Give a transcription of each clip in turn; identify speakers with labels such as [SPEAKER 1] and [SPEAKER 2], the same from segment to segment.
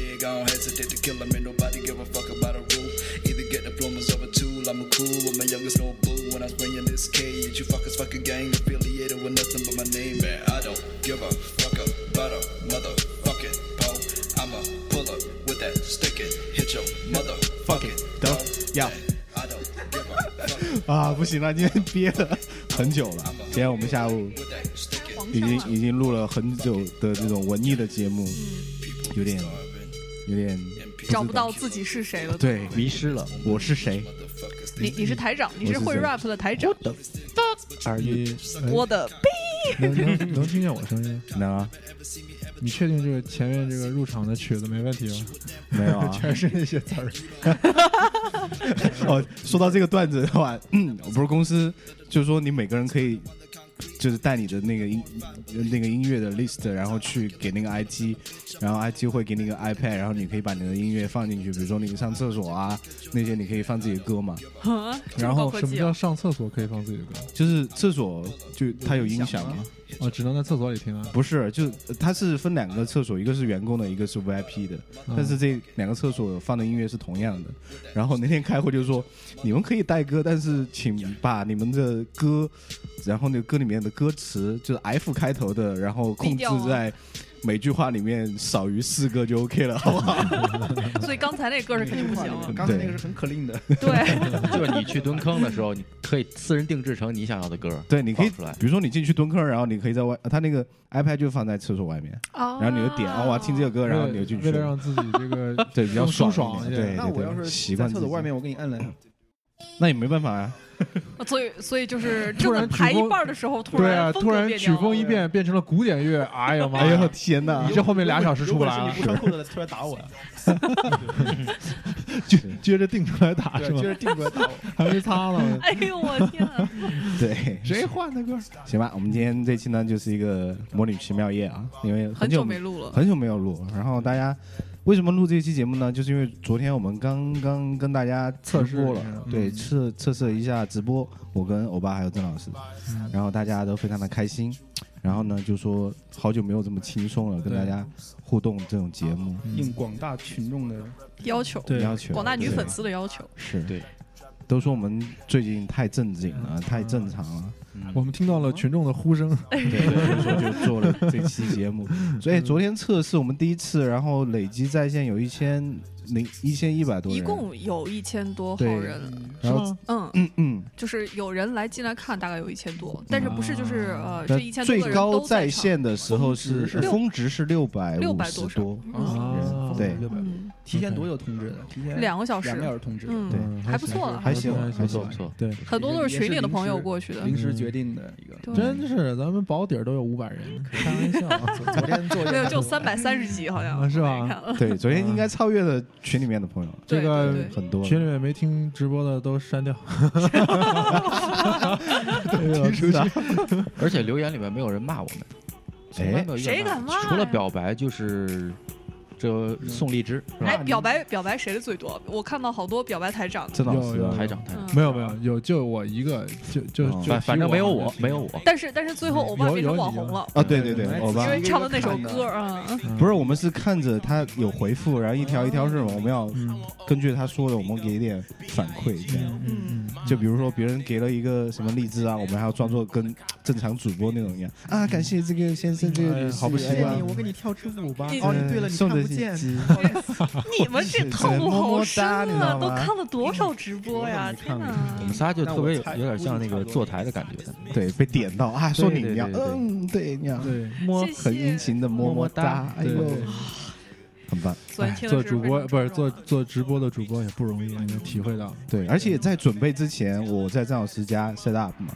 [SPEAKER 1] addicted to kill 'em, and nobody give a fuck about a roof. Either get diplomas or a tool, I'm a cool with my youngest no boo. When I'm spraying this cage, you fuckers fuck a gang affiliated with nothing but my name, man. I don't give a fuck about a motherfucking po. I'ma pull up with that stick and hit your motherfucking
[SPEAKER 2] Done.
[SPEAKER 1] dog.
[SPEAKER 2] Yeah.
[SPEAKER 1] I don't give a fuck
[SPEAKER 2] 啊，不行了，今天憋了很久了。今天我们下午
[SPEAKER 1] with that stick and
[SPEAKER 2] 已经
[SPEAKER 3] 啊
[SPEAKER 2] 已经录了很久的这种文艺的节目，有点有点
[SPEAKER 3] 找不到自己是谁了。
[SPEAKER 2] 对，
[SPEAKER 4] 迷失了。
[SPEAKER 2] 我是 谁？
[SPEAKER 3] 你你是台长，你是
[SPEAKER 2] 我是
[SPEAKER 3] 会
[SPEAKER 2] 谁
[SPEAKER 3] rap 的台长。
[SPEAKER 4] 而已。
[SPEAKER 5] 你
[SPEAKER 3] 我的
[SPEAKER 2] 哎
[SPEAKER 5] 哎能能能听见我声音？
[SPEAKER 2] 能啊？
[SPEAKER 5] 你确定这个前面这个入场的曲子没问题吗？
[SPEAKER 2] 没有啊？
[SPEAKER 5] 全是那些词儿。
[SPEAKER 2] 哦，说到这个段子的话，嗯，不是公司就说你每个人可以。就是带你的那个音那个音乐的 list，然后去给那个 IT，然后 IT 会给你一个 iPad，然后你可以把你的音乐放进去，比如说你上厕所啊那些，你可以放自己的歌嘛。
[SPEAKER 3] 啊，这
[SPEAKER 2] 然
[SPEAKER 3] 么
[SPEAKER 2] 后
[SPEAKER 3] 高科
[SPEAKER 5] 哦什么
[SPEAKER 3] 技
[SPEAKER 5] 叫
[SPEAKER 3] 啊！
[SPEAKER 5] 上厕所可以放自己的歌？
[SPEAKER 2] 就是厕所就它有音响吗？
[SPEAKER 5] 哦，只能在厕所里听啊。
[SPEAKER 2] 不是，就是呃它是分两个厕所，一个是员工的，一个是 VIP 的。但是这两个厕所放的音乐是同样的。然后那天开会就说，你们可以带歌，但是请把你们的歌，然后那个歌里面的歌词就是 F 开头的，然后控制
[SPEAKER 3] 低调啊
[SPEAKER 2] 在每句话里面少于四个就 OK 了，好不好？
[SPEAKER 3] 所以刚才那歌是肯定不行了。
[SPEAKER 2] 刚才那个
[SPEAKER 1] 是很 clean 的，
[SPEAKER 3] 对，
[SPEAKER 4] 就是你去蹲坑的时候，你可以私人定制成你想要的歌。
[SPEAKER 2] 对，你可以，
[SPEAKER 4] 放出来
[SPEAKER 2] 比如说你进去蹲坑，然后你可以在外，他那个 iPad 就放在厕所外面，
[SPEAKER 3] 然
[SPEAKER 2] 然后你就点，哦，我要听这个歌，然后你就进去
[SPEAKER 5] 为了。让自己这个
[SPEAKER 2] 对，比较
[SPEAKER 5] 更
[SPEAKER 2] 爽
[SPEAKER 5] 舒
[SPEAKER 2] 一点，
[SPEAKER 5] 爽一
[SPEAKER 2] 对
[SPEAKER 5] 点
[SPEAKER 2] 对
[SPEAKER 1] 那我要
[SPEAKER 2] 对
[SPEAKER 1] 是
[SPEAKER 2] 习
[SPEAKER 1] 在
[SPEAKER 2] 惯
[SPEAKER 1] 厕
[SPEAKER 2] 自
[SPEAKER 1] 所
[SPEAKER 2] 己
[SPEAKER 1] 外面，我给你按了，
[SPEAKER 2] 那也没办法啊呀、
[SPEAKER 3] 哦所以所 以就是
[SPEAKER 5] 突
[SPEAKER 3] 正在
[SPEAKER 5] 然
[SPEAKER 3] 排
[SPEAKER 5] 曲风
[SPEAKER 3] 一半的时候，突
[SPEAKER 5] 对啊，
[SPEAKER 3] 风
[SPEAKER 5] 突
[SPEAKER 3] 格
[SPEAKER 5] 然
[SPEAKER 3] 变
[SPEAKER 5] 曲
[SPEAKER 3] 调
[SPEAKER 5] 风
[SPEAKER 3] 了
[SPEAKER 5] 一变，变成了古典乐。哎呀妈
[SPEAKER 2] 哎呦
[SPEAKER 5] 呀！
[SPEAKER 2] 天哪
[SPEAKER 5] 你！这后面俩小时出不来
[SPEAKER 6] 如
[SPEAKER 5] 啊
[SPEAKER 6] 果是你！不穿裤子突然打我，
[SPEAKER 5] 撅撅着腚出来打
[SPEAKER 6] 对，
[SPEAKER 5] 是吧
[SPEAKER 6] 接？着 定出来打我。
[SPEAKER 5] 还没擦呢。
[SPEAKER 3] 哎呦我天啊！
[SPEAKER 2] 对，
[SPEAKER 5] 谁哎换的歌？
[SPEAKER 2] 行吧，我们今天这期呢就是一个魔女奇妙夜啊，因为
[SPEAKER 3] 很
[SPEAKER 2] 久
[SPEAKER 3] 久没录了，
[SPEAKER 2] 很久没有录，然后大家为什么录这期节目呢？就是因为昨天我们刚刚跟大家
[SPEAKER 5] 测试
[SPEAKER 2] 直播
[SPEAKER 5] 一下
[SPEAKER 2] 了，对，测测试了一下直播，我跟欧巴还有郑老师，
[SPEAKER 5] 嗯
[SPEAKER 2] 然后大家都非常的开心。然后呢，就说好久没有这么轻松了，跟
[SPEAKER 5] 对
[SPEAKER 2] 大家互动这种节目
[SPEAKER 6] 应广大群众的
[SPEAKER 3] 要求
[SPEAKER 5] 对
[SPEAKER 2] 要求，
[SPEAKER 3] 广大女
[SPEAKER 2] 对
[SPEAKER 3] 粉丝的要求，
[SPEAKER 2] 是
[SPEAKER 4] 对，
[SPEAKER 2] 都说我们最近太正经了，太正常了，
[SPEAKER 5] 我们听到了群众的呼声，
[SPEAKER 2] 对，所以说就做了这期节目。 所以昨天测试我们第一次，然后累计在线有一千零一千一百多
[SPEAKER 3] 一
[SPEAKER 2] 人，
[SPEAKER 3] 共有一千多号
[SPEAKER 2] 对
[SPEAKER 5] 嗯
[SPEAKER 3] 人，
[SPEAKER 2] 然后
[SPEAKER 3] 嗯，
[SPEAKER 2] 嗯嗯，
[SPEAKER 3] 就是有人来进来看，大概有一千多，但是不是就是呃这
[SPEAKER 2] 那
[SPEAKER 3] 一千多
[SPEAKER 2] 最
[SPEAKER 3] 个人
[SPEAKER 2] 高
[SPEAKER 3] 都
[SPEAKER 2] 在
[SPEAKER 3] 场，
[SPEAKER 2] 线的时候
[SPEAKER 6] 峰
[SPEAKER 2] 是
[SPEAKER 6] 值是
[SPEAKER 2] 峰值是六百五
[SPEAKER 3] 600
[SPEAKER 2] 十
[SPEAKER 3] 多少嗯
[SPEAKER 5] 啊
[SPEAKER 2] 对
[SPEAKER 6] 六百，
[SPEAKER 3] 嗯，
[SPEAKER 6] 提前多久通知的？提前
[SPEAKER 3] 两个小时
[SPEAKER 6] 两，个小时通知的，
[SPEAKER 3] 嗯，
[SPEAKER 2] 对
[SPEAKER 5] 嗯
[SPEAKER 3] 还不错了
[SPEAKER 2] 嗯还行
[SPEAKER 4] 不错不错。
[SPEAKER 5] 对，
[SPEAKER 3] 很多都是群里的朋友
[SPEAKER 6] 也是临时
[SPEAKER 3] 过去的，
[SPEAKER 6] 临时决定的一个。
[SPEAKER 3] 对
[SPEAKER 5] 真是咱们保底儿都有五百 人，开玩笑啊，
[SPEAKER 6] 昨天做
[SPEAKER 3] 没有就三百三十集好像
[SPEAKER 5] 啊是吧
[SPEAKER 3] 我看了
[SPEAKER 2] 对，昨天应该超越了群里面的朋友
[SPEAKER 3] 对
[SPEAKER 5] 这个
[SPEAKER 3] 对对
[SPEAKER 2] 很多了，
[SPEAKER 5] 群里面没听直播的都 删掉，
[SPEAKER 2] 踢 出去
[SPEAKER 4] 而且留言里面没有人骂我们，从来没有一个人
[SPEAKER 3] 谁敢骂呀
[SPEAKER 4] 除了表白就是这宋荔枝是
[SPEAKER 3] 哎，
[SPEAKER 4] 吧？
[SPEAKER 3] 表白表白谁的最多？我看到好多表白台长的，
[SPEAKER 2] 郑老师
[SPEAKER 5] 有
[SPEAKER 2] 啊
[SPEAKER 5] 有
[SPEAKER 4] 台长台长，
[SPEAKER 3] 嗯
[SPEAKER 5] 没有没有有就我一个，就就
[SPEAKER 2] 哦
[SPEAKER 5] 就
[SPEAKER 4] 反反正没有我，没有我。
[SPEAKER 3] 但是但是最后欧巴
[SPEAKER 5] 有
[SPEAKER 3] 变成
[SPEAKER 5] 有
[SPEAKER 3] 网
[SPEAKER 5] 你
[SPEAKER 3] 红
[SPEAKER 5] 吗
[SPEAKER 3] 了，
[SPEAKER 2] 啊，对对对，
[SPEAKER 6] 对
[SPEAKER 2] 欧巴
[SPEAKER 3] 因。为
[SPEAKER 6] 一个
[SPEAKER 3] 唱的
[SPEAKER 6] 一个
[SPEAKER 3] 那首
[SPEAKER 6] 看的
[SPEAKER 3] 歌啊，嗯
[SPEAKER 2] 不是，我们是看着他有回复，然后一条一条是什么，我们要根据他说的，我们给一点反馈，这样。
[SPEAKER 3] 嗯，
[SPEAKER 2] 就比如说别人给了一个什么荔枝啊，我们还要装作跟正常主播那种一样啊，感谢这个先生这个
[SPEAKER 5] 哎
[SPEAKER 2] 女
[SPEAKER 5] 呀
[SPEAKER 2] 士，
[SPEAKER 5] 好不习
[SPEAKER 6] 谢谢
[SPEAKER 5] 惯
[SPEAKER 6] 你，我给你跳支舞吧。
[SPEAKER 3] 你
[SPEAKER 6] 哦，你对了，你看
[SPEAKER 2] 送的
[SPEAKER 6] 不
[SPEAKER 2] 荔
[SPEAKER 6] 见。
[SPEAKER 2] 枝，
[SPEAKER 3] 你们这套路好深
[SPEAKER 2] 么么哒你知
[SPEAKER 3] 啊！
[SPEAKER 2] 道
[SPEAKER 3] 都
[SPEAKER 2] 吗
[SPEAKER 3] 看了多少直播呀？天哪！
[SPEAKER 4] 我们仨就特别有有点像那个坐台的感觉，
[SPEAKER 2] 对，被点到啊，说你
[SPEAKER 4] 对对
[SPEAKER 2] 一样，
[SPEAKER 4] 对对
[SPEAKER 2] 嗯，对，你样，
[SPEAKER 5] 对，
[SPEAKER 4] 摸
[SPEAKER 3] 谢谢
[SPEAKER 2] 很殷勤的么么哒，哎
[SPEAKER 5] 对
[SPEAKER 2] 呦
[SPEAKER 5] 对，对
[SPEAKER 2] 很棒。
[SPEAKER 3] 昨天听的
[SPEAKER 5] 哎做
[SPEAKER 3] 是
[SPEAKER 5] 主
[SPEAKER 3] 非
[SPEAKER 5] 播
[SPEAKER 3] 常
[SPEAKER 5] 不是
[SPEAKER 3] 重
[SPEAKER 5] 做
[SPEAKER 3] 要的
[SPEAKER 5] 做直播的主播也不容易，你能体会到。
[SPEAKER 2] 对，而且在准备之前，我在张老师家 set up 嘛，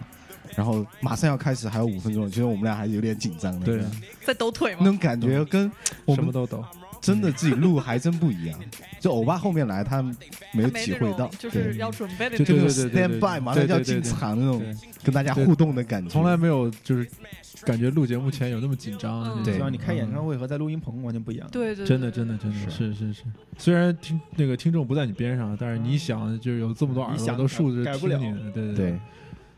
[SPEAKER 2] 然后马上要开始，还有五分钟，其实我们俩还是有点紧张的，
[SPEAKER 5] 对，
[SPEAKER 3] 在抖腿
[SPEAKER 2] 那
[SPEAKER 3] 吗？
[SPEAKER 2] 种感觉跟我
[SPEAKER 5] 什
[SPEAKER 2] 们
[SPEAKER 5] 么都懂，
[SPEAKER 2] 真的自己录还真不一样。就欧巴后面来，他没有
[SPEAKER 3] 他没
[SPEAKER 2] 体
[SPEAKER 3] 那
[SPEAKER 2] 会到
[SPEAKER 3] 种，就
[SPEAKER 2] 对
[SPEAKER 3] 是要准备的
[SPEAKER 2] 就
[SPEAKER 3] 那
[SPEAKER 2] 这种
[SPEAKER 3] 种。
[SPEAKER 5] 对对对对
[SPEAKER 2] stand
[SPEAKER 5] 对
[SPEAKER 2] by 马上
[SPEAKER 5] 对对
[SPEAKER 2] 要
[SPEAKER 5] 对
[SPEAKER 2] 进
[SPEAKER 5] 对
[SPEAKER 2] 场那种
[SPEAKER 5] 对
[SPEAKER 2] 跟大家
[SPEAKER 5] 对
[SPEAKER 2] 互动的感觉，
[SPEAKER 5] 从来没有就是感觉录节目前有那么紧张。啊
[SPEAKER 3] 嗯
[SPEAKER 2] 对
[SPEAKER 6] 希望你开演唱会和在录音棚完全不一样。
[SPEAKER 3] 对对，
[SPEAKER 5] 真的，
[SPEAKER 3] 对
[SPEAKER 5] 真的，真的
[SPEAKER 2] 是
[SPEAKER 5] 是是是。虽然听那
[SPEAKER 3] 嗯
[SPEAKER 5] 个听众不在你边上，但是你想，就是有这么多耳
[SPEAKER 6] 你
[SPEAKER 5] 朵
[SPEAKER 6] 想
[SPEAKER 5] 都竖着
[SPEAKER 6] 改改不
[SPEAKER 5] 听
[SPEAKER 6] 了
[SPEAKER 5] 你的，对对
[SPEAKER 2] 对。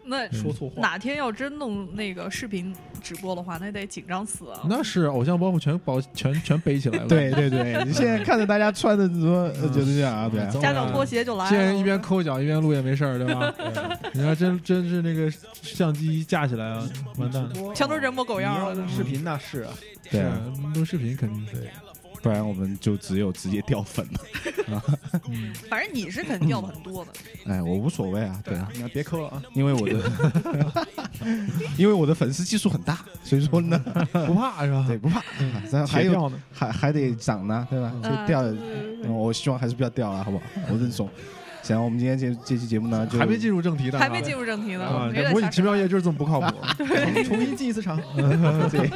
[SPEAKER 3] 那
[SPEAKER 5] 嗯
[SPEAKER 7] 说错话，
[SPEAKER 3] 哪天要真弄那个视频直播的话，那得紧张死啊！
[SPEAKER 5] 那是偶像包袱全包全全背起来了。
[SPEAKER 2] 对对对，你现在看着大家穿的怎么呃就是这样啊？ 对啊，
[SPEAKER 5] 嗯
[SPEAKER 3] 家长拖鞋就来了，
[SPEAKER 5] 现在一边抠脚一边录也没事儿，对吧？ 你要真真是那个相机一架起来啊，完蛋！
[SPEAKER 3] 全都是人模狗
[SPEAKER 6] 你
[SPEAKER 3] 样儿
[SPEAKER 6] 要
[SPEAKER 3] 了。
[SPEAKER 6] 视频那是啊，
[SPEAKER 2] 对啊，
[SPEAKER 5] 是录视频肯定是。
[SPEAKER 2] 不然我们就只有直接掉粉了。
[SPEAKER 5] 嗯，
[SPEAKER 3] 反正你是肯定掉的很多的，
[SPEAKER 2] 哎，我无所谓啊，对啊，
[SPEAKER 6] 你要别抠了啊，
[SPEAKER 2] 因为我的， 因为我的粉丝基数很大，所以说呢，
[SPEAKER 5] 不怕是吧？
[SPEAKER 2] 对，不怕，啊咱还
[SPEAKER 5] 还
[SPEAKER 2] 有
[SPEAKER 5] 掉呢，
[SPEAKER 2] 还还得涨呢，对吧？
[SPEAKER 3] 嗯
[SPEAKER 5] 嗯
[SPEAKER 2] 就掉，嗯我希望还是不要掉了，好不好？我认怂。行，我们今天这这期节目呢，就
[SPEAKER 5] 还没进入正题呢，
[SPEAKER 3] 还没进入正题呢，我
[SPEAKER 5] 啊
[SPEAKER 3] 们有！点
[SPEAKER 5] 模拟
[SPEAKER 3] 瞎扯
[SPEAKER 5] 奇妙夜就是这么不 靠谱，
[SPEAKER 6] 重新进一次场。
[SPEAKER 2] 对，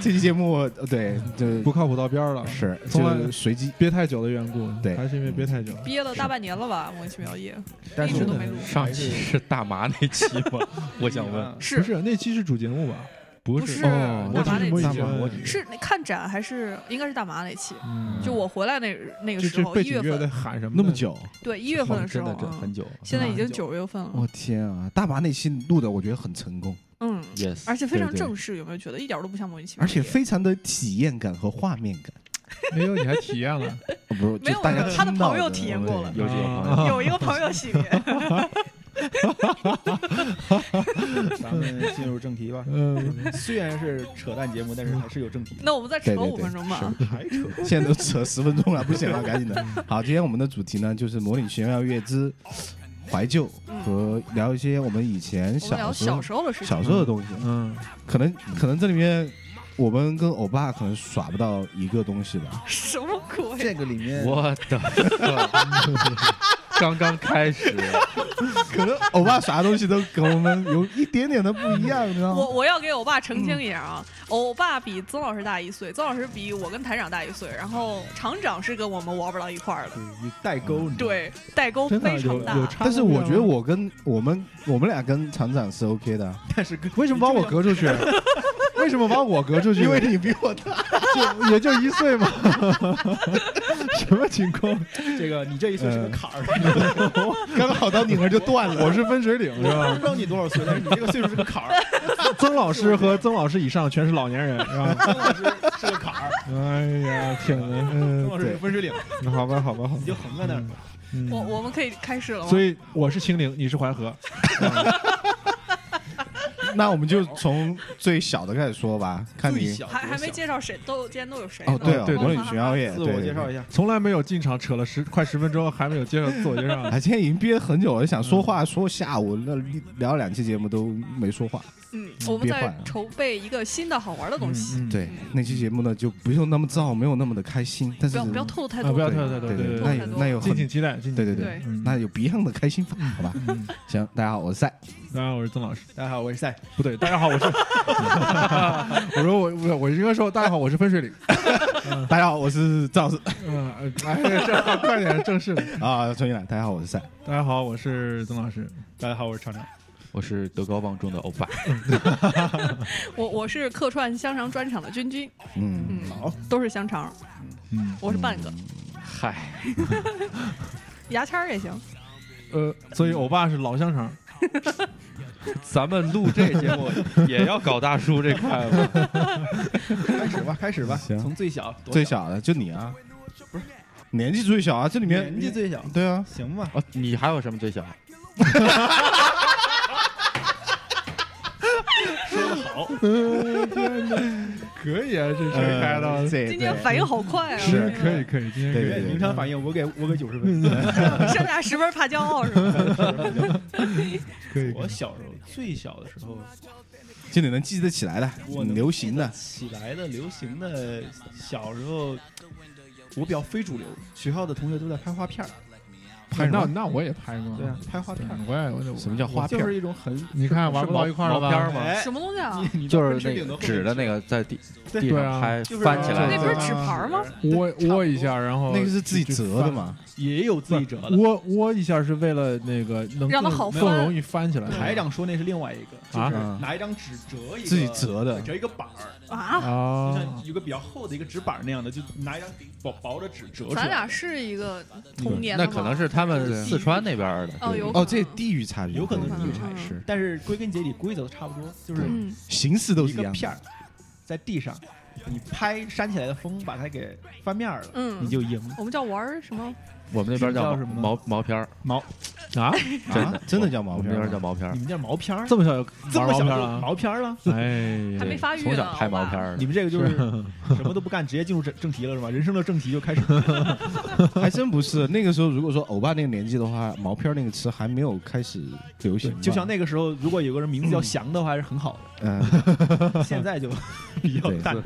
[SPEAKER 2] 这期节目呃对，就
[SPEAKER 5] 不靠谱到边儿了。
[SPEAKER 2] 是
[SPEAKER 5] 从来
[SPEAKER 2] 就是随机，
[SPEAKER 5] 憋太久的缘故，
[SPEAKER 2] 对
[SPEAKER 5] 还是因为憋太久。
[SPEAKER 3] 憋了大半年了吧？莫名其妙夜
[SPEAKER 6] 但
[SPEAKER 3] 一
[SPEAKER 6] 是
[SPEAKER 3] 直嗯都
[SPEAKER 6] 我
[SPEAKER 3] 没录，
[SPEAKER 4] 上期是大麻那期 吗？我想问，
[SPEAKER 6] 啊
[SPEAKER 5] 不
[SPEAKER 3] 是
[SPEAKER 5] 是那期是主节目吧？
[SPEAKER 3] 不
[SPEAKER 5] 不
[SPEAKER 3] 是
[SPEAKER 5] 哦，
[SPEAKER 3] 大麻
[SPEAKER 5] 我只是
[SPEAKER 3] 那
[SPEAKER 5] 模拟
[SPEAKER 2] 期
[SPEAKER 5] 节
[SPEAKER 2] 大麻
[SPEAKER 5] 目
[SPEAKER 2] 我，
[SPEAKER 3] 是那看展还是应该是大麻那期？
[SPEAKER 5] 嗯
[SPEAKER 3] 就我回来那那个
[SPEAKER 5] 这
[SPEAKER 3] 时
[SPEAKER 5] 这
[SPEAKER 3] 候，
[SPEAKER 5] 背
[SPEAKER 3] 一
[SPEAKER 5] 景
[SPEAKER 3] 月
[SPEAKER 5] 乐在
[SPEAKER 3] 份，
[SPEAKER 5] 喊什么？
[SPEAKER 2] 那 么，久，
[SPEAKER 3] 对一月份时
[SPEAKER 4] 真
[SPEAKER 3] 候
[SPEAKER 4] 的这
[SPEAKER 3] 啊，
[SPEAKER 4] 很久
[SPEAKER 3] 现在已
[SPEAKER 5] 真的
[SPEAKER 3] 经
[SPEAKER 5] 很久
[SPEAKER 3] 九月份了，
[SPEAKER 2] 我天啊！大麻那期录的，我觉得很成功，
[SPEAKER 3] 嗯，
[SPEAKER 4] ，yes，
[SPEAKER 3] 而且非常
[SPEAKER 2] 对对
[SPEAKER 3] 正式，有没有觉得一点儿都不像莫名其妙
[SPEAKER 2] 而
[SPEAKER 3] 夜？
[SPEAKER 2] 且非常的体验感和画面感。
[SPEAKER 5] 哎呦，你还体验了？
[SPEAKER 2] 哦不是，
[SPEAKER 3] 没有
[SPEAKER 2] 就大家
[SPEAKER 3] 没有他的
[SPEAKER 2] 听到
[SPEAKER 3] 朋友体验过了
[SPEAKER 4] 有这个朋友
[SPEAKER 5] 啊。
[SPEAKER 3] 有一个朋友系列，
[SPEAKER 6] 咱们进入正题吧
[SPEAKER 5] 嗯，
[SPEAKER 6] 虽然是扯淡节目，但是还是有正题。
[SPEAKER 3] 那我们再扯
[SPEAKER 2] 对对对
[SPEAKER 3] 五分钟吧。
[SPEAKER 6] 还扯？
[SPEAKER 2] 现在都扯十分钟了，不 行了，赶紧的。好，今天我们的主题呢，就是模拟玄妙乐之怀旧和聊一些我们以前
[SPEAKER 3] 我们
[SPEAKER 2] 小
[SPEAKER 3] 聊
[SPEAKER 2] 时
[SPEAKER 3] 小
[SPEAKER 2] 候
[SPEAKER 3] 时候的事情
[SPEAKER 2] 小，时候的东西。
[SPEAKER 5] 嗯，
[SPEAKER 2] 可能可能这里面我们跟欧巴可能耍不到一个东西 吧。
[SPEAKER 3] 什么鬼？
[SPEAKER 6] 这个里面
[SPEAKER 4] 我的 刚刚开始，
[SPEAKER 2] 可能欧巴耍的东西都跟我们有一点点的不一样，你
[SPEAKER 5] 啊
[SPEAKER 2] 知道吗
[SPEAKER 3] 我？我要给我爸澄
[SPEAKER 5] 嗯
[SPEAKER 3] 清一下啊，我爸比曾老师大一岁，曾老师比我跟台长大一岁，然后厂长是跟我们玩不到一块儿的，
[SPEAKER 6] 你代沟，你
[SPEAKER 4] 嗯
[SPEAKER 6] 知道吗，
[SPEAKER 3] 对，代沟
[SPEAKER 5] 嗯真的
[SPEAKER 3] 非
[SPEAKER 5] 有
[SPEAKER 3] 常大。
[SPEAKER 5] 有差。
[SPEAKER 2] 但是我觉得我跟我们我们俩跟厂长是 OK 的，
[SPEAKER 6] 但是跟
[SPEAKER 5] 为什么把我隔出去？ 为什么把我隔出去？
[SPEAKER 2] 因为你比我大。
[SPEAKER 5] 就也就一岁嘛，什么情况？
[SPEAKER 6] 这个你这一岁是个坎儿，
[SPEAKER 4] 嗯
[SPEAKER 2] 刚好到拧儿就断了。
[SPEAKER 5] 我是分水岭是
[SPEAKER 6] 我
[SPEAKER 5] 吧
[SPEAKER 6] 不知？道你多少岁，但是你这个岁数是个坎儿，
[SPEAKER 5] 曾老师和曾老师以上全是老年人是吧？
[SPEAKER 6] 曾老师是个坎儿，
[SPEAKER 5] 哎呀，天哪！
[SPEAKER 6] 曾
[SPEAKER 5] 嗯，
[SPEAKER 6] 老师是个分水岭，
[SPEAKER 5] 那好吧，好吧，好吧
[SPEAKER 6] 你。就横在那儿。
[SPEAKER 5] 嗯
[SPEAKER 3] 我我们可以开始了吗？
[SPEAKER 5] 所以我是清零，你是淮河。
[SPEAKER 2] 那我们就从最小的开始说吧，看
[SPEAKER 6] 最
[SPEAKER 2] 你
[SPEAKER 6] 小
[SPEAKER 3] 还
[SPEAKER 6] 多
[SPEAKER 3] 还没
[SPEAKER 6] 小
[SPEAKER 3] 介绍谁都今天都有谁呢？嗯
[SPEAKER 2] 哦，对
[SPEAKER 5] 对
[SPEAKER 2] 哦，模拟学校也
[SPEAKER 6] 自嗯我介绍一
[SPEAKER 2] 下。
[SPEAKER 6] 下，
[SPEAKER 5] 从来没有进场扯了十快十分钟，还没有介绍自我介绍。
[SPEAKER 2] 哎，今天已经憋很久了，
[SPEAKER 6] 嗯
[SPEAKER 2] 想说话说下午，那聊两期节目都没说话。
[SPEAKER 3] 嗯，我们
[SPEAKER 2] 别换
[SPEAKER 3] 在
[SPEAKER 2] 啊
[SPEAKER 3] 筹备一个新的好玩的东西，
[SPEAKER 5] 嗯，
[SPEAKER 2] 对，那期节目呢就不用那么燥，没有那么的开心，但
[SPEAKER 3] 不
[SPEAKER 2] 是
[SPEAKER 3] 要不要透露太
[SPEAKER 5] 啊
[SPEAKER 3] 多，
[SPEAKER 5] 不要
[SPEAKER 2] 对
[SPEAKER 5] 透露太多
[SPEAKER 2] 对
[SPEAKER 5] 对
[SPEAKER 2] 对，
[SPEAKER 5] 对
[SPEAKER 2] 那
[SPEAKER 3] 对
[SPEAKER 2] 有
[SPEAKER 3] 对
[SPEAKER 2] 那有
[SPEAKER 5] 敬请
[SPEAKER 2] 很
[SPEAKER 5] 期待，敬请
[SPEAKER 2] 对对
[SPEAKER 5] 期待
[SPEAKER 3] 对
[SPEAKER 5] 嗯
[SPEAKER 2] 那有别样的开心法，好吧？
[SPEAKER 5] 嗯
[SPEAKER 2] 行，大家好，我是赛。
[SPEAKER 5] 大家好，我是曾老师。
[SPEAKER 6] 大家好，我是赛。
[SPEAKER 5] 不对，大家好，我是，我说我我我应该说大家好，我是分水岭。
[SPEAKER 2] 嗯大家好，我是赵老师
[SPEAKER 5] 嗯，哎，这快点正式了。
[SPEAKER 2] 啊，重新来。大家好，我是赛。
[SPEAKER 5] 大家好，我是曾老师。
[SPEAKER 6] 大家好，我是厂长。
[SPEAKER 4] 我是德高望重的欧巴，
[SPEAKER 3] 我我是客串香肠专场的君君，
[SPEAKER 2] 嗯，
[SPEAKER 3] 嗯，都是香肠，
[SPEAKER 5] 嗯，
[SPEAKER 3] 我是半个，
[SPEAKER 4] 嗨，
[SPEAKER 3] 牙签儿也行，
[SPEAKER 5] 呃，所以欧巴是老香肠，
[SPEAKER 4] 咱们录这节目也要搞大叔这块吗？
[SPEAKER 6] 开始吧，开始吧，
[SPEAKER 2] 行
[SPEAKER 6] 从最小多
[SPEAKER 2] 最小的就你啊，不是年纪最小啊，这里面
[SPEAKER 6] 年纪最小，
[SPEAKER 2] 对啊，
[SPEAKER 6] 行吧？
[SPEAKER 4] 哦，你还有什么最小？
[SPEAKER 5] 可以啊， 这事儿开到
[SPEAKER 2] 呃。这对
[SPEAKER 3] 今天反应好快啊，
[SPEAKER 2] 是
[SPEAKER 5] 可以可以，今天可
[SPEAKER 2] 对
[SPEAKER 5] 以
[SPEAKER 2] 对。
[SPEAKER 6] 临场反
[SPEAKER 4] 嗯
[SPEAKER 6] 应，我给我给九十分。
[SPEAKER 3] 剩下十分怕骄傲是 吧？
[SPEAKER 5] 可
[SPEAKER 4] 嗯
[SPEAKER 5] 以，
[SPEAKER 6] 我小时候最小的时候，
[SPEAKER 2] 就你能记得起来的，
[SPEAKER 6] 我能
[SPEAKER 2] 流行的，
[SPEAKER 6] 起来的流行的，小时候我比较非主流，学校的同学都在拍花片儿，
[SPEAKER 5] 拍那那我也拍吗？
[SPEAKER 6] 对啊，拍花片儿，
[SPEAKER 5] 我也我也
[SPEAKER 4] 什么叫花
[SPEAKER 6] 就
[SPEAKER 4] 片儿
[SPEAKER 6] 是？一种很
[SPEAKER 5] 你看玩不到一块儿了
[SPEAKER 4] 毛片儿
[SPEAKER 5] 吧？
[SPEAKER 4] 吗？
[SPEAKER 6] 哎
[SPEAKER 3] 什么东西啊？
[SPEAKER 6] 你
[SPEAKER 4] 就是那个纸的那个在地
[SPEAKER 6] 对
[SPEAKER 4] 地
[SPEAKER 5] 对啊
[SPEAKER 4] 上拍
[SPEAKER 6] 就是
[SPEAKER 4] 翻起
[SPEAKER 3] 那
[SPEAKER 4] 来
[SPEAKER 3] 不
[SPEAKER 4] 的，
[SPEAKER 3] 是纸牌 儿吗？
[SPEAKER 5] 窝窝一下，然后
[SPEAKER 2] 那个是自己折的？嘛？
[SPEAKER 6] 也有自己折的。
[SPEAKER 5] 窝窝一下是为了那个能
[SPEAKER 3] 让它
[SPEAKER 5] 更
[SPEAKER 3] 好
[SPEAKER 5] 更
[SPEAKER 3] 翻
[SPEAKER 5] 容易翻起来。
[SPEAKER 6] 台长说那是另外一个，就是
[SPEAKER 2] 啊
[SPEAKER 6] 拿一张纸折一个，
[SPEAKER 2] 自己折的
[SPEAKER 6] 折一个板儿，
[SPEAKER 3] 啊，
[SPEAKER 6] 就
[SPEAKER 5] 啊
[SPEAKER 6] 像，有个比较厚的一个纸板儿那样的，就拿一张薄薄的纸折出来。
[SPEAKER 3] 咱俩是一个童年的
[SPEAKER 4] 那
[SPEAKER 3] 吗
[SPEAKER 4] 可能是他们四川那边的。
[SPEAKER 3] 哦有
[SPEAKER 2] 哦，这地域差距
[SPEAKER 6] 有可能
[SPEAKER 3] 地域差距
[SPEAKER 2] 是，
[SPEAKER 6] 但是归根结底规则都差不多，就是
[SPEAKER 3] 嗯，
[SPEAKER 2] 形式都
[SPEAKER 6] 一
[SPEAKER 2] 是一
[SPEAKER 6] 个
[SPEAKER 2] 样的。
[SPEAKER 6] 片儿在地上，你拍扇起来的风把它给翻面儿了，
[SPEAKER 3] 嗯
[SPEAKER 6] 你就赢。
[SPEAKER 3] 我们叫玩儿什么？
[SPEAKER 4] 我们那边
[SPEAKER 6] 叫
[SPEAKER 4] 叫
[SPEAKER 6] 什么
[SPEAKER 4] 毛毛片儿，
[SPEAKER 5] 毛啊，
[SPEAKER 2] 啊
[SPEAKER 4] 真的
[SPEAKER 2] 真的叫毛
[SPEAKER 4] 我
[SPEAKER 2] 片
[SPEAKER 4] 们
[SPEAKER 2] 儿吗，
[SPEAKER 4] 那边叫毛片儿
[SPEAKER 6] 你。们叫毛片儿，
[SPEAKER 5] 这么小就
[SPEAKER 6] 这么
[SPEAKER 5] 玩
[SPEAKER 6] 小
[SPEAKER 5] 毛片啊
[SPEAKER 6] 就
[SPEAKER 5] 了？
[SPEAKER 6] 毛片儿了？
[SPEAKER 5] 哎，
[SPEAKER 3] 还没发育
[SPEAKER 4] 从
[SPEAKER 3] 呢，
[SPEAKER 4] 小拍毛片儿
[SPEAKER 6] 你
[SPEAKER 4] 的，
[SPEAKER 6] 们这个就是什么都不干，直接进入正正题了是吧？人生的正题就开始了。
[SPEAKER 2] 还真不是。那个时候，如果说欧巴那个年纪的话，毛片儿那个词还没有开始流行吧。
[SPEAKER 6] 就像那个时候，如果有个人名字叫翔的话，还是很好
[SPEAKER 2] 嗯，
[SPEAKER 6] 的。现在 就比较
[SPEAKER 2] 对
[SPEAKER 6] 淡。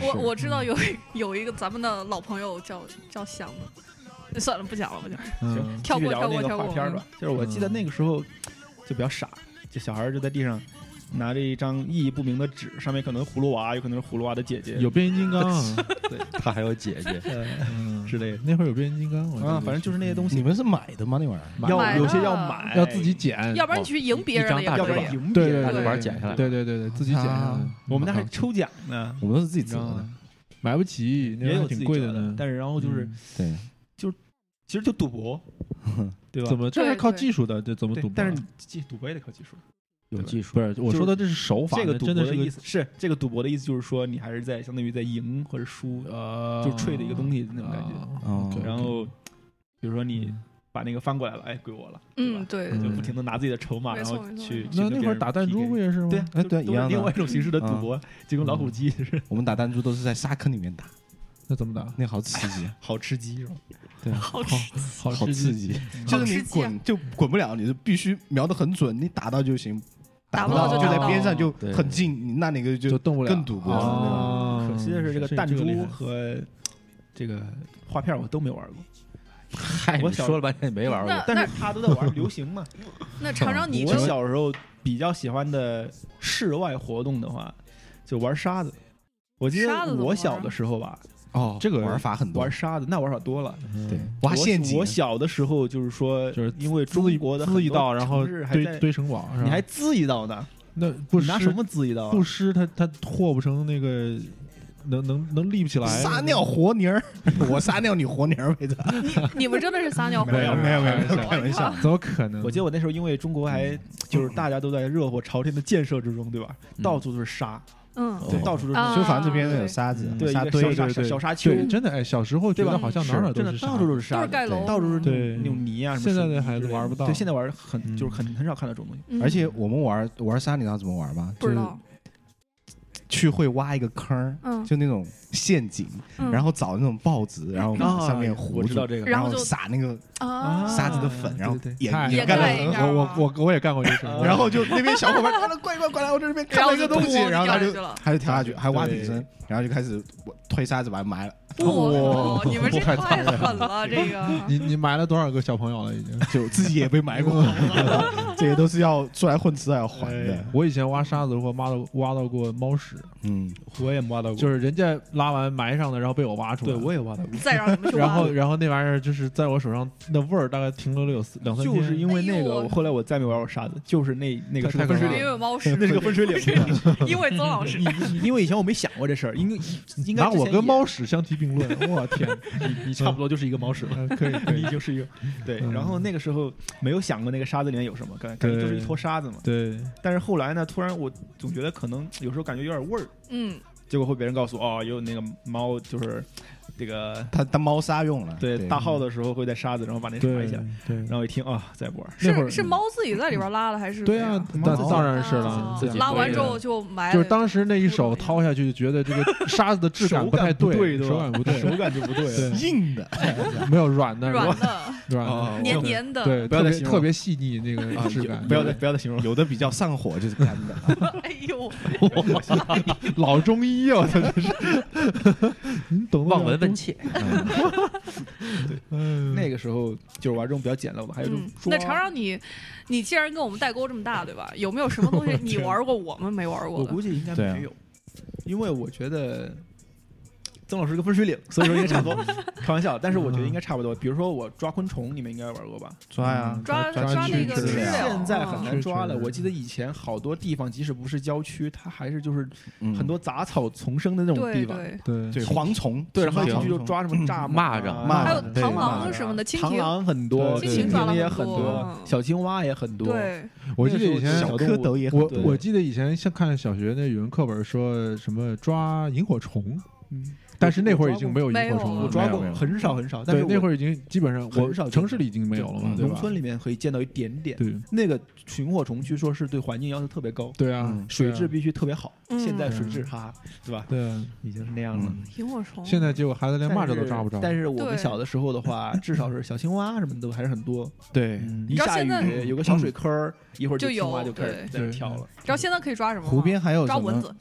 [SPEAKER 3] 我我知道有有一个咱们的老朋友叫叫翔的，算了不讲了不讲了。
[SPEAKER 5] 嗯，
[SPEAKER 3] 跳过
[SPEAKER 6] 继续聊
[SPEAKER 3] 跳过
[SPEAKER 6] 那个
[SPEAKER 3] 跳
[SPEAKER 6] 画
[SPEAKER 3] 过嗯
[SPEAKER 6] 片儿吧。就是我记得那个时候就比较傻，就小孩儿就在地上拿着一张意义不明的纸，上面可能葫芦娃，有可能是葫芦娃的姐姐，
[SPEAKER 5] 有变形金刚啊，
[SPEAKER 4] 他还有姐 姐。
[SPEAKER 6] 呃
[SPEAKER 5] 嗯
[SPEAKER 6] 之类的
[SPEAKER 5] 那会儿有变形金刚，我记得嗯
[SPEAKER 6] 啊，反正就是那些东
[SPEAKER 2] 你
[SPEAKER 6] 西，
[SPEAKER 2] 们是买的吗？那玩意儿？
[SPEAKER 3] 买
[SPEAKER 6] 要
[SPEAKER 3] 的
[SPEAKER 6] 有些要买，
[SPEAKER 5] 要自己，捡，
[SPEAKER 3] 嗯要不然你去赢别人了也
[SPEAKER 4] 一
[SPEAKER 6] 要
[SPEAKER 4] 张
[SPEAKER 6] 不
[SPEAKER 4] 大
[SPEAKER 3] 可
[SPEAKER 4] 嘴
[SPEAKER 3] 以
[SPEAKER 6] 然。赢别
[SPEAKER 5] 对对
[SPEAKER 6] 人。
[SPEAKER 5] 对，嗯
[SPEAKER 4] 把板捡下来
[SPEAKER 5] 对对对对，自己捡下来
[SPEAKER 2] 啊。
[SPEAKER 6] 我们那还
[SPEAKER 5] 靠
[SPEAKER 6] 抽奖呢，
[SPEAKER 2] 我们都是自己
[SPEAKER 5] 你
[SPEAKER 2] 折
[SPEAKER 5] 知道
[SPEAKER 2] 的
[SPEAKER 5] 吗。买不起，那
[SPEAKER 6] 也
[SPEAKER 5] 时候还
[SPEAKER 6] 有自
[SPEAKER 5] 挺
[SPEAKER 6] 己
[SPEAKER 5] 贵
[SPEAKER 6] 折
[SPEAKER 5] 呢。
[SPEAKER 6] 但是然后就是
[SPEAKER 5] 嗯，
[SPEAKER 2] 对，
[SPEAKER 6] 其实就赌博，对吧？
[SPEAKER 5] 怎么这还
[SPEAKER 3] 对
[SPEAKER 5] 靠
[SPEAKER 3] 对
[SPEAKER 5] 技术的？这怎么
[SPEAKER 6] 对
[SPEAKER 5] 赌博啊？
[SPEAKER 6] 但是你记赌博也得靠技术。
[SPEAKER 4] 有技术，
[SPEAKER 5] 不是我
[SPEAKER 6] 就是
[SPEAKER 5] 说的，这是手法，
[SPEAKER 6] 这个
[SPEAKER 5] 那
[SPEAKER 6] 赌
[SPEAKER 5] 真
[SPEAKER 6] 博
[SPEAKER 5] 的是
[SPEAKER 6] 的
[SPEAKER 5] 个
[SPEAKER 6] 意思是，这个赌博的意思就是说，你还是在相当于在赢或者输，
[SPEAKER 5] 呃，
[SPEAKER 6] 就是吹的一个东西那种感觉。
[SPEAKER 5] 啊
[SPEAKER 2] 哦
[SPEAKER 5] OK，OK
[SPEAKER 6] 然后，比如说你把那个翻过来了，哎，归我了，
[SPEAKER 3] 嗯，
[SPEAKER 6] 对
[SPEAKER 3] 对
[SPEAKER 6] 吧，就
[SPEAKER 5] 嗯
[SPEAKER 6] 不停的拿自己的筹码，
[SPEAKER 3] 没
[SPEAKER 6] 然
[SPEAKER 3] 错
[SPEAKER 6] 后
[SPEAKER 3] 没错
[SPEAKER 6] 去去
[SPEAKER 3] 没
[SPEAKER 5] 那
[SPEAKER 6] 跟
[SPEAKER 5] 那
[SPEAKER 6] 别
[SPEAKER 5] 会儿
[SPEAKER 6] 人
[SPEAKER 5] 打弹
[SPEAKER 6] PK
[SPEAKER 5] 珠不也是吗？
[SPEAKER 6] 对啊，
[SPEAKER 2] 哎
[SPEAKER 6] 就
[SPEAKER 2] 对
[SPEAKER 6] 都
[SPEAKER 2] 一样
[SPEAKER 6] 是
[SPEAKER 2] 的
[SPEAKER 6] 另外一种形式的赌
[SPEAKER 2] 嗯
[SPEAKER 6] 博，就跟老虎机似的，
[SPEAKER 2] 我们打弹珠都是在沙坑里面打，
[SPEAKER 5] 那怎么打？
[SPEAKER 2] 那好刺激，
[SPEAKER 6] 好吃鸡是吧？
[SPEAKER 2] 对，
[SPEAKER 3] 好吃
[SPEAKER 5] 好
[SPEAKER 2] 好刺激，
[SPEAKER 3] 好
[SPEAKER 2] 就是你
[SPEAKER 3] 吃鸡啊
[SPEAKER 2] 滚就滚不了，你就必须瞄得很准，你打到就行，
[SPEAKER 3] 打
[SPEAKER 2] 不
[SPEAKER 3] 不
[SPEAKER 2] 到
[SPEAKER 3] 到
[SPEAKER 5] 就
[SPEAKER 2] 就
[SPEAKER 5] 打
[SPEAKER 2] 在
[SPEAKER 5] 到
[SPEAKER 2] 边上就
[SPEAKER 4] 对
[SPEAKER 2] 很近，你那那个
[SPEAKER 5] 就
[SPEAKER 2] 就
[SPEAKER 5] 动不了，
[SPEAKER 2] 更赌博了
[SPEAKER 5] 啊
[SPEAKER 6] 可惜的是，这个弹
[SPEAKER 5] 这厉
[SPEAKER 6] 珠
[SPEAKER 5] 害
[SPEAKER 6] 和这个画片我都没玩过，
[SPEAKER 4] 嗨，
[SPEAKER 6] 我
[SPEAKER 4] 你
[SPEAKER 6] 小
[SPEAKER 4] 说了半天你没玩过
[SPEAKER 3] 那，
[SPEAKER 6] 但是他都在玩，流行嘛。
[SPEAKER 3] 那尝尝 你
[SPEAKER 6] 我
[SPEAKER 3] 这
[SPEAKER 6] 小时候比较喜欢的室外活动的话，就玩沙子。我记
[SPEAKER 3] 沙
[SPEAKER 6] 得
[SPEAKER 3] 子怎么
[SPEAKER 6] 我
[SPEAKER 3] 玩
[SPEAKER 6] 小
[SPEAKER 3] 啊
[SPEAKER 6] 的时候吧，
[SPEAKER 2] 哦，
[SPEAKER 5] 这个
[SPEAKER 2] 玩法很多，
[SPEAKER 6] 玩沙子那玩法多了。
[SPEAKER 2] 对
[SPEAKER 5] 嗯，
[SPEAKER 2] 挖
[SPEAKER 6] 我
[SPEAKER 2] 陷阱
[SPEAKER 6] 我，小的时候就是说，
[SPEAKER 5] 就是
[SPEAKER 6] 因为
[SPEAKER 5] 滋
[SPEAKER 6] 中国的
[SPEAKER 5] 滋
[SPEAKER 6] 很
[SPEAKER 5] 一
[SPEAKER 6] 多
[SPEAKER 5] 道，然后
[SPEAKER 6] 城市还在
[SPEAKER 5] 堆堆成网，是吧
[SPEAKER 6] 你还滋一道呢？
[SPEAKER 5] 那不
[SPEAKER 6] 你拿什
[SPEAKER 5] 湿
[SPEAKER 6] 么滋一道啊？
[SPEAKER 5] 不湿，它它和不成那个，能能能立不起来。
[SPEAKER 2] 撒尿活泥儿，我撒尿你活泥儿呗，这
[SPEAKER 3] 你们真的是撒尿
[SPEAKER 5] 没有
[SPEAKER 3] 盆
[SPEAKER 5] 没有没有没有
[SPEAKER 2] 开玩
[SPEAKER 3] 哦
[SPEAKER 2] 笑
[SPEAKER 5] 怎么可能？
[SPEAKER 6] 啊我记得我那时候因为中国
[SPEAKER 5] 嗯
[SPEAKER 6] 还就是大家都在热火朝天的建设之中，对吧？
[SPEAKER 4] 嗯
[SPEAKER 6] 到处都是沙，
[SPEAKER 3] 嗯，
[SPEAKER 4] 哦
[SPEAKER 2] 对
[SPEAKER 6] 到处都是
[SPEAKER 3] 啊
[SPEAKER 2] 修房这边有
[SPEAKER 3] 对
[SPEAKER 2] 沙子、
[SPEAKER 6] 嗯对一
[SPEAKER 2] 沙
[SPEAKER 6] 个
[SPEAKER 2] 堆
[SPEAKER 6] 小，沙
[SPEAKER 5] 对对对
[SPEAKER 6] 小沙丘，
[SPEAKER 5] 对，真的哎，小时候觉
[SPEAKER 6] 对
[SPEAKER 5] 得
[SPEAKER 6] 吧
[SPEAKER 5] 好像哪儿哪儿
[SPEAKER 6] 真
[SPEAKER 5] 都
[SPEAKER 6] 的
[SPEAKER 5] 是
[SPEAKER 6] 到处都是啊沙
[SPEAKER 3] 就是
[SPEAKER 6] 子，
[SPEAKER 3] 盖楼嘛，
[SPEAKER 6] 到处是
[SPEAKER 5] 对嗯
[SPEAKER 6] 那种泥啊什么
[SPEAKER 5] 现在
[SPEAKER 6] 水
[SPEAKER 5] 的
[SPEAKER 6] 泥
[SPEAKER 5] 孩
[SPEAKER 6] 之
[SPEAKER 5] 子
[SPEAKER 6] 类
[SPEAKER 5] 玩
[SPEAKER 6] 的
[SPEAKER 5] 不到
[SPEAKER 6] 对，现在玩很
[SPEAKER 5] 嗯
[SPEAKER 6] 就是很很少看到这种东西。
[SPEAKER 3] 嗯
[SPEAKER 2] 而且我们玩玩沙，你知道怎么玩吗？
[SPEAKER 3] 不知
[SPEAKER 2] 就是
[SPEAKER 3] 道，
[SPEAKER 2] 去会挖一个坑儿，
[SPEAKER 3] 嗯，
[SPEAKER 2] 就那种陷阱，
[SPEAKER 3] 嗯
[SPEAKER 2] 然后找那种报纸，然后往上面糊
[SPEAKER 6] 我知
[SPEAKER 2] 住
[SPEAKER 6] 道，这个，
[SPEAKER 3] 然后
[SPEAKER 2] 后
[SPEAKER 3] 就
[SPEAKER 2] 撒那个
[SPEAKER 5] 哦
[SPEAKER 3] 啊
[SPEAKER 2] 沙子的粉，然后
[SPEAKER 6] 对对
[SPEAKER 2] 掩
[SPEAKER 5] 太
[SPEAKER 2] 掩盖
[SPEAKER 3] 盖了
[SPEAKER 2] 的
[SPEAKER 3] 一
[SPEAKER 2] 很
[SPEAKER 3] 下
[SPEAKER 2] 好。
[SPEAKER 5] 呃我
[SPEAKER 6] 啊
[SPEAKER 5] 我我我也干过这事儿，
[SPEAKER 2] 然后就那边小伙伴，过来过来过来过来，我这边看
[SPEAKER 3] 然
[SPEAKER 2] 到
[SPEAKER 3] 后
[SPEAKER 2] 一个
[SPEAKER 3] 就
[SPEAKER 2] 东西，
[SPEAKER 3] 咚
[SPEAKER 2] 然后他
[SPEAKER 3] 掉下
[SPEAKER 2] 就
[SPEAKER 3] 去了
[SPEAKER 2] 他就跳下去，还挖
[SPEAKER 6] 对
[SPEAKER 2] 挺深，然后就开始推沙子把它埋了。
[SPEAKER 3] 哇，你们这
[SPEAKER 5] 太
[SPEAKER 3] 太
[SPEAKER 5] 惨了
[SPEAKER 3] 狠了，这 个
[SPEAKER 5] 你你埋了多少个小朋友了？已 经。
[SPEAKER 2] 就自己也被埋过， 这些都是要出来混吃的要还的。
[SPEAKER 5] 我以前挖沙子的时候，挖到挖到过猫屎，
[SPEAKER 2] 嗯，
[SPEAKER 6] 我也挖到过，
[SPEAKER 5] 就是人家拉完埋上的，然后被我挖出来。
[SPEAKER 6] 对我也挖到过，
[SPEAKER 3] 再让你们去
[SPEAKER 5] 然
[SPEAKER 3] 挖
[SPEAKER 5] 后，然后那玩意儿就是在我手上，那味儿大概停留了有四两三天。
[SPEAKER 6] 就是因为那
[SPEAKER 3] 哎呦
[SPEAKER 6] 个，我后来我再没玩过沙子，就是那那个
[SPEAKER 5] 太
[SPEAKER 6] 分水
[SPEAKER 5] 太
[SPEAKER 3] 因
[SPEAKER 6] 岭，
[SPEAKER 3] 为猫屎，
[SPEAKER 6] 那是个分水岭。
[SPEAKER 3] 因为曾老师
[SPEAKER 6] 你你因为以前我没想过这事儿，
[SPEAKER 5] 嗯
[SPEAKER 6] 应该应该
[SPEAKER 5] 拿我
[SPEAKER 6] 之前也
[SPEAKER 5] 跟猫屎相提并论，我天，
[SPEAKER 6] 你差不多就是一个猫屎了，
[SPEAKER 5] 呃 可以可
[SPEAKER 6] 你
[SPEAKER 5] 以
[SPEAKER 6] 已，经是一个 对。
[SPEAKER 5] 嗯
[SPEAKER 6] 然后那个时候没有想过那个沙子里面有什么，感感觉就是一坨沙子嘛。
[SPEAKER 5] 对，
[SPEAKER 6] 但是后来呢，突然我总觉得可能有时候感觉有点味儿，
[SPEAKER 3] 嗯，
[SPEAKER 6] 结果会别人告诉我，哦，有那个猫就是这个
[SPEAKER 2] 他当猫砂用了。
[SPEAKER 6] 对大号的时候会在沙子，然后把那啥一
[SPEAKER 5] 对
[SPEAKER 6] 下。
[SPEAKER 5] 对，
[SPEAKER 6] 然后一听啊，再不玩儿，
[SPEAKER 5] 那会
[SPEAKER 3] 是
[SPEAKER 5] 儿
[SPEAKER 3] 是猫自己在里边拉的还是
[SPEAKER 5] 对
[SPEAKER 3] 怎
[SPEAKER 5] 啊
[SPEAKER 3] 样，
[SPEAKER 5] 那
[SPEAKER 2] 猫
[SPEAKER 5] 当然是
[SPEAKER 3] 啊
[SPEAKER 5] 了，
[SPEAKER 4] 自己
[SPEAKER 3] 拉完之后
[SPEAKER 4] 对
[SPEAKER 3] 就埋了，
[SPEAKER 5] 就是当时那一手掏下去，就觉得这个沙子的质感
[SPEAKER 6] 手
[SPEAKER 5] 不太
[SPEAKER 6] 感不对
[SPEAKER 5] 对，
[SPEAKER 6] 对吧
[SPEAKER 5] 手感不
[SPEAKER 6] 手
[SPEAKER 5] 对，
[SPEAKER 6] 感就不对
[SPEAKER 5] 对
[SPEAKER 6] 了。
[SPEAKER 2] 硬的，
[SPEAKER 5] 没有软的，
[SPEAKER 3] 软的
[SPEAKER 5] 软
[SPEAKER 3] 黏
[SPEAKER 5] 的，
[SPEAKER 3] 黏的，
[SPEAKER 5] 对，
[SPEAKER 6] 哦不要再
[SPEAKER 5] 特别
[SPEAKER 6] 形容
[SPEAKER 5] 特别细腻那个质感，
[SPEAKER 6] 不要再不要再形容了，
[SPEAKER 2] 有的比较上火，就是干的。
[SPEAKER 3] 哎呦，
[SPEAKER 5] 老中医啊，我操，这是，你懂得了
[SPEAKER 4] 望闻问切，
[SPEAKER 5] 嗯
[SPEAKER 6] 那个时候就是玩这种比较简陋的，还有这种
[SPEAKER 3] 嗯，
[SPEAKER 6] 抓
[SPEAKER 3] 那尝尝你，你既然跟我们代沟这么大，对吧？有没有什么东西你玩过我们没玩过
[SPEAKER 6] 我
[SPEAKER 3] 的？
[SPEAKER 6] 估计应该
[SPEAKER 2] 对啊
[SPEAKER 6] 没有，因为我觉得曾老师是个分水岭，所以说应该差 不多。开玩笑，但是我觉得应该差不多。比如说我抓昆虫，你们应该玩过吧？
[SPEAKER 2] 抓呀，
[SPEAKER 3] 抓
[SPEAKER 5] 抓
[SPEAKER 3] 抓那
[SPEAKER 5] 蛆
[SPEAKER 3] 个
[SPEAKER 5] 之类
[SPEAKER 3] 知
[SPEAKER 5] 的
[SPEAKER 3] 了，
[SPEAKER 6] 现在很
[SPEAKER 3] 嗯
[SPEAKER 6] 难抓了。我记得以前好多地方，即使不是郊区，它还是就是
[SPEAKER 2] 嗯
[SPEAKER 6] 很多杂草丛生的那种
[SPEAKER 3] 对
[SPEAKER 6] 地方。
[SPEAKER 3] 对，
[SPEAKER 5] 对
[SPEAKER 2] 对蝗虫，
[SPEAKER 6] 对，然后
[SPEAKER 2] 是
[SPEAKER 6] 进
[SPEAKER 2] 吧
[SPEAKER 6] 去就抓什么蚱蜢啊、
[SPEAKER 4] 蚂蚱
[SPEAKER 2] 蚂蚱
[SPEAKER 3] 还有
[SPEAKER 2] 对
[SPEAKER 3] 螳
[SPEAKER 2] 蚂
[SPEAKER 3] 螂
[SPEAKER 2] 蚱
[SPEAKER 3] 什么的，蜻
[SPEAKER 6] 螳
[SPEAKER 3] 蜓，
[SPEAKER 6] 螂很多，
[SPEAKER 5] 对
[SPEAKER 6] 蜻蜓也
[SPEAKER 3] 蜻
[SPEAKER 5] 对
[SPEAKER 3] 蜓抓了很
[SPEAKER 6] 很
[SPEAKER 3] 多嗯
[SPEAKER 6] 小青蛙也很多。
[SPEAKER 3] 对，
[SPEAKER 5] 我记得以前
[SPEAKER 6] 那时候小
[SPEAKER 2] 蝌蚪也很
[SPEAKER 5] 我
[SPEAKER 2] 多
[SPEAKER 5] 我记得以前像看小学那语文课本说什么抓萤火虫，
[SPEAKER 6] 嗯
[SPEAKER 5] 但是那会儿已经没有
[SPEAKER 3] 没
[SPEAKER 5] 萤火
[SPEAKER 3] 有
[SPEAKER 5] 虫
[SPEAKER 3] 了
[SPEAKER 5] 了，
[SPEAKER 6] 我抓
[SPEAKER 2] 没有
[SPEAKER 6] 过
[SPEAKER 2] 没有
[SPEAKER 6] 很少很少，但
[SPEAKER 5] 对
[SPEAKER 6] 是
[SPEAKER 5] 那会
[SPEAKER 6] 儿
[SPEAKER 5] 儿已经基本上
[SPEAKER 6] 很少嗯
[SPEAKER 5] 我城市里已经没有了嘛，对
[SPEAKER 6] 农
[SPEAKER 5] 吧？
[SPEAKER 6] 村里面可以见到一点点。
[SPEAKER 5] 对
[SPEAKER 6] 那个群火虫据说是对环境要求特别高，
[SPEAKER 5] 对啊
[SPEAKER 2] 嗯，
[SPEAKER 6] 水质
[SPEAKER 5] 对啊嗯
[SPEAKER 6] 必须特别好。
[SPEAKER 3] 嗯
[SPEAKER 6] 现在水质哈，对吧？
[SPEAKER 5] 对，啊
[SPEAKER 6] 已经是那样了。
[SPEAKER 2] 嗯
[SPEAKER 3] 萤火虫。
[SPEAKER 5] 现在结果孩子连蚂蚱都抓不着，
[SPEAKER 6] 但是我们
[SPEAKER 3] 对
[SPEAKER 6] 小的时候的话，至少是小青蛙什么的还是很多。
[SPEAKER 2] 对，
[SPEAKER 5] 嗯
[SPEAKER 6] 一
[SPEAKER 3] 知道
[SPEAKER 6] 下
[SPEAKER 3] 现在嗯
[SPEAKER 6] 雨有个小水坑儿，一会儿
[SPEAKER 3] 就
[SPEAKER 6] 青蛙
[SPEAKER 3] 有
[SPEAKER 6] 就开始
[SPEAKER 3] 对
[SPEAKER 6] 在那跳了。
[SPEAKER 3] 知道现在可以抓什么吗？
[SPEAKER 2] 湖边还有
[SPEAKER 3] 抓
[SPEAKER 2] 什么
[SPEAKER 3] 蚊子，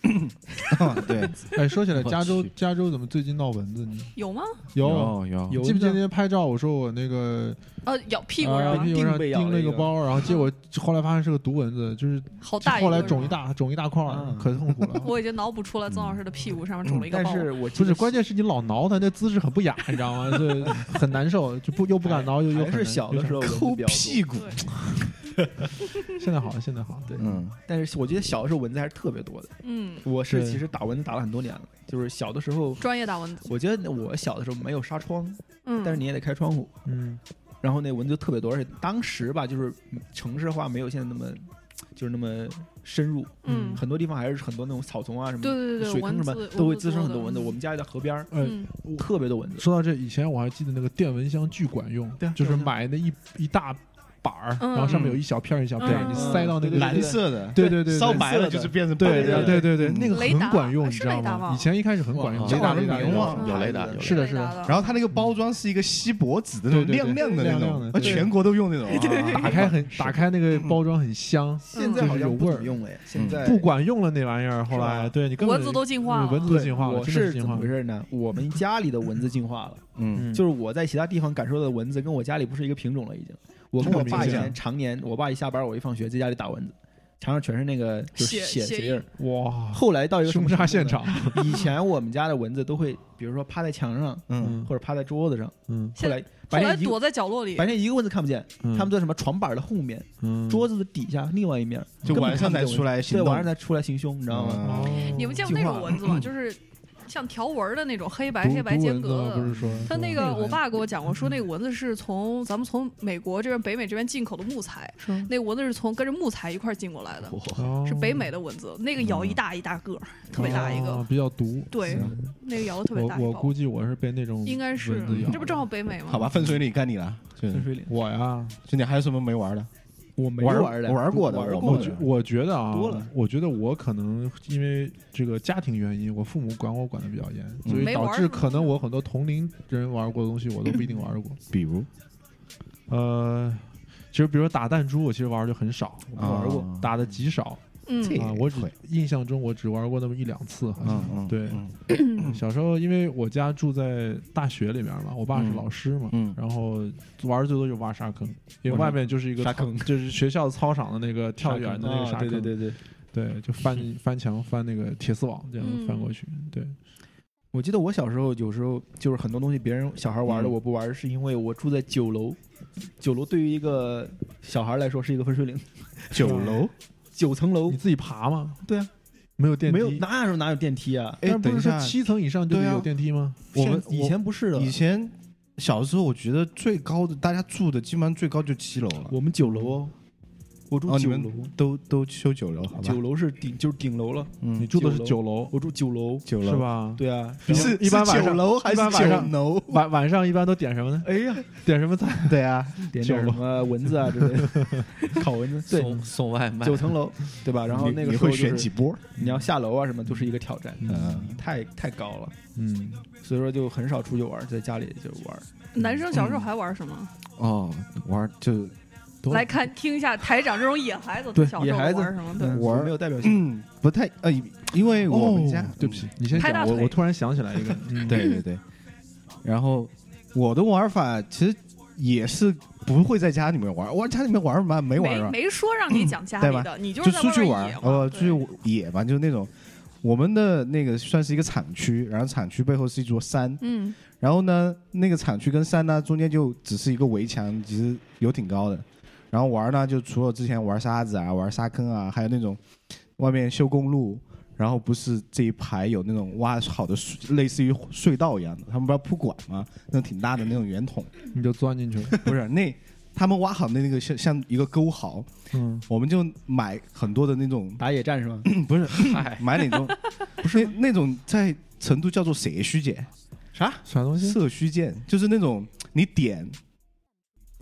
[SPEAKER 2] 对，
[SPEAKER 5] 哎，说 起来，
[SPEAKER 2] 我
[SPEAKER 5] 加州
[SPEAKER 2] 去
[SPEAKER 5] 加州怎么最近闹蚊子呢？
[SPEAKER 3] 有吗？
[SPEAKER 5] 有，
[SPEAKER 2] 有
[SPEAKER 6] 有
[SPEAKER 4] 嗯
[SPEAKER 5] 记不记得那天拍照？我说我那 个
[SPEAKER 3] 呃，咬屁股
[SPEAKER 5] 呃
[SPEAKER 3] 上吗
[SPEAKER 5] 屁股上
[SPEAKER 6] 定被咬
[SPEAKER 5] 钉
[SPEAKER 6] 了
[SPEAKER 5] 了
[SPEAKER 6] 一
[SPEAKER 5] 一个
[SPEAKER 6] 个
[SPEAKER 5] 包， 然后结果后来发现是个毒蚊子，就是
[SPEAKER 3] 好大一个。
[SPEAKER 5] 后来肿一
[SPEAKER 3] 是吗，
[SPEAKER 5] 大肿一大块儿
[SPEAKER 6] 嗯，
[SPEAKER 5] 可痛苦 了。
[SPEAKER 3] 我已经脑补出来曾老师的屁股上面肿了一个
[SPEAKER 6] 但
[SPEAKER 3] 包。
[SPEAKER 6] 是我
[SPEAKER 5] 不
[SPEAKER 6] 记
[SPEAKER 5] 是，
[SPEAKER 6] 得
[SPEAKER 5] 关键是你老挠它，那姿势很不雅，你知道 吗？对，很难受，就不又不敢挠，又又
[SPEAKER 6] 还
[SPEAKER 5] 很
[SPEAKER 6] 是
[SPEAKER 5] 难
[SPEAKER 6] 小的时候
[SPEAKER 5] 候。
[SPEAKER 6] 蚊子
[SPEAKER 2] 抠
[SPEAKER 6] 比较多
[SPEAKER 2] 屁股，
[SPEAKER 3] 对，
[SPEAKER 5] 现在好了，现在好了。
[SPEAKER 6] 对，
[SPEAKER 2] 嗯，
[SPEAKER 6] 但是我觉得小的时候蚊子还是特别多的。
[SPEAKER 3] 嗯，
[SPEAKER 6] 我是
[SPEAKER 5] 对
[SPEAKER 6] 其实打蚊子打了很多年了，就是小的时候，
[SPEAKER 3] 专业打蚊子。
[SPEAKER 6] 我觉得我小的时候没有纱窗，
[SPEAKER 3] 嗯，
[SPEAKER 6] 但是你也得开窗户，
[SPEAKER 5] 嗯，
[SPEAKER 6] 然后那蚊子就特别多，而且当时吧，就是城市化没有现在那么，就是那么深入，
[SPEAKER 3] 嗯，
[SPEAKER 6] 很多地方还是很多那种草丛啊什么
[SPEAKER 3] 对对对对，
[SPEAKER 6] 水坑
[SPEAKER 3] 蚊
[SPEAKER 6] 什
[SPEAKER 3] 子
[SPEAKER 6] 么都会滋生很多
[SPEAKER 3] 多
[SPEAKER 6] 蚊子。我们家也在河边儿，
[SPEAKER 5] 呃，
[SPEAKER 3] 嗯，
[SPEAKER 6] 特别多蚊子。
[SPEAKER 5] 说到这，以前我还记得那个电蚊香巨管用
[SPEAKER 6] 对啊，
[SPEAKER 5] 就是
[SPEAKER 6] 电蚊香
[SPEAKER 5] 买那一一大板儿，
[SPEAKER 3] 嗯
[SPEAKER 5] 然后上面有一小片儿一小片儿，
[SPEAKER 3] 嗯
[SPEAKER 5] 你塞到那个
[SPEAKER 6] 对对对
[SPEAKER 2] 蓝色的，
[SPEAKER 5] 对对对，
[SPEAKER 2] 烧
[SPEAKER 5] 对
[SPEAKER 2] 白了就是变成
[SPEAKER 5] 对
[SPEAKER 2] 白的
[SPEAKER 5] 对对对对，
[SPEAKER 6] 嗯
[SPEAKER 5] 那个
[SPEAKER 3] 雷
[SPEAKER 5] 很
[SPEAKER 3] 达
[SPEAKER 5] 管用，你
[SPEAKER 3] 是
[SPEAKER 5] 知道
[SPEAKER 3] 雷达
[SPEAKER 5] 吗？
[SPEAKER 3] 吗
[SPEAKER 5] 以前一开始很管用，
[SPEAKER 4] 哇
[SPEAKER 5] 雷达
[SPEAKER 2] 这玩意儿
[SPEAKER 5] 雷达雷
[SPEAKER 2] 有
[SPEAKER 5] 达
[SPEAKER 2] 啊，
[SPEAKER 4] 有雷达，
[SPEAKER 6] 有
[SPEAKER 4] 有
[SPEAKER 5] 是的
[SPEAKER 3] 雷达的
[SPEAKER 2] 然后它那个包装是一个锡箔纸的那种
[SPEAKER 5] 对对
[SPEAKER 2] 亮
[SPEAKER 5] 对
[SPEAKER 2] 亮的那
[SPEAKER 5] 亮亮
[SPEAKER 2] 种
[SPEAKER 5] 的，
[SPEAKER 2] 呃
[SPEAKER 5] 对
[SPEAKER 2] 全国都用那种啊，
[SPEAKER 5] 打开很打开那个包装很香，
[SPEAKER 6] 现
[SPEAKER 3] 嗯
[SPEAKER 6] 在好
[SPEAKER 5] 就是有
[SPEAKER 6] 像不
[SPEAKER 5] 味
[SPEAKER 6] 怎
[SPEAKER 5] 儿
[SPEAKER 6] 么用嗯哎，现在
[SPEAKER 5] 不管用了那玩意儿，后
[SPEAKER 6] 是吧
[SPEAKER 5] 来对你根本
[SPEAKER 3] 蚊子都进化了，
[SPEAKER 5] 蚊子都
[SPEAKER 6] 对
[SPEAKER 5] 进化了，
[SPEAKER 6] 我
[SPEAKER 5] 真的
[SPEAKER 6] 是
[SPEAKER 5] 进
[SPEAKER 6] 怎
[SPEAKER 5] 化
[SPEAKER 6] 么
[SPEAKER 5] 了
[SPEAKER 6] 回，事呢？我们家里的蚊子进化了，
[SPEAKER 2] 嗯，
[SPEAKER 5] 嗯
[SPEAKER 6] 就是我在其他地方感受到的蚊子跟我家里不是一个品种了，已经。我跟
[SPEAKER 5] 这么
[SPEAKER 6] 我爸以
[SPEAKER 5] 明显
[SPEAKER 6] 前常年，我爸一下班我一放学在家里打蚊子，墙上全是那个就是
[SPEAKER 3] 血
[SPEAKER 6] 血
[SPEAKER 3] 血
[SPEAKER 6] 血印儿。
[SPEAKER 5] 哇，
[SPEAKER 6] 后来到一个什
[SPEAKER 5] 凶
[SPEAKER 6] 么
[SPEAKER 5] 杀
[SPEAKER 6] 程
[SPEAKER 5] 现
[SPEAKER 6] 度呢
[SPEAKER 5] 场，，
[SPEAKER 6] 以前我们家的蚊子都会，比如说趴在墙上
[SPEAKER 2] 嗯，
[SPEAKER 5] 嗯
[SPEAKER 6] 或者趴在桌子上，
[SPEAKER 5] 嗯
[SPEAKER 6] 后
[SPEAKER 3] 现
[SPEAKER 6] 来
[SPEAKER 3] 后
[SPEAKER 6] 白
[SPEAKER 3] 来
[SPEAKER 6] 天一个
[SPEAKER 3] 躲在角落里
[SPEAKER 6] 白，天一个蚊子看不见，
[SPEAKER 5] 嗯，
[SPEAKER 6] 他们在什么床板的后面、
[SPEAKER 5] 嗯
[SPEAKER 6] 桌子的底下另外一面，
[SPEAKER 2] 就晚上才出
[SPEAKER 6] 来，
[SPEAKER 2] 来
[SPEAKER 6] 对，
[SPEAKER 2] 行动，
[SPEAKER 6] 晚上才出来行凶，你知道吗？
[SPEAKER 5] 哦
[SPEAKER 2] 嗯，
[SPEAKER 3] 你们见过那种蚊子吗？就是像条纹儿的那种黑白
[SPEAKER 5] 毒
[SPEAKER 3] 黑白
[SPEAKER 5] 毒
[SPEAKER 3] 间
[SPEAKER 5] 蚊子
[SPEAKER 3] 隔
[SPEAKER 5] 吗不
[SPEAKER 3] 的
[SPEAKER 5] 是。说
[SPEAKER 3] 他那
[SPEAKER 5] 毒
[SPEAKER 3] 个，
[SPEAKER 5] 蚊
[SPEAKER 3] 我爸给我讲过，说那个蚊子是从咱们从美国这边北美这边进口的木材，那蚊子是从跟着木材一块儿进过来的，
[SPEAKER 5] 哦
[SPEAKER 3] 是北美的蚊子，那个咬一大一大个儿，特别大一个，
[SPEAKER 5] 哦比较毒，
[SPEAKER 3] 对
[SPEAKER 5] 行，
[SPEAKER 3] 那个咬的特别
[SPEAKER 5] 我
[SPEAKER 3] 大
[SPEAKER 5] 我
[SPEAKER 3] 一包
[SPEAKER 5] 估，计我是被那种
[SPEAKER 3] 应该是
[SPEAKER 5] 蚊子咬，
[SPEAKER 3] 这不正好北美吗？
[SPEAKER 2] 好吧，，分水岭该你了，就
[SPEAKER 6] 分水岭，
[SPEAKER 5] 我呀，
[SPEAKER 2] 就你还有什么没玩的？
[SPEAKER 6] 我没
[SPEAKER 2] 玩
[SPEAKER 6] 儿的，
[SPEAKER 2] 玩过的
[SPEAKER 6] 玩
[SPEAKER 2] 我
[SPEAKER 6] 过
[SPEAKER 5] 我觉
[SPEAKER 6] 的，
[SPEAKER 5] 我觉得啊
[SPEAKER 6] 多了，
[SPEAKER 5] 我觉得我可能因为这个家庭原因，我父母管我管的比较严，
[SPEAKER 2] 嗯
[SPEAKER 5] 所以
[SPEAKER 3] 没
[SPEAKER 5] 导
[SPEAKER 3] 玩儿
[SPEAKER 5] 致
[SPEAKER 3] 是吗
[SPEAKER 5] 可能我很多同龄人玩过的东西，我都不一定 玩过。
[SPEAKER 2] 比如
[SPEAKER 5] 呃，其实比如说打弹珠，我其实玩儿就很少，
[SPEAKER 6] 我没玩过，
[SPEAKER 2] 啊
[SPEAKER 5] 打的极少
[SPEAKER 3] 嗯
[SPEAKER 6] 这
[SPEAKER 5] 啊。我只印象中我只玩过那么一两次，好像
[SPEAKER 2] 嗯。嗯，
[SPEAKER 5] 对
[SPEAKER 2] 嗯
[SPEAKER 5] 小时候因为我家住在大学里面嘛，我爸是老师嘛，
[SPEAKER 2] 嗯
[SPEAKER 5] 然后玩儿最多就挖沙坑，因为
[SPEAKER 6] 我
[SPEAKER 5] 外面就是一个
[SPEAKER 6] 沙
[SPEAKER 5] 操
[SPEAKER 6] 坑
[SPEAKER 5] 就是学校操场的那个跳远的那个
[SPEAKER 6] 啊
[SPEAKER 5] 沙
[SPEAKER 6] 对
[SPEAKER 5] 坑，
[SPEAKER 6] 对对对。
[SPEAKER 5] 对就翻 翻墙翻那个铁丝网这样
[SPEAKER 3] 嗯
[SPEAKER 5] 翻过去，对，
[SPEAKER 6] 我记得我小时候有时候就是很多东西别人小孩玩的
[SPEAKER 2] 嗯
[SPEAKER 6] 我不玩，是因为我住在九楼，九楼对于一个小孩来说是一个分水岭，
[SPEAKER 2] 九
[SPEAKER 5] 啊
[SPEAKER 2] 楼，
[SPEAKER 6] 九层楼
[SPEAKER 5] 你自己爬吗？
[SPEAKER 6] 对啊，
[SPEAKER 5] 没有电
[SPEAKER 6] 没
[SPEAKER 5] 梯，
[SPEAKER 6] 有哪有哪有电梯啊？
[SPEAKER 2] 哎
[SPEAKER 5] 但，
[SPEAKER 2] 等
[SPEAKER 5] 不
[SPEAKER 2] 一
[SPEAKER 5] 是说
[SPEAKER 2] 下，
[SPEAKER 5] 七层以上就得
[SPEAKER 2] 对啊
[SPEAKER 5] 有电梯吗？
[SPEAKER 2] 我们
[SPEAKER 6] 现以前不是
[SPEAKER 5] 啊
[SPEAKER 6] 的
[SPEAKER 2] 以，前小时候，我觉得最高的大家住的基本上最高就七楼了，
[SPEAKER 6] 我们九楼哦，我住
[SPEAKER 2] 哦，你
[SPEAKER 6] 九楼，
[SPEAKER 2] 们都都修九楼，好吧？
[SPEAKER 6] 九楼是顶就是顶楼了，
[SPEAKER 5] 你
[SPEAKER 2] 嗯，
[SPEAKER 5] 住的是
[SPEAKER 6] 九
[SPEAKER 5] 九楼
[SPEAKER 6] 我住九楼，
[SPEAKER 2] 九楼
[SPEAKER 5] 是？吧？
[SPEAKER 6] 对啊，
[SPEAKER 5] 比
[SPEAKER 2] 是
[SPEAKER 5] 一般晚
[SPEAKER 2] 是
[SPEAKER 5] 上
[SPEAKER 2] 九楼还
[SPEAKER 5] 一
[SPEAKER 2] 是
[SPEAKER 5] 般
[SPEAKER 2] 九
[SPEAKER 5] 晚上
[SPEAKER 2] 楼？
[SPEAKER 5] 晚晚上一般都点什么呢？
[SPEAKER 6] 哎呀，
[SPEAKER 5] 点什么菜？
[SPEAKER 2] 对啊，
[SPEAKER 6] 点点什
[SPEAKER 5] 九楼
[SPEAKER 6] 么蚊子啊之类 的，烤蚊子，对，
[SPEAKER 4] 送送外卖，
[SPEAKER 6] 九层楼，嗯对吧？然后
[SPEAKER 2] 你
[SPEAKER 6] 那个时
[SPEAKER 2] 你
[SPEAKER 6] 候
[SPEAKER 2] 会
[SPEAKER 6] 就是
[SPEAKER 2] 选几波？
[SPEAKER 6] 你要下楼啊什么，就是一个挑战，
[SPEAKER 2] 嗯
[SPEAKER 6] 太太高了。
[SPEAKER 5] 嗯，
[SPEAKER 6] 所以说就很少出去玩，在家里就玩。
[SPEAKER 3] 男生小时候还玩什么？
[SPEAKER 2] 哦，玩就
[SPEAKER 5] 多
[SPEAKER 3] 来看听一下台长这种野孩子，
[SPEAKER 6] 对
[SPEAKER 3] 小时
[SPEAKER 6] 野
[SPEAKER 3] 候
[SPEAKER 6] 孩
[SPEAKER 3] 玩
[SPEAKER 6] 子
[SPEAKER 3] 什
[SPEAKER 5] 嗯
[SPEAKER 3] 么？对，
[SPEAKER 2] 玩
[SPEAKER 6] 没有代表性。
[SPEAKER 2] 嗯不太呃，因为我们家
[SPEAKER 5] 哦对不起，你先
[SPEAKER 3] 拍大
[SPEAKER 5] 讲，我
[SPEAKER 3] 腿
[SPEAKER 5] 我突然想起来一个，嗯
[SPEAKER 2] 对对对。然后我的玩法其实也是不会在家里面玩，我家里面玩嘛没玩
[SPEAKER 3] 没
[SPEAKER 2] 啊，
[SPEAKER 3] 没说让你讲家里的，你就
[SPEAKER 2] 就是
[SPEAKER 3] 在
[SPEAKER 2] 出去
[SPEAKER 3] 外面
[SPEAKER 2] 玩
[SPEAKER 3] 野嘛，
[SPEAKER 2] 呃，
[SPEAKER 3] 对
[SPEAKER 2] 出去野嘛，就是那种我们的那个算是一个产区，然后产区背后是一座山，
[SPEAKER 3] 嗯，
[SPEAKER 2] 然后呢，那个产区跟山呢中间就只是一个围墙，其实有挺高的。然后玩呢，就除了之前玩沙子啊、玩沙坑啊，还有那种外面修公路，然后不是这一排有那种挖好的隧类似于隧道一样的，他们不是要铺管吗？那种挺大的那种圆筒，
[SPEAKER 5] 你就钻进去了。
[SPEAKER 2] 不是那他们挖好的那个像像一个沟壕，
[SPEAKER 5] 嗯，
[SPEAKER 2] 我们就买很多的那种
[SPEAKER 6] 打野战是 吧？
[SPEAKER 2] 不是
[SPEAKER 4] 嗨，
[SPEAKER 2] 买那种，不是那那种在成都叫做社区剑，
[SPEAKER 5] 啥东西？
[SPEAKER 2] 社区剑就是那种你点，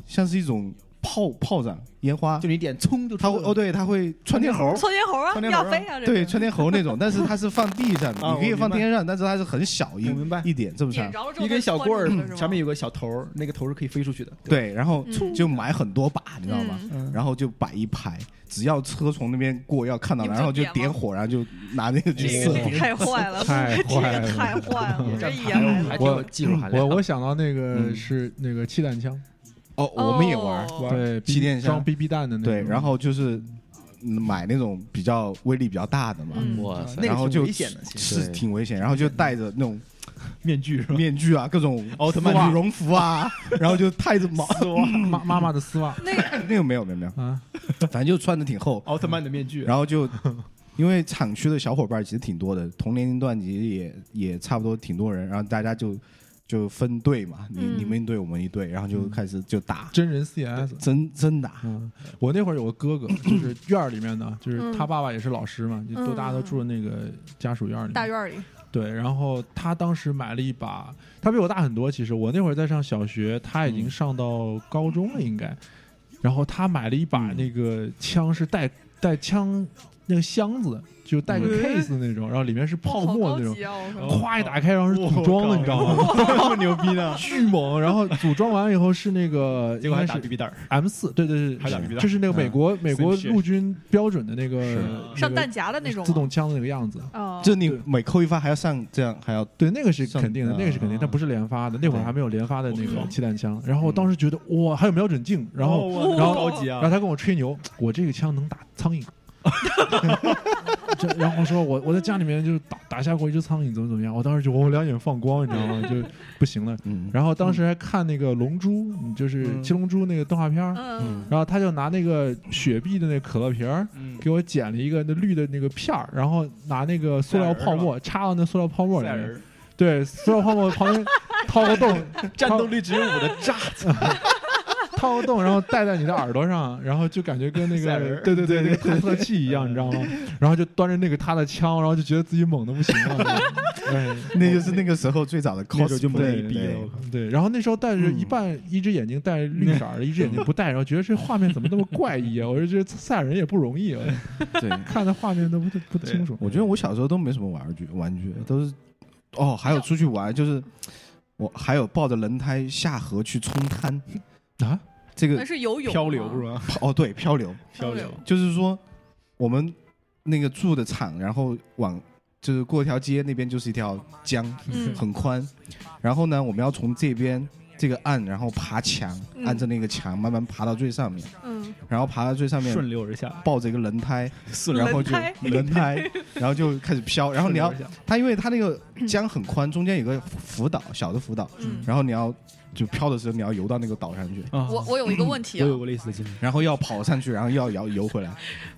[SPEAKER 2] 像是一种炮炮仗烟花
[SPEAKER 6] 就，你点冲就
[SPEAKER 2] 它
[SPEAKER 6] 超
[SPEAKER 2] 会哦对，它会窜天猴，
[SPEAKER 3] 窜天猴啊，
[SPEAKER 6] 窜天猴啊
[SPEAKER 3] 要飞啊，这
[SPEAKER 2] 对
[SPEAKER 3] 是
[SPEAKER 2] 窜天猴那种，但是它是放地上的，
[SPEAKER 6] 啊
[SPEAKER 2] 你可以
[SPEAKER 6] 我
[SPEAKER 2] 放
[SPEAKER 6] 明白
[SPEAKER 2] 天上，但是它是很小一
[SPEAKER 6] 我明白
[SPEAKER 2] 一点这么长，
[SPEAKER 3] 点着了之后
[SPEAKER 6] 一根小棍
[SPEAKER 3] 它就窜出去
[SPEAKER 6] 儿，
[SPEAKER 3] 了
[SPEAKER 6] 前面有个小头儿，那个头儿是可以飞出去的。吧，
[SPEAKER 2] 对，然后
[SPEAKER 3] 嗯
[SPEAKER 2] 就买很多把，你知道吗？
[SPEAKER 3] 嗯
[SPEAKER 6] 嗯，
[SPEAKER 2] 然后就摆一排，只要车从那边过要看到，
[SPEAKER 3] 你不
[SPEAKER 2] 然后就
[SPEAKER 3] 就点
[SPEAKER 2] 点
[SPEAKER 3] 吗
[SPEAKER 2] 火，然后就拿那个去
[SPEAKER 3] 这
[SPEAKER 2] 射
[SPEAKER 3] 个。太坏了，
[SPEAKER 5] 太
[SPEAKER 3] 这
[SPEAKER 5] 坏
[SPEAKER 3] 个
[SPEAKER 5] 了
[SPEAKER 3] 太坏了，这野
[SPEAKER 6] 还
[SPEAKER 3] 孩
[SPEAKER 6] 有还
[SPEAKER 3] 子。
[SPEAKER 6] 挺有
[SPEAKER 5] 我
[SPEAKER 6] 技术含量。
[SPEAKER 5] 我我想到那个
[SPEAKER 2] 嗯
[SPEAKER 5] 是那个气弹枪，
[SPEAKER 2] 哦，我们也玩儿，
[SPEAKER 3] 哦
[SPEAKER 5] 对，
[SPEAKER 2] 气垫枪
[SPEAKER 5] 装 BB 弹的那
[SPEAKER 2] 对，
[SPEAKER 5] 种
[SPEAKER 2] 然后就是嗯买那种比较威力比较大的嘛，
[SPEAKER 3] 嗯
[SPEAKER 4] 哇塞
[SPEAKER 6] 那，
[SPEAKER 2] 然
[SPEAKER 6] 个
[SPEAKER 2] 后
[SPEAKER 6] 挺
[SPEAKER 2] 就
[SPEAKER 6] 危险的，其实
[SPEAKER 2] 是
[SPEAKER 4] 对
[SPEAKER 2] 挺危险，然后就戴着那种
[SPEAKER 6] 面具是吧？
[SPEAKER 2] 面具啊，各种
[SPEAKER 6] 奥特曼
[SPEAKER 2] 羽绒 服啊，然后就戴着毛，
[SPEAKER 6] 嗯
[SPEAKER 5] 妈妈妈的丝袜
[SPEAKER 3] 那个
[SPEAKER 2] 那 个没有没有没有，
[SPEAKER 5] 啊，
[SPEAKER 2] 反正就穿的挺厚，
[SPEAKER 6] 奥特曼的面具，
[SPEAKER 2] 然后就因为厂区的小伙伴其实挺多的，同年龄段其实也也差不多挺多人，然后大家就就分队嘛，你
[SPEAKER 3] 嗯
[SPEAKER 2] 你们一队我们一队，然后就开始就打，
[SPEAKER 5] 真人 CS。
[SPEAKER 2] 真真打，
[SPEAKER 5] 嗯，我那会儿有个哥哥，就是院儿里面的，就是他爸爸也是老师嘛，就都大家都住那个家属院儿里面。
[SPEAKER 3] 大院儿里，
[SPEAKER 5] 对，然后他当时买了一把，他比我大很多。其实我那会儿在上小学，他
[SPEAKER 6] 嗯
[SPEAKER 5] 已经上到高中了，应该。然后他买了一把
[SPEAKER 2] 嗯
[SPEAKER 5] 那个枪，是带带枪那个箱子，就带个
[SPEAKER 3] 嗯
[SPEAKER 5] case 那种，然后里面是泡
[SPEAKER 3] 好
[SPEAKER 5] 沫
[SPEAKER 3] 高
[SPEAKER 5] 那种，哦
[SPEAKER 3] 级啊！我说
[SPEAKER 5] 咵一打开，然后是组装的，你知道吗？
[SPEAKER 6] 这么 牛逼呢？
[SPEAKER 5] 巨猛！然后组装完以后是那 个，
[SPEAKER 6] 结果还
[SPEAKER 5] 应
[SPEAKER 6] 打
[SPEAKER 5] 该
[SPEAKER 6] BB 弹儿，
[SPEAKER 5] 是 M 四，对对对，
[SPEAKER 6] 还打嗯
[SPEAKER 5] 是
[SPEAKER 6] BB 弹
[SPEAKER 5] 就是那个美国美国
[SPEAKER 6] Same shit
[SPEAKER 5] 陆军标准的那个
[SPEAKER 2] 是
[SPEAKER 5] 那个
[SPEAKER 3] 上弹夹的那种吗，
[SPEAKER 5] 自动枪的那个样子。
[SPEAKER 3] 哦，
[SPEAKER 2] 就你
[SPEAKER 5] 对
[SPEAKER 2] 每扣一发还要上这样还要
[SPEAKER 5] 对，那个是
[SPEAKER 2] 上
[SPEAKER 5] 肯定的，
[SPEAKER 2] 啊
[SPEAKER 5] 那个是肯定，它不是连发的，那会儿
[SPEAKER 2] 对
[SPEAKER 5] 还没有连发的那
[SPEAKER 6] 我
[SPEAKER 5] 个
[SPEAKER 6] 靠
[SPEAKER 5] 气弹枪。然后我当时觉得哇，还有瞄准镜，然后
[SPEAKER 6] 哦哇
[SPEAKER 5] 然后
[SPEAKER 6] 高级
[SPEAKER 5] 然
[SPEAKER 6] 啊
[SPEAKER 5] 后！他跟我吹牛，我这个枪能打苍蝇。 这然后说我我在家里面就打打下过一只苍蝇，怎么怎么样，我当时就我两眼放光，你知道吗？就不行了。
[SPEAKER 2] 嗯，
[SPEAKER 5] 然后当时还看那个《龙珠》，就是《
[SPEAKER 6] 嗯
[SPEAKER 5] 七龙珠》那个动画片儿，
[SPEAKER 3] 嗯，
[SPEAKER 5] 然后他就拿那个雪碧的那可乐瓶儿，
[SPEAKER 6] 嗯
[SPEAKER 5] 给我剪了一个那绿的那个片儿，然后拿那个塑料泡沫插到那塑料泡沫里
[SPEAKER 6] 赛
[SPEAKER 5] 面，
[SPEAKER 6] 人
[SPEAKER 5] 对，塑料泡沫旁边掏个洞，
[SPEAKER 6] 战斗力只有五的炸，
[SPEAKER 5] 掏个洞，然后戴在你的耳朵上，然后就感觉跟那
[SPEAKER 6] 赛
[SPEAKER 5] 个
[SPEAKER 6] 人
[SPEAKER 5] 对对对那个探测器一样，你知道吗？然后就端着那个他的枪，然后就觉得自己猛的不行 了。对哎
[SPEAKER 2] 那就是那个时候最早的 cos，
[SPEAKER 6] 就懵了一逼了
[SPEAKER 2] 对
[SPEAKER 6] 我靠嗯
[SPEAKER 5] 对，然后那时候戴着一半一只眼睛戴着绿色儿的，一只眼睛 不戴，然后觉得这画面怎么那么怪异啊？我就觉得赛亚人也不容易啊，
[SPEAKER 2] 对，
[SPEAKER 5] 看的画面都不不清楚。
[SPEAKER 2] 我觉得我小时候都没什么玩具，玩具都是哦，还有出去玩，就是我还有抱着轮胎下河去冲滩
[SPEAKER 5] 啊，
[SPEAKER 2] 这
[SPEAKER 3] 嗯那
[SPEAKER 2] 个
[SPEAKER 3] 是游泳
[SPEAKER 6] 漂流
[SPEAKER 3] 吗
[SPEAKER 6] 是吧？
[SPEAKER 2] 哦对漂流，
[SPEAKER 3] 漂
[SPEAKER 6] 流
[SPEAKER 3] 流，
[SPEAKER 2] 就是说我们那个住的厂，然后往就是过一条街，那边就是一条江，
[SPEAKER 3] 嗯
[SPEAKER 2] 很宽，然后呢，我们要从这边。这个岸，然后爬墙，
[SPEAKER 3] 嗯
[SPEAKER 2] 按着那个墙慢慢爬到最上面，
[SPEAKER 3] 嗯，
[SPEAKER 2] 然后爬到最上面，
[SPEAKER 6] 顺流而下，
[SPEAKER 2] 抱着一个轮胎，然后就
[SPEAKER 3] 轮胎
[SPEAKER 2] 轮胎，然后就开始飘，然后你要
[SPEAKER 6] 顺流而下
[SPEAKER 2] 它因为它那个江很宽，中间有个浮岛，小的浮岛，
[SPEAKER 3] 嗯，
[SPEAKER 2] 然后你要就漂的时候你要游到那个岛上去，
[SPEAKER 6] 啊
[SPEAKER 3] 我我有一个问题
[SPEAKER 6] 我
[SPEAKER 3] 啊，
[SPEAKER 6] 有过类似的经历，
[SPEAKER 2] 然后要跑上去，然后要游游 回来。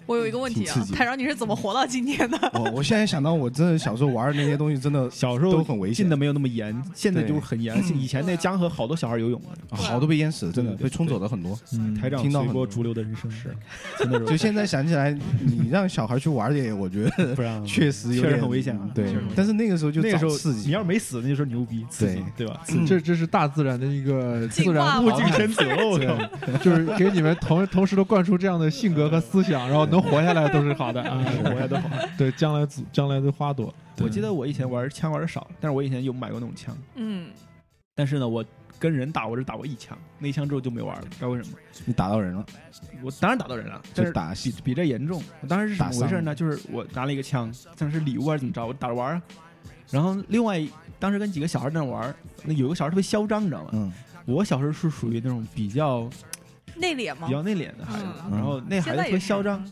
[SPEAKER 3] 我有一个问题啊
[SPEAKER 2] 挺刺，激
[SPEAKER 3] 泰饶，你是怎么活到今天的？
[SPEAKER 2] 我我现在想到，我真的小时候玩的那些东西，真的
[SPEAKER 6] 小时候
[SPEAKER 2] 都很危
[SPEAKER 6] 进
[SPEAKER 2] 险
[SPEAKER 6] 的，没有那么严，现在
[SPEAKER 2] 对
[SPEAKER 6] 就是很严。以前那江河好多小孩游泳了，
[SPEAKER 2] 啊好多被淹死了，真的
[SPEAKER 6] 对对
[SPEAKER 2] 被冲走了很多。
[SPEAKER 5] 嗯
[SPEAKER 6] 台长
[SPEAKER 2] 听到
[SPEAKER 6] 随
[SPEAKER 2] 很
[SPEAKER 6] 波
[SPEAKER 2] 多
[SPEAKER 6] 逐流的人生是，真的
[SPEAKER 2] 就是现在想起来，你让小孩去玩这，我觉得
[SPEAKER 6] 不让。
[SPEAKER 2] 确实有
[SPEAKER 6] 确
[SPEAKER 2] 点嗯
[SPEAKER 6] 实很危险啊
[SPEAKER 2] 对
[SPEAKER 6] 确
[SPEAKER 3] 实很危险，
[SPEAKER 2] 但是那个时候就
[SPEAKER 6] 那个时
[SPEAKER 2] 找
[SPEAKER 6] 候
[SPEAKER 2] 刺激，
[SPEAKER 6] 你要是没死，那就是牛逼，刺激，对吧？
[SPEAKER 2] 嗯
[SPEAKER 6] 嗯
[SPEAKER 5] 这这是大自然的一个
[SPEAKER 3] 进
[SPEAKER 5] 自然
[SPEAKER 3] 化
[SPEAKER 5] 物
[SPEAKER 3] 吧
[SPEAKER 6] 物竞天择，我靠！
[SPEAKER 5] 对， 就是给你们同同时都灌输这样的性格和思想，然后能活下来都是好 的啊，
[SPEAKER 6] 活下来都好。
[SPEAKER 5] 对，将来子将来的花朵，
[SPEAKER 6] 我记得我以前玩枪玩的少，但是我以前有买过那种枪，
[SPEAKER 3] 嗯，
[SPEAKER 6] 但是呢，我跟人打我只打过一枪，那一枪之后就没玩了，知道为什么？
[SPEAKER 2] 你打到人了，
[SPEAKER 6] 我当然打到人了，但
[SPEAKER 2] 就是打
[SPEAKER 6] 比比这严重。我当时是怎么回事呢？就是我拿了一个枪，像是礼物还是怎么着，我打着玩儿啊。然后另外当时跟几个小孩儿在那玩儿，那有个小孩儿特别嚣张，你知道吗？
[SPEAKER 2] 嗯，
[SPEAKER 6] 我小时候是属于那种比较
[SPEAKER 3] 内敛吗
[SPEAKER 6] 比？较内敛的孩子，
[SPEAKER 2] 嗯
[SPEAKER 3] 嗯
[SPEAKER 6] 然后那孩
[SPEAKER 3] 现
[SPEAKER 6] 子
[SPEAKER 3] 在
[SPEAKER 6] 特
[SPEAKER 3] 也
[SPEAKER 6] 别
[SPEAKER 3] 是
[SPEAKER 6] 嚣张，，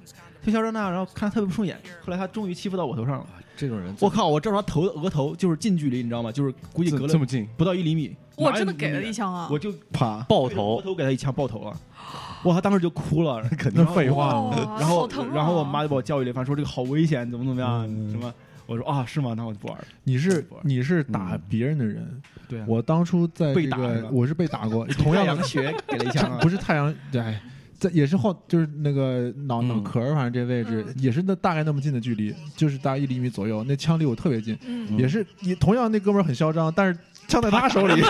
[SPEAKER 6] 特嚣张那，然后看他特别不顺眼。后来他终于欺负到我头上了，
[SPEAKER 2] 这种人
[SPEAKER 6] 我靠！我照着他头的额头，就是近距离，你知道吗？就是估计
[SPEAKER 2] 这
[SPEAKER 6] 隔
[SPEAKER 2] 这
[SPEAKER 6] 了
[SPEAKER 2] 么近，
[SPEAKER 6] 不到一厘米，
[SPEAKER 3] 我
[SPEAKER 6] 哪有
[SPEAKER 3] 真的
[SPEAKER 6] 厘
[SPEAKER 3] 给了
[SPEAKER 6] 米
[SPEAKER 3] 一枪啊！
[SPEAKER 6] 我就
[SPEAKER 2] 啪，
[SPEAKER 4] 爆
[SPEAKER 6] 额
[SPEAKER 4] 头，
[SPEAKER 6] 头给他一枪爆头了，哇！他当时就哭了，
[SPEAKER 2] 肯定
[SPEAKER 5] 那废话嘛，
[SPEAKER 3] 哇
[SPEAKER 6] 然后
[SPEAKER 3] 好疼啊
[SPEAKER 6] 然后我妈就把我教育了一番，说这个好危险，怎么怎么样，
[SPEAKER 5] 嗯
[SPEAKER 6] 什么。我说啊，是吗？那我就不玩了。
[SPEAKER 5] 你是
[SPEAKER 6] 不玩
[SPEAKER 5] 你是打
[SPEAKER 2] 嗯
[SPEAKER 5] 别人的人，
[SPEAKER 6] 对啊
[SPEAKER 5] 我当初在
[SPEAKER 6] 被
[SPEAKER 5] 这
[SPEAKER 6] 打是吧
[SPEAKER 5] 个我是被打过， 同样
[SPEAKER 6] 太
[SPEAKER 5] 的
[SPEAKER 6] 阳穴给了一枪啊，
[SPEAKER 5] 不是太阳，对，在也是后就是那个脑
[SPEAKER 2] 嗯
[SPEAKER 5] 脑壳儿，反正这位置
[SPEAKER 3] 嗯
[SPEAKER 5] 也是那大概那么近的距离，就是大概一厘米左右，那枪离我特别近，
[SPEAKER 3] 嗯，
[SPEAKER 5] 也是也同样那哥们儿很嚣张，但是枪在他手里，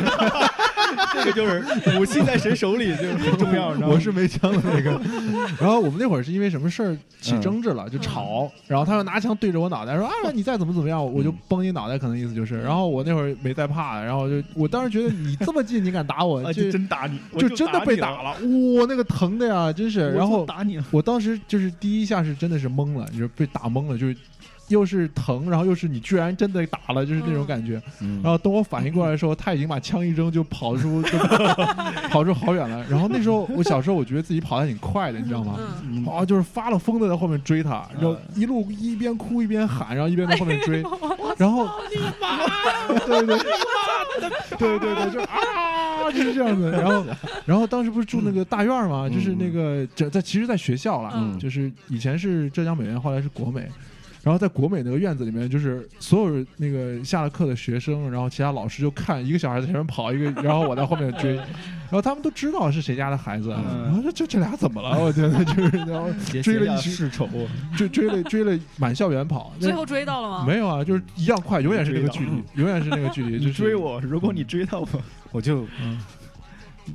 [SPEAKER 6] 这个就是武器在谁手里就很重 要，你知道吗？
[SPEAKER 5] 我是没枪的 那个。然后我们那会儿是因为什么事儿起争执了，就
[SPEAKER 3] 嗯
[SPEAKER 5] 吵，然后他就拿枪对着我脑袋说：“啊，你再怎么怎么样，我就崩你脑袋。”可能意思就是，然后我那会儿没在怕，然后就我当时觉得你这么近，你敢打我，
[SPEAKER 6] 啊，
[SPEAKER 5] 就
[SPEAKER 6] 就真打你，我
[SPEAKER 5] 就
[SPEAKER 6] 就
[SPEAKER 5] 真的被
[SPEAKER 6] 打
[SPEAKER 5] 打
[SPEAKER 6] 你
[SPEAKER 5] 了，哇，那个疼的呀，真是。
[SPEAKER 6] 了，
[SPEAKER 5] 然
[SPEAKER 6] 我就
[SPEAKER 5] 后
[SPEAKER 6] 打你了，
[SPEAKER 5] 我当时就是第一下是真的是懵了，就是被打懵了，就是又是疼，然后又是你居然真的打了，就是那
[SPEAKER 6] 嗯
[SPEAKER 5] 种感觉。
[SPEAKER 4] 嗯
[SPEAKER 5] 然后等我反应过来的时候，他已经把枪一扔就跑出，就跑出好远了。然后那时候我小时候，我觉得自己跑得还挺快的，你知道吗？
[SPEAKER 3] 嗯，
[SPEAKER 2] 嗯
[SPEAKER 5] 啊，就是发了疯的在后面追他，然后一路一边哭一边喊，然后一边在后面追， 然后 对对 对对对，就是啊，就是这样子。然后然后当时不是住那个大院儿嘛，
[SPEAKER 2] 嗯
[SPEAKER 5] 就是那个这在其实，在学校啦，
[SPEAKER 3] 嗯
[SPEAKER 5] 就是以前是浙江美院，后来是国美。然后在国美那个院子里面，就是所有那个下了课的学生，然后其他老师就看一个小孩在前面跑，一个然后我在后面追，然后他们都知道是谁家的孩子，
[SPEAKER 6] 嗯
[SPEAKER 5] 然后这这这俩怎么了？我觉得就是 然后追了一群
[SPEAKER 6] 世仇，
[SPEAKER 5] 追追了追了满校 园跑，
[SPEAKER 3] 最后追到了吗？
[SPEAKER 5] 没有啊，就是一样快，永远是那个距离， 永远是那个距离，
[SPEAKER 6] 你
[SPEAKER 5] 就是
[SPEAKER 6] 追。我，如果你追到我，
[SPEAKER 2] 我就
[SPEAKER 5] 嗯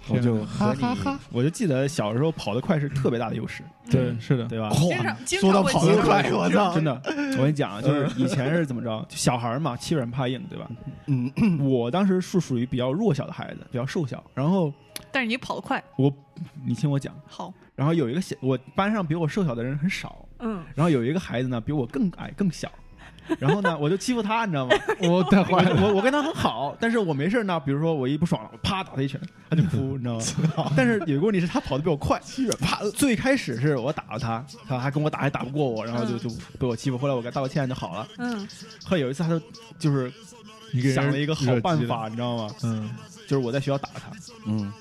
[SPEAKER 2] 我就
[SPEAKER 5] 哈哈哈！
[SPEAKER 6] 我就记得小时候跑得快是特别大的优势，
[SPEAKER 3] 嗯
[SPEAKER 5] 对，是的，
[SPEAKER 6] 嗯对吧？
[SPEAKER 3] 经常经
[SPEAKER 2] 说
[SPEAKER 3] 常
[SPEAKER 2] 到
[SPEAKER 3] 会
[SPEAKER 2] 跑
[SPEAKER 3] 记
[SPEAKER 2] 得
[SPEAKER 3] 得
[SPEAKER 2] 快，我操，
[SPEAKER 6] 真的，我跟你讲啊，
[SPEAKER 5] 嗯
[SPEAKER 6] 就是以前是怎么着？就小孩儿嘛，欺软怕硬，对吧？
[SPEAKER 2] 嗯，
[SPEAKER 6] 我当时是属于比较弱小的孩子，比较瘦小。然后
[SPEAKER 3] 但是你跑得快，
[SPEAKER 6] 你听我讲，
[SPEAKER 3] 好，
[SPEAKER 6] 然后有一个小，我班上比我瘦小的人很少，
[SPEAKER 3] 嗯，
[SPEAKER 6] 然后有一个孩子呢比我更矮更小，然后呢我就欺负他，你知道吗？
[SPEAKER 5] 我太
[SPEAKER 6] 我
[SPEAKER 5] 坏 了，
[SPEAKER 6] 我我跟他很好，但是我没事儿呢，比如说我一不爽了，我啪打他一拳，他就哭，你知 道吗？但是有一个问题是他跑得比我快，啪！最开始是我打了他，他还跟我打，还打不过我，然后就
[SPEAKER 3] 嗯
[SPEAKER 6] 就被我欺负，后来我给他道歉就好了。
[SPEAKER 3] 嗯，
[SPEAKER 6] 后来有一次他就就是
[SPEAKER 5] 你给人
[SPEAKER 6] 想了一个好
[SPEAKER 5] 惹急
[SPEAKER 6] 办
[SPEAKER 5] 了，
[SPEAKER 6] 法，你知道吗？
[SPEAKER 5] 嗯，
[SPEAKER 6] 就是我在学校打他，
[SPEAKER 2] 嗯，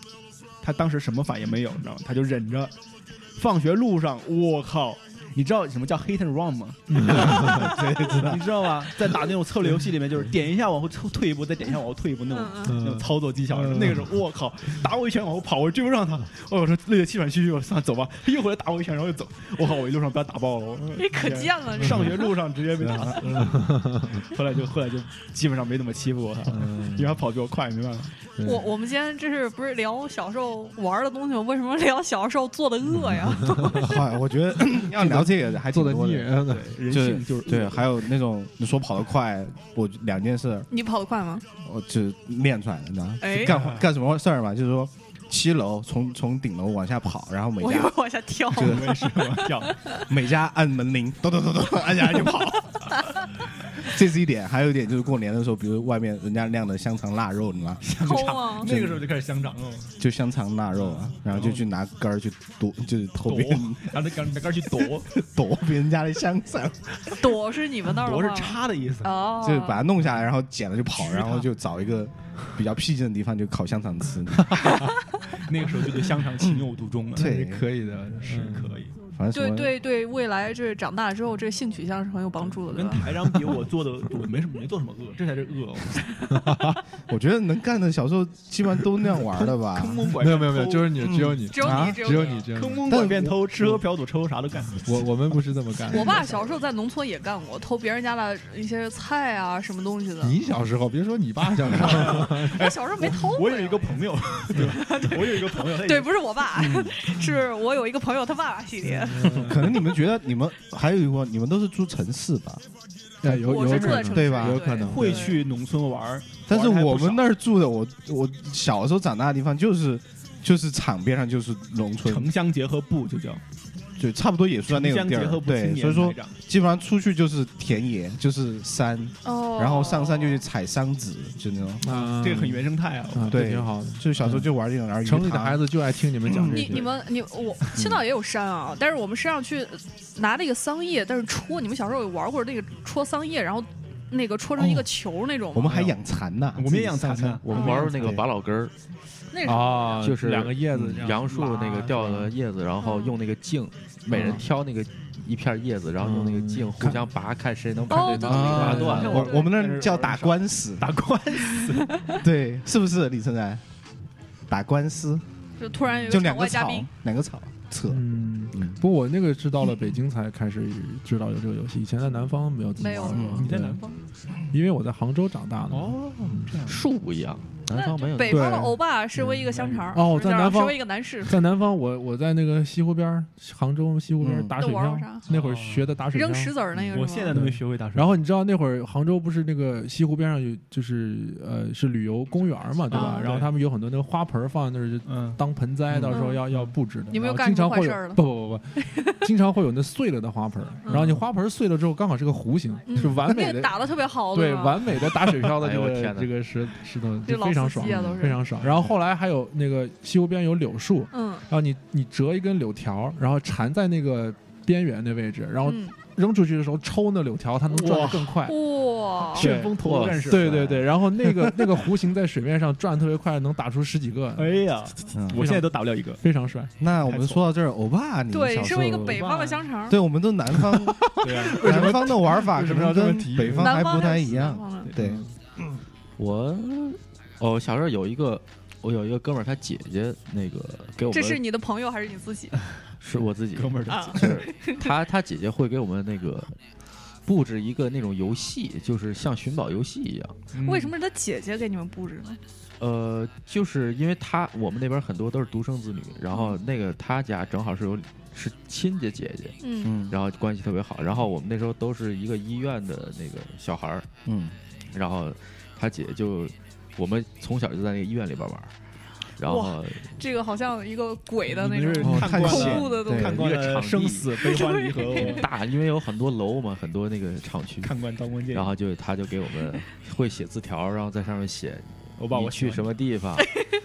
[SPEAKER 6] 他当时什么反应没有，你知道吗？他就忍着。放学路上，我靠！你知道什么叫 hit and run 吗？你知道吧？在打那种策略游戏里面，就是点一下往后退退一步，再点一下往后退一步那种
[SPEAKER 3] 嗯
[SPEAKER 5] 嗯
[SPEAKER 6] 那种操作技巧。
[SPEAKER 5] 嗯
[SPEAKER 6] 那个时候，我靠，打我一拳往后跑，我追不上他。哦我说累得气喘吁吁，我说算了走吧。他又回来打我一拳，然后又走。我靠，我一路上被他打爆了。我
[SPEAKER 3] 你可贱了，你
[SPEAKER 6] 上学路上直接被打 死。后来就后来就基本上没怎么欺负我他，因为他跑得比我快，没办法。
[SPEAKER 2] 嗯
[SPEAKER 3] 我我们今天这是不是聊小时候玩的东西吗？为什么聊小时候做的恶 呀？
[SPEAKER 2] 好，我觉得要聊这个还挺
[SPEAKER 5] 做的
[SPEAKER 2] 多
[SPEAKER 5] 腻，
[SPEAKER 2] 的。
[SPEAKER 5] 嗯
[SPEAKER 6] 对，人
[SPEAKER 2] 就
[SPEAKER 6] 性就是
[SPEAKER 2] 对，还有那种你说跑得快，我两件事
[SPEAKER 3] 你跑得快吗？
[SPEAKER 2] 我就练出来了，你知道吗？
[SPEAKER 3] 哎
[SPEAKER 2] 就干干什么事儿嘛？就是说，七楼从从顶楼往下跑，然后每
[SPEAKER 3] 我一
[SPEAKER 2] 家
[SPEAKER 3] 会儿往下跳。
[SPEAKER 2] 这
[SPEAKER 6] 我也是我跳。
[SPEAKER 2] 每家按门铃，咚咚咚咚，按下来就跑。这是一点，还有一点就是过年的时候，比如外面人家晾的香肠腊肉，你知道吗？
[SPEAKER 3] 抠啊！
[SPEAKER 6] 那个时候就开始香肠了，
[SPEAKER 2] 就香肠腊肉啊，
[SPEAKER 6] 嗯
[SPEAKER 2] 然后就去拿杆儿去夺，就是偷
[SPEAKER 6] 躲
[SPEAKER 2] 别人，
[SPEAKER 6] 然后他赶赶紧去躲，
[SPEAKER 2] 夺别人家的香肠，
[SPEAKER 3] 躲是你们那儿的
[SPEAKER 6] 躲是
[SPEAKER 3] 话
[SPEAKER 6] 插的意思。
[SPEAKER 3] 哦，
[SPEAKER 2] 就是把它弄下来，然后捡了就跑，然后就找一个比较僻静的地方就烤香肠 吃。
[SPEAKER 6] 那个时候就对香肠情有独钟了，
[SPEAKER 2] 嗯对嗯
[SPEAKER 5] 可以的，
[SPEAKER 6] 是可以。
[SPEAKER 2] 反正什
[SPEAKER 3] 对
[SPEAKER 2] 么
[SPEAKER 3] 对对，未来这长大之后，这性取向是很有帮助的，对
[SPEAKER 6] 跟
[SPEAKER 3] 吧？
[SPEAKER 6] 台长比，我做的我没什么，没做什么恶，这才是恶。哦
[SPEAKER 2] 我觉得能干的小时候基本上都那样玩 的吧。
[SPEAKER 6] 坑蒙拐
[SPEAKER 5] 没
[SPEAKER 6] 骗
[SPEAKER 5] 有没有没有，
[SPEAKER 6] 偷
[SPEAKER 5] 就是你，只有你，
[SPEAKER 3] 只有你，
[SPEAKER 2] 啊
[SPEAKER 5] 只有你，只有
[SPEAKER 6] 坑
[SPEAKER 5] 你，
[SPEAKER 6] 蒙拐骗偷，吃喝嫖赌抽啥都干。
[SPEAKER 5] 我我们不是这么干的。
[SPEAKER 3] 我爸小时候在农村也干过，偷别人家的一些菜啊，什么东西的。
[SPEAKER 5] 你小时候别说你爸小时候，
[SPEAKER 3] 我小时候没偷过
[SPEAKER 6] 我有一个朋友， 对吧？我有一个朋友，他也
[SPEAKER 3] 对，不是我爸，
[SPEAKER 2] 嗯
[SPEAKER 3] 是我有一个朋友，他爸爸系列。
[SPEAKER 2] 可能你们觉得你们还有一个，你们都是住城市吧？
[SPEAKER 5] 哎有
[SPEAKER 3] 我是
[SPEAKER 5] 有
[SPEAKER 3] 住在
[SPEAKER 5] 可能
[SPEAKER 3] 城市，
[SPEAKER 2] 对吧
[SPEAKER 5] 有可能
[SPEAKER 6] 会去农村玩儿，
[SPEAKER 2] 但是
[SPEAKER 6] 玩儿得还
[SPEAKER 2] 我
[SPEAKER 6] 不少
[SPEAKER 2] 们那儿住的，我我小时候长大的地方就是就是场边上就是农村，
[SPEAKER 6] 城乡结合部就叫
[SPEAKER 2] 就差不多也算那种
[SPEAKER 6] 相
[SPEAKER 2] 地
[SPEAKER 6] 结合
[SPEAKER 2] 儿，
[SPEAKER 6] 不
[SPEAKER 2] 对，
[SPEAKER 6] 清
[SPEAKER 2] 所
[SPEAKER 6] 廉
[SPEAKER 2] 以说
[SPEAKER 6] 排长，
[SPEAKER 2] 基本上出去就是田野，就是山，
[SPEAKER 3] 哦，
[SPEAKER 2] 然后上山就去采桑子，就那种，
[SPEAKER 5] 啊
[SPEAKER 6] 这个很原生态啊。
[SPEAKER 5] 啊，
[SPEAKER 2] 对
[SPEAKER 5] 挺好的。
[SPEAKER 2] 就小时候就玩这种，然后
[SPEAKER 5] 城里的孩
[SPEAKER 2] 子，
[SPEAKER 5] 子就爱听你们讲
[SPEAKER 3] 嗯
[SPEAKER 5] 这
[SPEAKER 3] 你
[SPEAKER 5] 些。
[SPEAKER 3] 你们你我青岛也有山啊，但是我们山上去呃拿那个桑叶，但是戳。你们小时候有玩过那个戳桑叶，然后那个戳成一个球那种吗？
[SPEAKER 2] 我们还养蚕呢，
[SPEAKER 6] 我们也养蚕呢啊
[SPEAKER 2] 自己上山
[SPEAKER 4] 我们玩过那个
[SPEAKER 2] 对
[SPEAKER 4] 拔老根儿，
[SPEAKER 3] 那是
[SPEAKER 5] 啊，
[SPEAKER 4] 就是
[SPEAKER 5] 两个叶子这样
[SPEAKER 4] 嗯杨树那个掉
[SPEAKER 5] 拉
[SPEAKER 4] 的叶子，然
[SPEAKER 3] 嗯
[SPEAKER 4] 后用那个茎，每人挑那个一片叶子，然后用那个茎互相拔，看谁能把
[SPEAKER 3] 哦
[SPEAKER 4] 对
[SPEAKER 3] 对
[SPEAKER 4] 方
[SPEAKER 3] 对
[SPEAKER 4] 拔
[SPEAKER 3] 对
[SPEAKER 4] 断
[SPEAKER 3] 对。
[SPEAKER 2] 啊我我们那儿叫打官司，
[SPEAKER 6] 打官
[SPEAKER 2] 对，是不是李成然？打官司
[SPEAKER 3] 就突然有一
[SPEAKER 2] 就
[SPEAKER 3] 个
[SPEAKER 2] 两
[SPEAKER 3] 场
[SPEAKER 2] 个
[SPEAKER 3] 外嘉
[SPEAKER 2] 草
[SPEAKER 3] 宾，
[SPEAKER 2] 两个草扯，
[SPEAKER 5] 嗯
[SPEAKER 2] 嗯，
[SPEAKER 5] 不，我那个是到了北京才开始知道有这个游戏，以前在南方没有怎么
[SPEAKER 3] 没有
[SPEAKER 5] 玩过
[SPEAKER 2] 嗯
[SPEAKER 6] 你在南
[SPEAKER 3] 方，
[SPEAKER 5] 因为我在杭州长大的嘛。
[SPEAKER 6] 哦，这样
[SPEAKER 4] 树不一样，南
[SPEAKER 3] 那
[SPEAKER 4] 方没有。
[SPEAKER 3] 北方的欧巴身为一个香肠，
[SPEAKER 5] 嗯哦在南方
[SPEAKER 3] 身为一个男士，
[SPEAKER 5] 在南方我，我在那个西湖边儿，杭州西湖边儿
[SPEAKER 2] 嗯
[SPEAKER 5] 打水
[SPEAKER 3] 那玩过
[SPEAKER 5] 漂
[SPEAKER 3] 啥，
[SPEAKER 5] 那会儿学的打水漂
[SPEAKER 3] 扔。石子儿那个是吗，
[SPEAKER 6] 我现在都没学会打水。
[SPEAKER 5] 然后你知道那会儿杭州不是那个西湖边上有就是呃是旅游公园儿嘛，对吧？
[SPEAKER 3] 啊
[SPEAKER 5] 然后他们有很多那个花盆儿放在那儿就
[SPEAKER 6] 嗯，
[SPEAKER 5] 当盆栽，
[SPEAKER 2] 嗯
[SPEAKER 5] 到时候要要布置的。
[SPEAKER 3] 你们又
[SPEAKER 5] 然后
[SPEAKER 3] 干什么
[SPEAKER 5] 经常会
[SPEAKER 3] 坏事儿
[SPEAKER 5] 有
[SPEAKER 3] 了
[SPEAKER 5] 不不 不不，经常会有那碎了的花盆儿，然后你花盆儿碎了之后刚好是个弧形，
[SPEAKER 3] 嗯
[SPEAKER 5] 是完美
[SPEAKER 3] 那个
[SPEAKER 5] 的
[SPEAKER 3] 打的特别好，
[SPEAKER 5] 对，
[SPEAKER 3] 吧
[SPEAKER 5] 完美的打水漂的这
[SPEAKER 4] 哎呦我
[SPEAKER 5] 个
[SPEAKER 4] 天哪
[SPEAKER 5] 这个石石头
[SPEAKER 3] 哦啊这
[SPEAKER 5] 就
[SPEAKER 3] 老
[SPEAKER 5] 非常
[SPEAKER 3] 司
[SPEAKER 5] 爽
[SPEAKER 3] 机啊都，是
[SPEAKER 5] 非常爽。然后后来还有那个西湖边有柳树，
[SPEAKER 3] 嗯
[SPEAKER 5] 然后你你折一根柳条，然后缠在那个边缘的位置，然后
[SPEAKER 3] 嗯，
[SPEAKER 5] 扔出去的时候抽那柳条，它能转得更快。
[SPEAKER 3] 哇，
[SPEAKER 5] 对
[SPEAKER 6] 旋风头 战士，
[SPEAKER 5] 对对对，然后那个那个弧形在水面上转得特别快，能打出十几个，
[SPEAKER 6] 哎呀，
[SPEAKER 2] 嗯
[SPEAKER 6] 我现在都打不了一个。
[SPEAKER 5] 非常帅。
[SPEAKER 2] 那我们说到这儿，欧巴，你
[SPEAKER 3] 对，
[SPEAKER 2] 小时
[SPEAKER 3] 身
[SPEAKER 2] 候
[SPEAKER 3] 为一个北方的香肠，
[SPEAKER 2] 对，我们都南方，
[SPEAKER 6] 对啊，
[SPEAKER 2] 南方的玩法
[SPEAKER 6] 为
[SPEAKER 2] 可
[SPEAKER 6] 什么要
[SPEAKER 2] 能
[SPEAKER 6] 这么
[SPEAKER 2] 跟
[SPEAKER 6] 提
[SPEAKER 2] 北方还
[SPEAKER 3] 南方
[SPEAKER 2] 不太
[SPEAKER 3] 的
[SPEAKER 2] 一
[SPEAKER 3] 南
[SPEAKER 2] 样。
[SPEAKER 3] 方的
[SPEAKER 2] 对，
[SPEAKER 4] 我哦，小时候有一个，我有一个哥们儿，他姐姐那个给我
[SPEAKER 3] 这
[SPEAKER 4] 们
[SPEAKER 3] 是你的朋友还是你自己
[SPEAKER 4] 是我自己，
[SPEAKER 6] 哥们儿的，
[SPEAKER 3] 啊？
[SPEAKER 4] 就是 他他姐姐会给我们那个布置一个那种游戏，就是像寻宝游戏一样。
[SPEAKER 5] 嗯
[SPEAKER 3] 为什么是他姐姐给你们布置呢？
[SPEAKER 4] 呃，就是因为他我们那边很多都是独生子女，然后那个他家正好是有是亲家姐姐，
[SPEAKER 3] 嗯
[SPEAKER 2] 嗯
[SPEAKER 4] 然后关系特别好。然后我们那时候都是一个医院的那个小孩儿，
[SPEAKER 2] 嗯，
[SPEAKER 6] 哎
[SPEAKER 4] 然后他姐就我们从小就在那个医院里边玩儿，然后
[SPEAKER 3] 这个好像一个鬼的那
[SPEAKER 6] 你们是
[SPEAKER 3] 种
[SPEAKER 2] 哦
[SPEAKER 6] 看
[SPEAKER 2] 探
[SPEAKER 6] 惯
[SPEAKER 2] 险
[SPEAKER 3] 恐怖的东西
[SPEAKER 2] 对
[SPEAKER 6] 看惯
[SPEAKER 4] 一
[SPEAKER 6] 了
[SPEAKER 4] 个场地
[SPEAKER 6] 生死悲欢 离合，哦
[SPEAKER 4] 大，因为有很多楼嘛，很多那个厂区，
[SPEAKER 6] 看惯刀光剑影。
[SPEAKER 4] 然后就他就给我们会写字条，然后在上面写
[SPEAKER 6] 我把
[SPEAKER 4] 你
[SPEAKER 6] 我
[SPEAKER 4] 去什
[SPEAKER 6] 么？
[SPEAKER 4] 么地 方，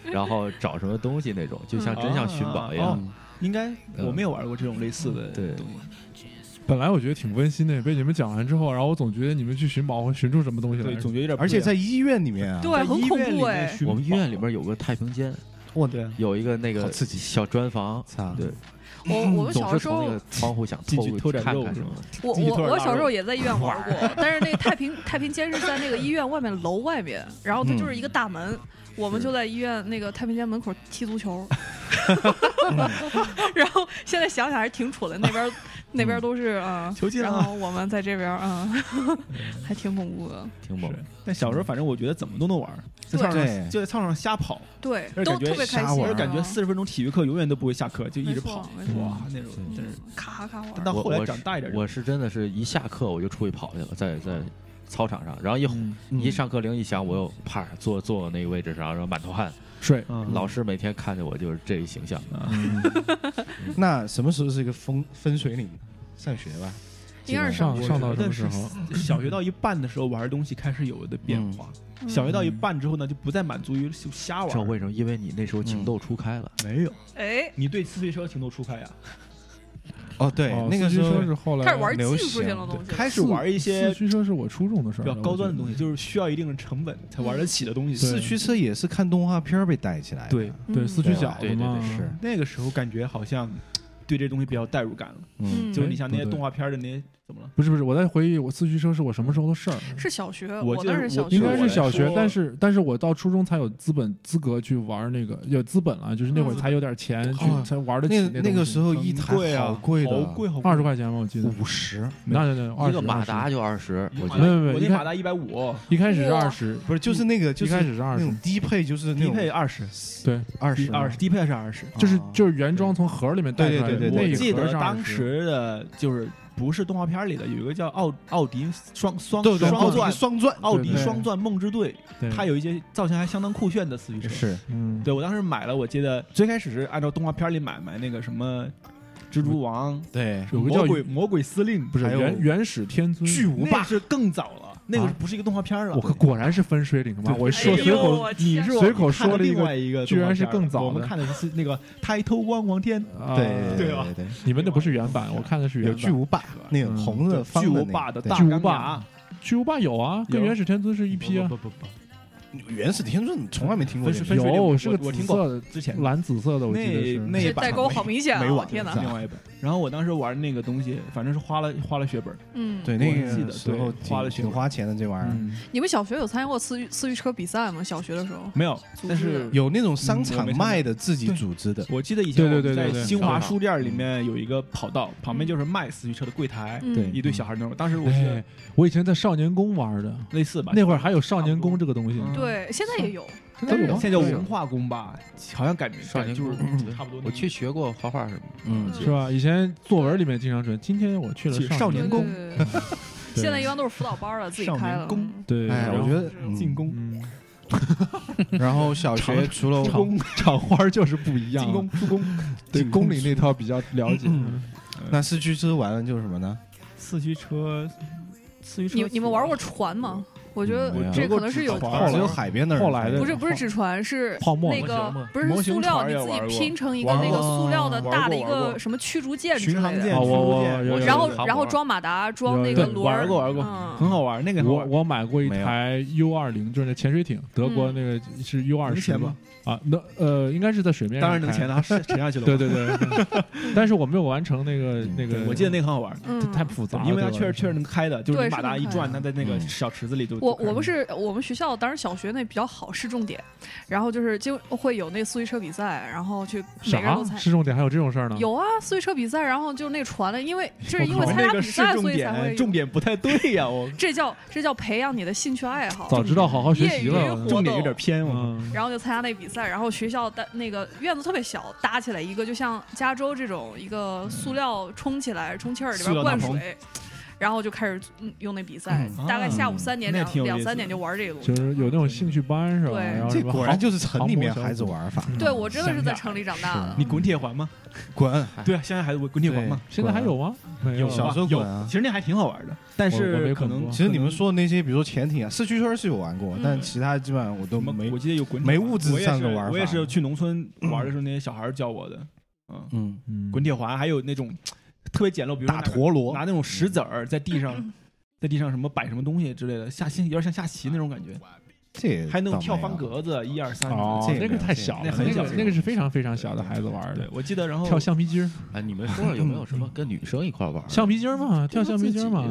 [SPEAKER 4] 然后找什么东西那种，就像
[SPEAKER 6] 嗯
[SPEAKER 4] 真像寻宝一样。
[SPEAKER 6] 哦应该
[SPEAKER 4] 嗯
[SPEAKER 6] 我没有玩过这种类似的
[SPEAKER 4] 对
[SPEAKER 6] 东西。
[SPEAKER 5] 嗯本来我觉得挺温馨的，被你们讲完之后，然后我总觉得你们去寻宝会寻出什么东西来
[SPEAKER 6] 对，。总觉得有点不一样。
[SPEAKER 2] 而且在医院里面啊，
[SPEAKER 3] 对，
[SPEAKER 6] 在
[SPEAKER 3] 很
[SPEAKER 6] 医
[SPEAKER 3] 恐
[SPEAKER 6] 院里
[SPEAKER 3] 怖
[SPEAKER 6] 面
[SPEAKER 3] 哎。
[SPEAKER 6] 寻
[SPEAKER 4] 我们医院
[SPEAKER 6] 宝
[SPEAKER 4] 里边有个太平间，
[SPEAKER 2] 我
[SPEAKER 6] 对啊
[SPEAKER 4] 有一个那
[SPEAKER 2] 好
[SPEAKER 4] 个
[SPEAKER 2] 刺激
[SPEAKER 4] 小砖房，
[SPEAKER 2] 操，
[SPEAKER 4] 对，
[SPEAKER 3] 我
[SPEAKER 6] 嗯
[SPEAKER 3] 我们
[SPEAKER 4] 总
[SPEAKER 3] 小
[SPEAKER 4] 是
[SPEAKER 3] 时
[SPEAKER 4] 从那
[SPEAKER 3] 候
[SPEAKER 4] 个，窗户想
[SPEAKER 6] 进
[SPEAKER 4] 透
[SPEAKER 6] 去
[SPEAKER 4] 过
[SPEAKER 6] 偷
[SPEAKER 4] 去
[SPEAKER 6] 点
[SPEAKER 4] 看
[SPEAKER 6] 肉
[SPEAKER 4] 看
[SPEAKER 6] 是
[SPEAKER 4] 什么
[SPEAKER 6] 吗。
[SPEAKER 3] 我
[SPEAKER 6] 进去偷
[SPEAKER 3] 我
[SPEAKER 6] 点
[SPEAKER 3] 我
[SPEAKER 6] 腊
[SPEAKER 3] 小时
[SPEAKER 6] 肉
[SPEAKER 3] 候也在医院玩过， 但是那个太平太平间是在那个医院外面楼外面，然后它
[SPEAKER 6] 嗯
[SPEAKER 3] 就是一个大门。我们
[SPEAKER 4] 是
[SPEAKER 3] 就在医院那个太平间门口踢 足球，然后现在想想还是挺蠢的。那边 那边都是嗯，
[SPEAKER 6] 嗯球啊进
[SPEAKER 3] 然
[SPEAKER 6] 了。
[SPEAKER 3] 后我们在这边 嗯，还挺恐怖的。
[SPEAKER 4] 挺猛
[SPEAKER 6] 是。，但小时候反正我觉得怎么都能玩儿，在
[SPEAKER 3] 对
[SPEAKER 6] 操场
[SPEAKER 2] 对
[SPEAKER 6] 上就在操场上瞎跑，
[SPEAKER 3] 对，
[SPEAKER 6] 而且
[SPEAKER 3] 都
[SPEAKER 6] 感觉
[SPEAKER 3] 特别开
[SPEAKER 2] 瞎
[SPEAKER 3] 心，
[SPEAKER 2] 玩
[SPEAKER 6] 就
[SPEAKER 2] 儿
[SPEAKER 6] 感觉
[SPEAKER 3] 嗯
[SPEAKER 6] 四十分钟体育课永远都不会下课，就一直跑。
[SPEAKER 3] 没错没错
[SPEAKER 6] 哇，那种
[SPEAKER 4] 嗯
[SPEAKER 6] 真是。
[SPEAKER 3] 咔咔玩
[SPEAKER 6] 但
[SPEAKER 3] 儿。
[SPEAKER 6] 到
[SPEAKER 4] 我
[SPEAKER 6] 后来
[SPEAKER 4] 我
[SPEAKER 6] 长大一点，
[SPEAKER 4] 我是真的是一下课我就出去跑去了，在在操场上，然后一、
[SPEAKER 6] 嗯
[SPEAKER 4] 一上课铃一响，我又啪坐坐那个位置上，然后满头汗。
[SPEAKER 5] 睡，
[SPEAKER 6] 嗯
[SPEAKER 4] 老师每天看见我就是这一形象。
[SPEAKER 2] 那什么时候是一个分分水岭？上学吧，
[SPEAKER 3] 应该是
[SPEAKER 5] 上
[SPEAKER 6] 我
[SPEAKER 5] 上
[SPEAKER 6] 觉
[SPEAKER 5] 到什
[SPEAKER 6] 得
[SPEAKER 5] 么时
[SPEAKER 6] 是
[SPEAKER 5] 候？
[SPEAKER 6] 小学到一半的时候玩的东西开始有的变化，
[SPEAKER 3] 嗯
[SPEAKER 6] 小学到一半之后呢，就不再满足于就瞎
[SPEAKER 4] 知道
[SPEAKER 6] 玩儿。
[SPEAKER 4] 为什么？因为你那时候
[SPEAKER 6] 嗯
[SPEAKER 4] 情窦初开了，
[SPEAKER 6] 没有，
[SPEAKER 3] 哎，
[SPEAKER 6] 你对自行车情窦初开啊呀？
[SPEAKER 2] 哦，对
[SPEAKER 5] 哦，
[SPEAKER 2] 那个
[SPEAKER 5] 四
[SPEAKER 2] 时
[SPEAKER 5] 驱
[SPEAKER 2] 候
[SPEAKER 5] 车是后
[SPEAKER 6] 呃
[SPEAKER 5] 来
[SPEAKER 3] 开始玩
[SPEAKER 2] 流
[SPEAKER 3] 技术性
[SPEAKER 2] 行
[SPEAKER 3] 的东西了，
[SPEAKER 6] 开始玩一些
[SPEAKER 5] 四驱车是我初中的事
[SPEAKER 6] 比
[SPEAKER 5] 儿，
[SPEAKER 6] 较高端的东
[SPEAKER 5] 西。
[SPEAKER 6] 西，就是需要一定的成本才玩得起的东西。
[SPEAKER 2] 四驱车也是看动画片儿被带起来的。
[SPEAKER 6] 对，
[SPEAKER 5] 对，
[SPEAKER 3] 嗯
[SPEAKER 5] 四驱小
[SPEAKER 4] 对
[SPEAKER 5] 子
[SPEAKER 4] 对对
[SPEAKER 5] 嘛，
[SPEAKER 2] 是
[SPEAKER 6] 那个时候感觉好像对这东西比较代入感了，
[SPEAKER 2] 嗯，
[SPEAKER 3] 嗯
[SPEAKER 6] 就是你像那些
[SPEAKER 5] 不对
[SPEAKER 6] 动画片的那些怎么了？
[SPEAKER 5] 不是不是，我在回忆我四驱车是我什么时候的事儿，
[SPEAKER 3] 是小学，
[SPEAKER 6] 我记
[SPEAKER 3] 那
[SPEAKER 6] 得
[SPEAKER 3] 是
[SPEAKER 6] 我
[SPEAKER 3] 小学，
[SPEAKER 5] 应
[SPEAKER 6] 对
[SPEAKER 5] 该
[SPEAKER 6] 我
[SPEAKER 5] 是
[SPEAKER 6] 来
[SPEAKER 5] 小学
[SPEAKER 6] 说，
[SPEAKER 5] 但是但是我到初中才有资本资格去玩那个，有资本了，就是那会儿才有点钱去
[SPEAKER 2] 哦
[SPEAKER 5] 才玩得起
[SPEAKER 2] 那
[SPEAKER 5] 东西嗯
[SPEAKER 2] 那个时候一台
[SPEAKER 6] 很贵啊
[SPEAKER 2] 好贵的，
[SPEAKER 6] 好贵，好
[SPEAKER 5] 二十块钱吧，我记得
[SPEAKER 2] 五十，
[SPEAKER 5] 那那那二
[SPEAKER 4] 一
[SPEAKER 5] 十
[SPEAKER 4] 个马达就二十，我觉
[SPEAKER 5] 没
[SPEAKER 4] 得
[SPEAKER 5] 有没有
[SPEAKER 6] 我
[SPEAKER 5] 你
[SPEAKER 6] 那
[SPEAKER 5] 看
[SPEAKER 6] 马达一百五，
[SPEAKER 5] 一开始是
[SPEAKER 3] 哇
[SPEAKER 5] 二十，
[SPEAKER 2] 不是就是那个就
[SPEAKER 5] 一
[SPEAKER 2] 是
[SPEAKER 5] 开始是
[SPEAKER 2] 那
[SPEAKER 5] 二十
[SPEAKER 2] 种，低配，就是那
[SPEAKER 6] 低配
[SPEAKER 2] 种
[SPEAKER 6] 二十，
[SPEAKER 5] 对，
[SPEAKER 2] 二十啊
[SPEAKER 6] 二十，低配是二十。
[SPEAKER 5] 就是就是原装从盒里面带
[SPEAKER 2] 对
[SPEAKER 5] 出来的，
[SPEAKER 2] 对对
[SPEAKER 5] 那
[SPEAKER 6] 我
[SPEAKER 5] 一
[SPEAKER 6] 记
[SPEAKER 5] 盒
[SPEAKER 6] 得
[SPEAKER 5] 是
[SPEAKER 6] 当
[SPEAKER 5] 20。
[SPEAKER 6] 时的就是不是动画片里的，有一个叫奥奥迪双双
[SPEAKER 2] 对对
[SPEAKER 6] 双
[SPEAKER 2] 奥
[SPEAKER 6] 钻
[SPEAKER 2] 迪双钻，哦
[SPEAKER 6] 奥迪
[SPEAKER 5] 对
[SPEAKER 6] 双钻梦之队，
[SPEAKER 5] 对
[SPEAKER 6] 它有一些造型还相当酷炫的四驱车。
[SPEAKER 2] 是
[SPEAKER 5] 嗯，
[SPEAKER 6] 对我当时买了，我记得最开始是按照动画片里买买那个什么蜘蛛王、
[SPEAKER 2] 对，
[SPEAKER 5] 有个
[SPEAKER 6] 魔
[SPEAKER 5] 叫
[SPEAKER 6] 鬼魔鬼司令，
[SPEAKER 5] 不是
[SPEAKER 2] 还有
[SPEAKER 5] 原原始天尊
[SPEAKER 2] 巨
[SPEAKER 6] 嗯
[SPEAKER 2] 无
[SPEAKER 6] 那
[SPEAKER 2] 霸，
[SPEAKER 6] 是更早了，那个是
[SPEAKER 5] 啊
[SPEAKER 6] 不是一个动画片了？
[SPEAKER 5] 我可果然是分水岭的嘛！
[SPEAKER 6] 对
[SPEAKER 5] 我说
[SPEAKER 3] 哎呦
[SPEAKER 5] 随口
[SPEAKER 3] 我
[SPEAKER 6] 你
[SPEAKER 3] 天
[SPEAKER 6] 是
[SPEAKER 5] 随口说了一
[SPEAKER 6] 另
[SPEAKER 5] 个，
[SPEAKER 6] 外一个动画片儿，
[SPEAKER 5] 居然是更早的
[SPEAKER 6] 我们看的是那个《抬头望望天》，
[SPEAKER 5] 啊
[SPEAKER 2] 对
[SPEAKER 6] 对吧
[SPEAKER 2] 对对，
[SPEAKER 5] 你们那不是原版，我看的是原
[SPEAKER 2] 有
[SPEAKER 5] 版。
[SPEAKER 2] 巨无霸那个
[SPEAKER 5] 嗯
[SPEAKER 2] 红的方
[SPEAKER 6] 巨
[SPEAKER 2] 的那
[SPEAKER 6] 无
[SPEAKER 2] 个
[SPEAKER 6] 霸的
[SPEAKER 2] 对
[SPEAKER 6] 大
[SPEAKER 5] 巨无
[SPEAKER 6] 钢
[SPEAKER 5] 霸
[SPEAKER 6] 牙，
[SPEAKER 5] 巨无霸有啊，跟
[SPEAKER 6] 有
[SPEAKER 5] 原始天尊是一批啊。
[SPEAKER 4] 不不不，
[SPEAKER 2] 原始天尊，你从来没听过
[SPEAKER 6] 分
[SPEAKER 2] 这
[SPEAKER 6] 水分
[SPEAKER 2] 个
[SPEAKER 6] 水岭
[SPEAKER 5] 有
[SPEAKER 6] 我
[SPEAKER 5] 是个
[SPEAKER 6] 我
[SPEAKER 5] 紫
[SPEAKER 6] 听过
[SPEAKER 5] 色的，
[SPEAKER 6] 之前
[SPEAKER 5] 蓝紫色的，我记
[SPEAKER 6] 那
[SPEAKER 5] 得是。
[SPEAKER 6] 那一
[SPEAKER 3] 这
[SPEAKER 6] 版
[SPEAKER 3] 代沟好明显
[SPEAKER 2] 没
[SPEAKER 3] 啊！
[SPEAKER 2] 玩
[SPEAKER 3] 天哪，
[SPEAKER 6] 另外一本。然后我当时玩那个东西，反正是花了花了血本，
[SPEAKER 3] 嗯，
[SPEAKER 2] 对，
[SPEAKER 6] 我
[SPEAKER 2] 那
[SPEAKER 6] 记得
[SPEAKER 2] 个时候
[SPEAKER 6] 对
[SPEAKER 2] 挺
[SPEAKER 6] 花了血
[SPEAKER 2] 挺
[SPEAKER 6] 本
[SPEAKER 2] 花钱的这玩意儿，
[SPEAKER 6] 嗯，
[SPEAKER 3] 你们小学有参加过四驱四驱车比赛吗？小学的时候，
[SPEAKER 6] 没有，
[SPEAKER 3] 组织
[SPEAKER 6] 但是
[SPEAKER 2] 有那种
[SPEAKER 6] 嗯
[SPEAKER 2] 商
[SPEAKER 6] 我没
[SPEAKER 2] 场
[SPEAKER 6] 看过
[SPEAKER 2] 卖的自己
[SPEAKER 6] 对
[SPEAKER 2] 组织的，
[SPEAKER 6] 我记得以前我
[SPEAKER 5] 对
[SPEAKER 6] 们
[SPEAKER 5] 对对
[SPEAKER 6] 在
[SPEAKER 5] 对对
[SPEAKER 6] 新华
[SPEAKER 5] 小跑
[SPEAKER 6] 书店里面有一个跑道，旁边就是卖四驱车的柜台，
[SPEAKER 3] 嗯
[SPEAKER 2] 对
[SPEAKER 6] 一堆小孩儿那种。当时我记得
[SPEAKER 5] 哎，我以前在少年宫玩的，
[SPEAKER 6] 类似吧，
[SPEAKER 5] 那会儿还有少年宫这个东西。
[SPEAKER 6] 嗯
[SPEAKER 3] 对，现在也有，
[SPEAKER 5] 现
[SPEAKER 6] 但
[SPEAKER 5] 在
[SPEAKER 6] 是
[SPEAKER 5] 有吗
[SPEAKER 6] 嗯
[SPEAKER 5] 啊
[SPEAKER 6] 现在叫文化宫吧，好像改名，
[SPEAKER 4] 少年
[SPEAKER 6] 改就是
[SPEAKER 4] 宫
[SPEAKER 6] 差不多那个。
[SPEAKER 4] 我去学过画画什么，
[SPEAKER 2] 嗯
[SPEAKER 5] 是吧？以前作文里面经常说，今天我去了
[SPEAKER 6] 去
[SPEAKER 5] 少
[SPEAKER 6] 少
[SPEAKER 5] 年
[SPEAKER 6] 年
[SPEAKER 3] 对
[SPEAKER 6] 宫
[SPEAKER 3] 对 对对现在一般都是辅导班了，自己
[SPEAKER 6] 少年
[SPEAKER 3] 开了。
[SPEAKER 6] 宫
[SPEAKER 3] 嗯
[SPEAKER 5] 对，
[SPEAKER 2] 哎，
[SPEAKER 5] 然后
[SPEAKER 2] 我觉得嗯
[SPEAKER 6] 进宫，
[SPEAKER 5] 嗯，
[SPEAKER 2] 然后小学除了
[SPEAKER 5] 场场花就是不一样啊，
[SPEAKER 6] 进宫出 宫，
[SPEAKER 5] 对宫里那套比较了解。
[SPEAKER 2] 那四驱车完了就是什么呢？
[SPEAKER 6] 四驱车，四驱车，
[SPEAKER 3] 你你们玩过船吗？我觉得
[SPEAKER 2] 嗯没有
[SPEAKER 3] 这可能是有
[SPEAKER 6] 我只玩
[SPEAKER 5] 后来
[SPEAKER 2] 只有海边的人
[SPEAKER 5] 后来的
[SPEAKER 3] 不是不是纸船，是
[SPEAKER 5] 泡沫
[SPEAKER 3] 那
[SPEAKER 4] 模
[SPEAKER 3] 个
[SPEAKER 4] 型嘛
[SPEAKER 3] 不是
[SPEAKER 6] 模
[SPEAKER 3] 塑
[SPEAKER 6] 型
[SPEAKER 3] 料，
[SPEAKER 6] 船
[SPEAKER 3] 你
[SPEAKER 6] 也
[SPEAKER 3] 自己
[SPEAKER 6] 玩过
[SPEAKER 3] 拼成一个
[SPEAKER 6] 玩
[SPEAKER 3] 那个
[SPEAKER 6] 过
[SPEAKER 3] 塑料的
[SPEAKER 6] 玩
[SPEAKER 3] 大
[SPEAKER 6] 过
[SPEAKER 3] 的一
[SPEAKER 6] 玩
[SPEAKER 3] 个
[SPEAKER 6] 过
[SPEAKER 3] 什么驱逐舰之
[SPEAKER 6] 巡航
[SPEAKER 3] 类
[SPEAKER 6] 舰、
[SPEAKER 5] 啊
[SPEAKER 3] 的，
[SPEAKER 5] 我我
[SPEAKER 6] 驱逐舰
[SPEAKER 5] 我
[SPEAKER 6] 对
[SPEAKER 3] 然后
[SPEAKER 6] 对对
[SPEAKER 3] 然后装马达，装
[SPEAKER 5] 有
[SPEAKER 3] 那
[SPEAKER 5] 有
[SPEAKER 3] 个
[SPEAKER 5] 对
[SPEAKER 3] 轮儿，
[SPEAKER 6] 玩过玩过很
[SPEAKER 3] 嗯，
[SPEAKER 6] 好玩，那个很好
[SPEAKER 5] 我
[SPEAKER 6] 玩
[SPEAKER 5] 我买过一台 U 二零，就是那潜水艇，德国
[SPEAKER 3] 嗯
[SPEAKER 5] 那个是 U 二
[SPEAKER 6] 能
[SPEAKER 5] 十
[SPEAKER 6] 潜
[SPEAKER 5] 吧
[SPEAKER 6] 吗？
[SPEAKER 5] 啊，那呃，应该是在水面
[SPEAKER 6] 当
[SPEAKER 5] 上
[SPEAKER 6] 然能
[SPEAKER 5] 开
[SPEAKER 6] 潜，它是沉下去了。
[SPEAKER 5] 对对对， 但是我没有完成那个
[SPEAKER 2] 嗯
[SPEAKER 5] 那个，
[SPEAKER 6] 我记得那个很好玩，
[SPEAKER 3] 嗯，
[SPEAKER 5] 太复杂了，
[SPEAKER 6] 因为它
[SPEAKER 5] 对
[SPEAKER 6] 确
[SPEAKER 5] 吧
[SPEAKER 6] 实确实能开的，就是
[SPEAKER 3] 对
[SPEAKER 6] 你
[SPEAKER 3] 是
[SPEAKER 6] 马达
[SPEAKER 3] 能
[SPEAKER 6] 一
[SPEAKER 3] 开
[SPEAKER 6] 转，
[SPEAKER 3] 的
[SPEAKER 6] 它在那个
[SPEAKER 2] 嗯
[SPEAKER 6] 小池子里就。
[SPEAKER 3] 我
[SPEAKER 6] 就开
[SPEAKER 3] 我们
[SPEAKER 6] 了
[SPEAKER 3] 是我们学校当时小学那比较好是重点，然后就是就会有那四驱车比赛，然后去每个人都
[SPEAKER 5] 啥
[SPEAKER 3] 参
[SPEAKER 5] 是重点，还有这种事儿呢？
[SPEAKER 3] 有啊四驱车比赛，然后就那船的，因为这是因为
[SPEAKER 5] 我
[SPEAKER 3] 参
[SPEAKER 6] 那
[SPEAKER 3] 加
[SPEAKER 6] 哦个
[SPEAKER 3] 比
[SPEAKER 6] 是
[SPEAKER 3] 赛
[SPEAKER 6] 重
[SPEAKER 3] 所以才
[SPEAKER 6] 点，
[SPEAKER 3] 会
[SPEAKER 6] 重点不太对呀， 我
[SPEAKER 3] 这叫这叫培养你的兴趣爱好，
[SPEAKER 5] 早知道好好学习
[SPEAKER 3] 业余
[SPEAKER 5] 了
[SPEAKER 3] 活。
[SPEAKER 6] 重点有点偏我。
[SPEAKER 5] 嗯，
[SPEAKER 3] 然后就参加那比赛，然后学校的那个院子特别小，搭起来一个就像加州这种一个塑料充起来充气儿里
[SPEAKER 6] 塑
[SPEAKER 3] 边
[SPEAKER 6] 料
[SPEAKER 3] 灌
[SPEAKER 6] 大棚
[SPEAKER 3] 水，然后就开始嗯用那比赛，
[SPEAKER 6] 嗯
[SPEAKER 3] 大概下午
[SPEAKER 6] 啊
[SPEAKER 3] 三点
[SPEAKER 6] 那
[SPEAKER 3] 两
[SPEAKER 6] 挺有
[SPEAKER 3] 两
[SPEAKER 6] 意思
[SPEAKER 3] 三
[SPEAKER 6] 的
[SPEAKER 3] 点就玩这个东西
[SPEAKER 5] 就。是有那种兴趣班是吧？
[SPEAKER 3] 对
[SPEAKER 5] 然后
[SPEAKER 2] 这
[SPEAKER 5] 什么
[SPEAKER 2] 果
[SPEAKER 5] 航
[SPEAKER 2] 然就是城里面孩子玩法，
[SPEAKER 3] 对我真的是在
[SPEAKER 6] 乡下
[SPEAKER 3] 城里长大的
[SPEAKER 6] 你，滚铁环吗？
[SPEAKER 2] 滚！
[SPEAKER 6] 对啊，乡下孩子滚滚铁环
[SPEAKER 2] 对
[SPEAKER 6] 吗？
[SPEAKER 5] 现在还有吗？没有
[SPEAKER 6] 吧
[SPEAKER 2] 小时候
[SPEAKER 6] 有
[SPEAKER 2] 滚啊
[SPEAKER 6] 其实那还挺好玩的，但
[SPEAKER 5] 我我没
[SPEAKER 6] 是可
[SPEAKER 5] 滚过
[SPEAKER 6] 能
[SPEAKER 2] 其实你们说的那些，比如说潜艇啊、四驱车是有玩过
[SPEAKER 3] 嗯，
[SPEAKER 2] 但其他基本上我都
[SPEAKER 6] 什么
[SPEAKER 2] 没
[SPEAKER 6] 我。记得有滚
[SPEAKER 2] 没
[SPEAKER 6] 铁环
[SPEAKER 2] 物质
[SPEAKER 6] 我也
[SPEAKER 2] 上
[SPEAKER 6] 是
[SPEAKER 2] 的玩
[SPEAKER 6] 我也
[SPEAKER 2] 法
[SPEAKER 6] 是去农村玩的时候，那些小孩儿教我的。嗯，
[SPEAKER 2] 嗯，
[SPEAKER 5] 嗯
[SPEAKER 6] 滚铁环还有那种特别简陋，比如说
[SPEAKER 2] 打
[SPEAKER 6] 拿个
[SPEAKER 2] 陀螺
[SPEAKER 6] 拿，那种石子儿在地
[SPEAKER 3] 嗯
[SPEAKER 6] 上， 在地上什么摆什么东西之类的，下棋有点像下棋那种感觉，
[SPEAKER 5] 啊
[SPEAKER 2] 这也
[SPEAKER 6] 还有那种
[SPEAKER 2] 倒
[SPEAKER 6] 跳
[SPEAKER 2] 没
[SPEAKER 6] 方
[SPEAKER 2] 有
[SPEAKER 6] 格子，一二三。
[SPEAKER 5] 哦
[SPEAKER 2] 这，个
[SPEAKER 5] 那
[SPEAKER 2] 没有
[SPEAKER 5] 太小了，
[SPEAKER 6] 那很小
[SPEAKER 5] 那个那个是非常非常小的孩子玩
[SPEAKER 6] 对
[SPEAKER 5] 的，，
[SPEAKER 6] 我记得，然后
[SPEAKER 5] 跳橡皮筋儿，
[SPEAKER 4] 哎，你们说说有没有什
[SPEAKER 6] 嗯
[SPEAKER 4] 么跟女生一块玩？
[SPEAKER 5] 橡皮筋儿嘛，跳橡皮筋儿嘛，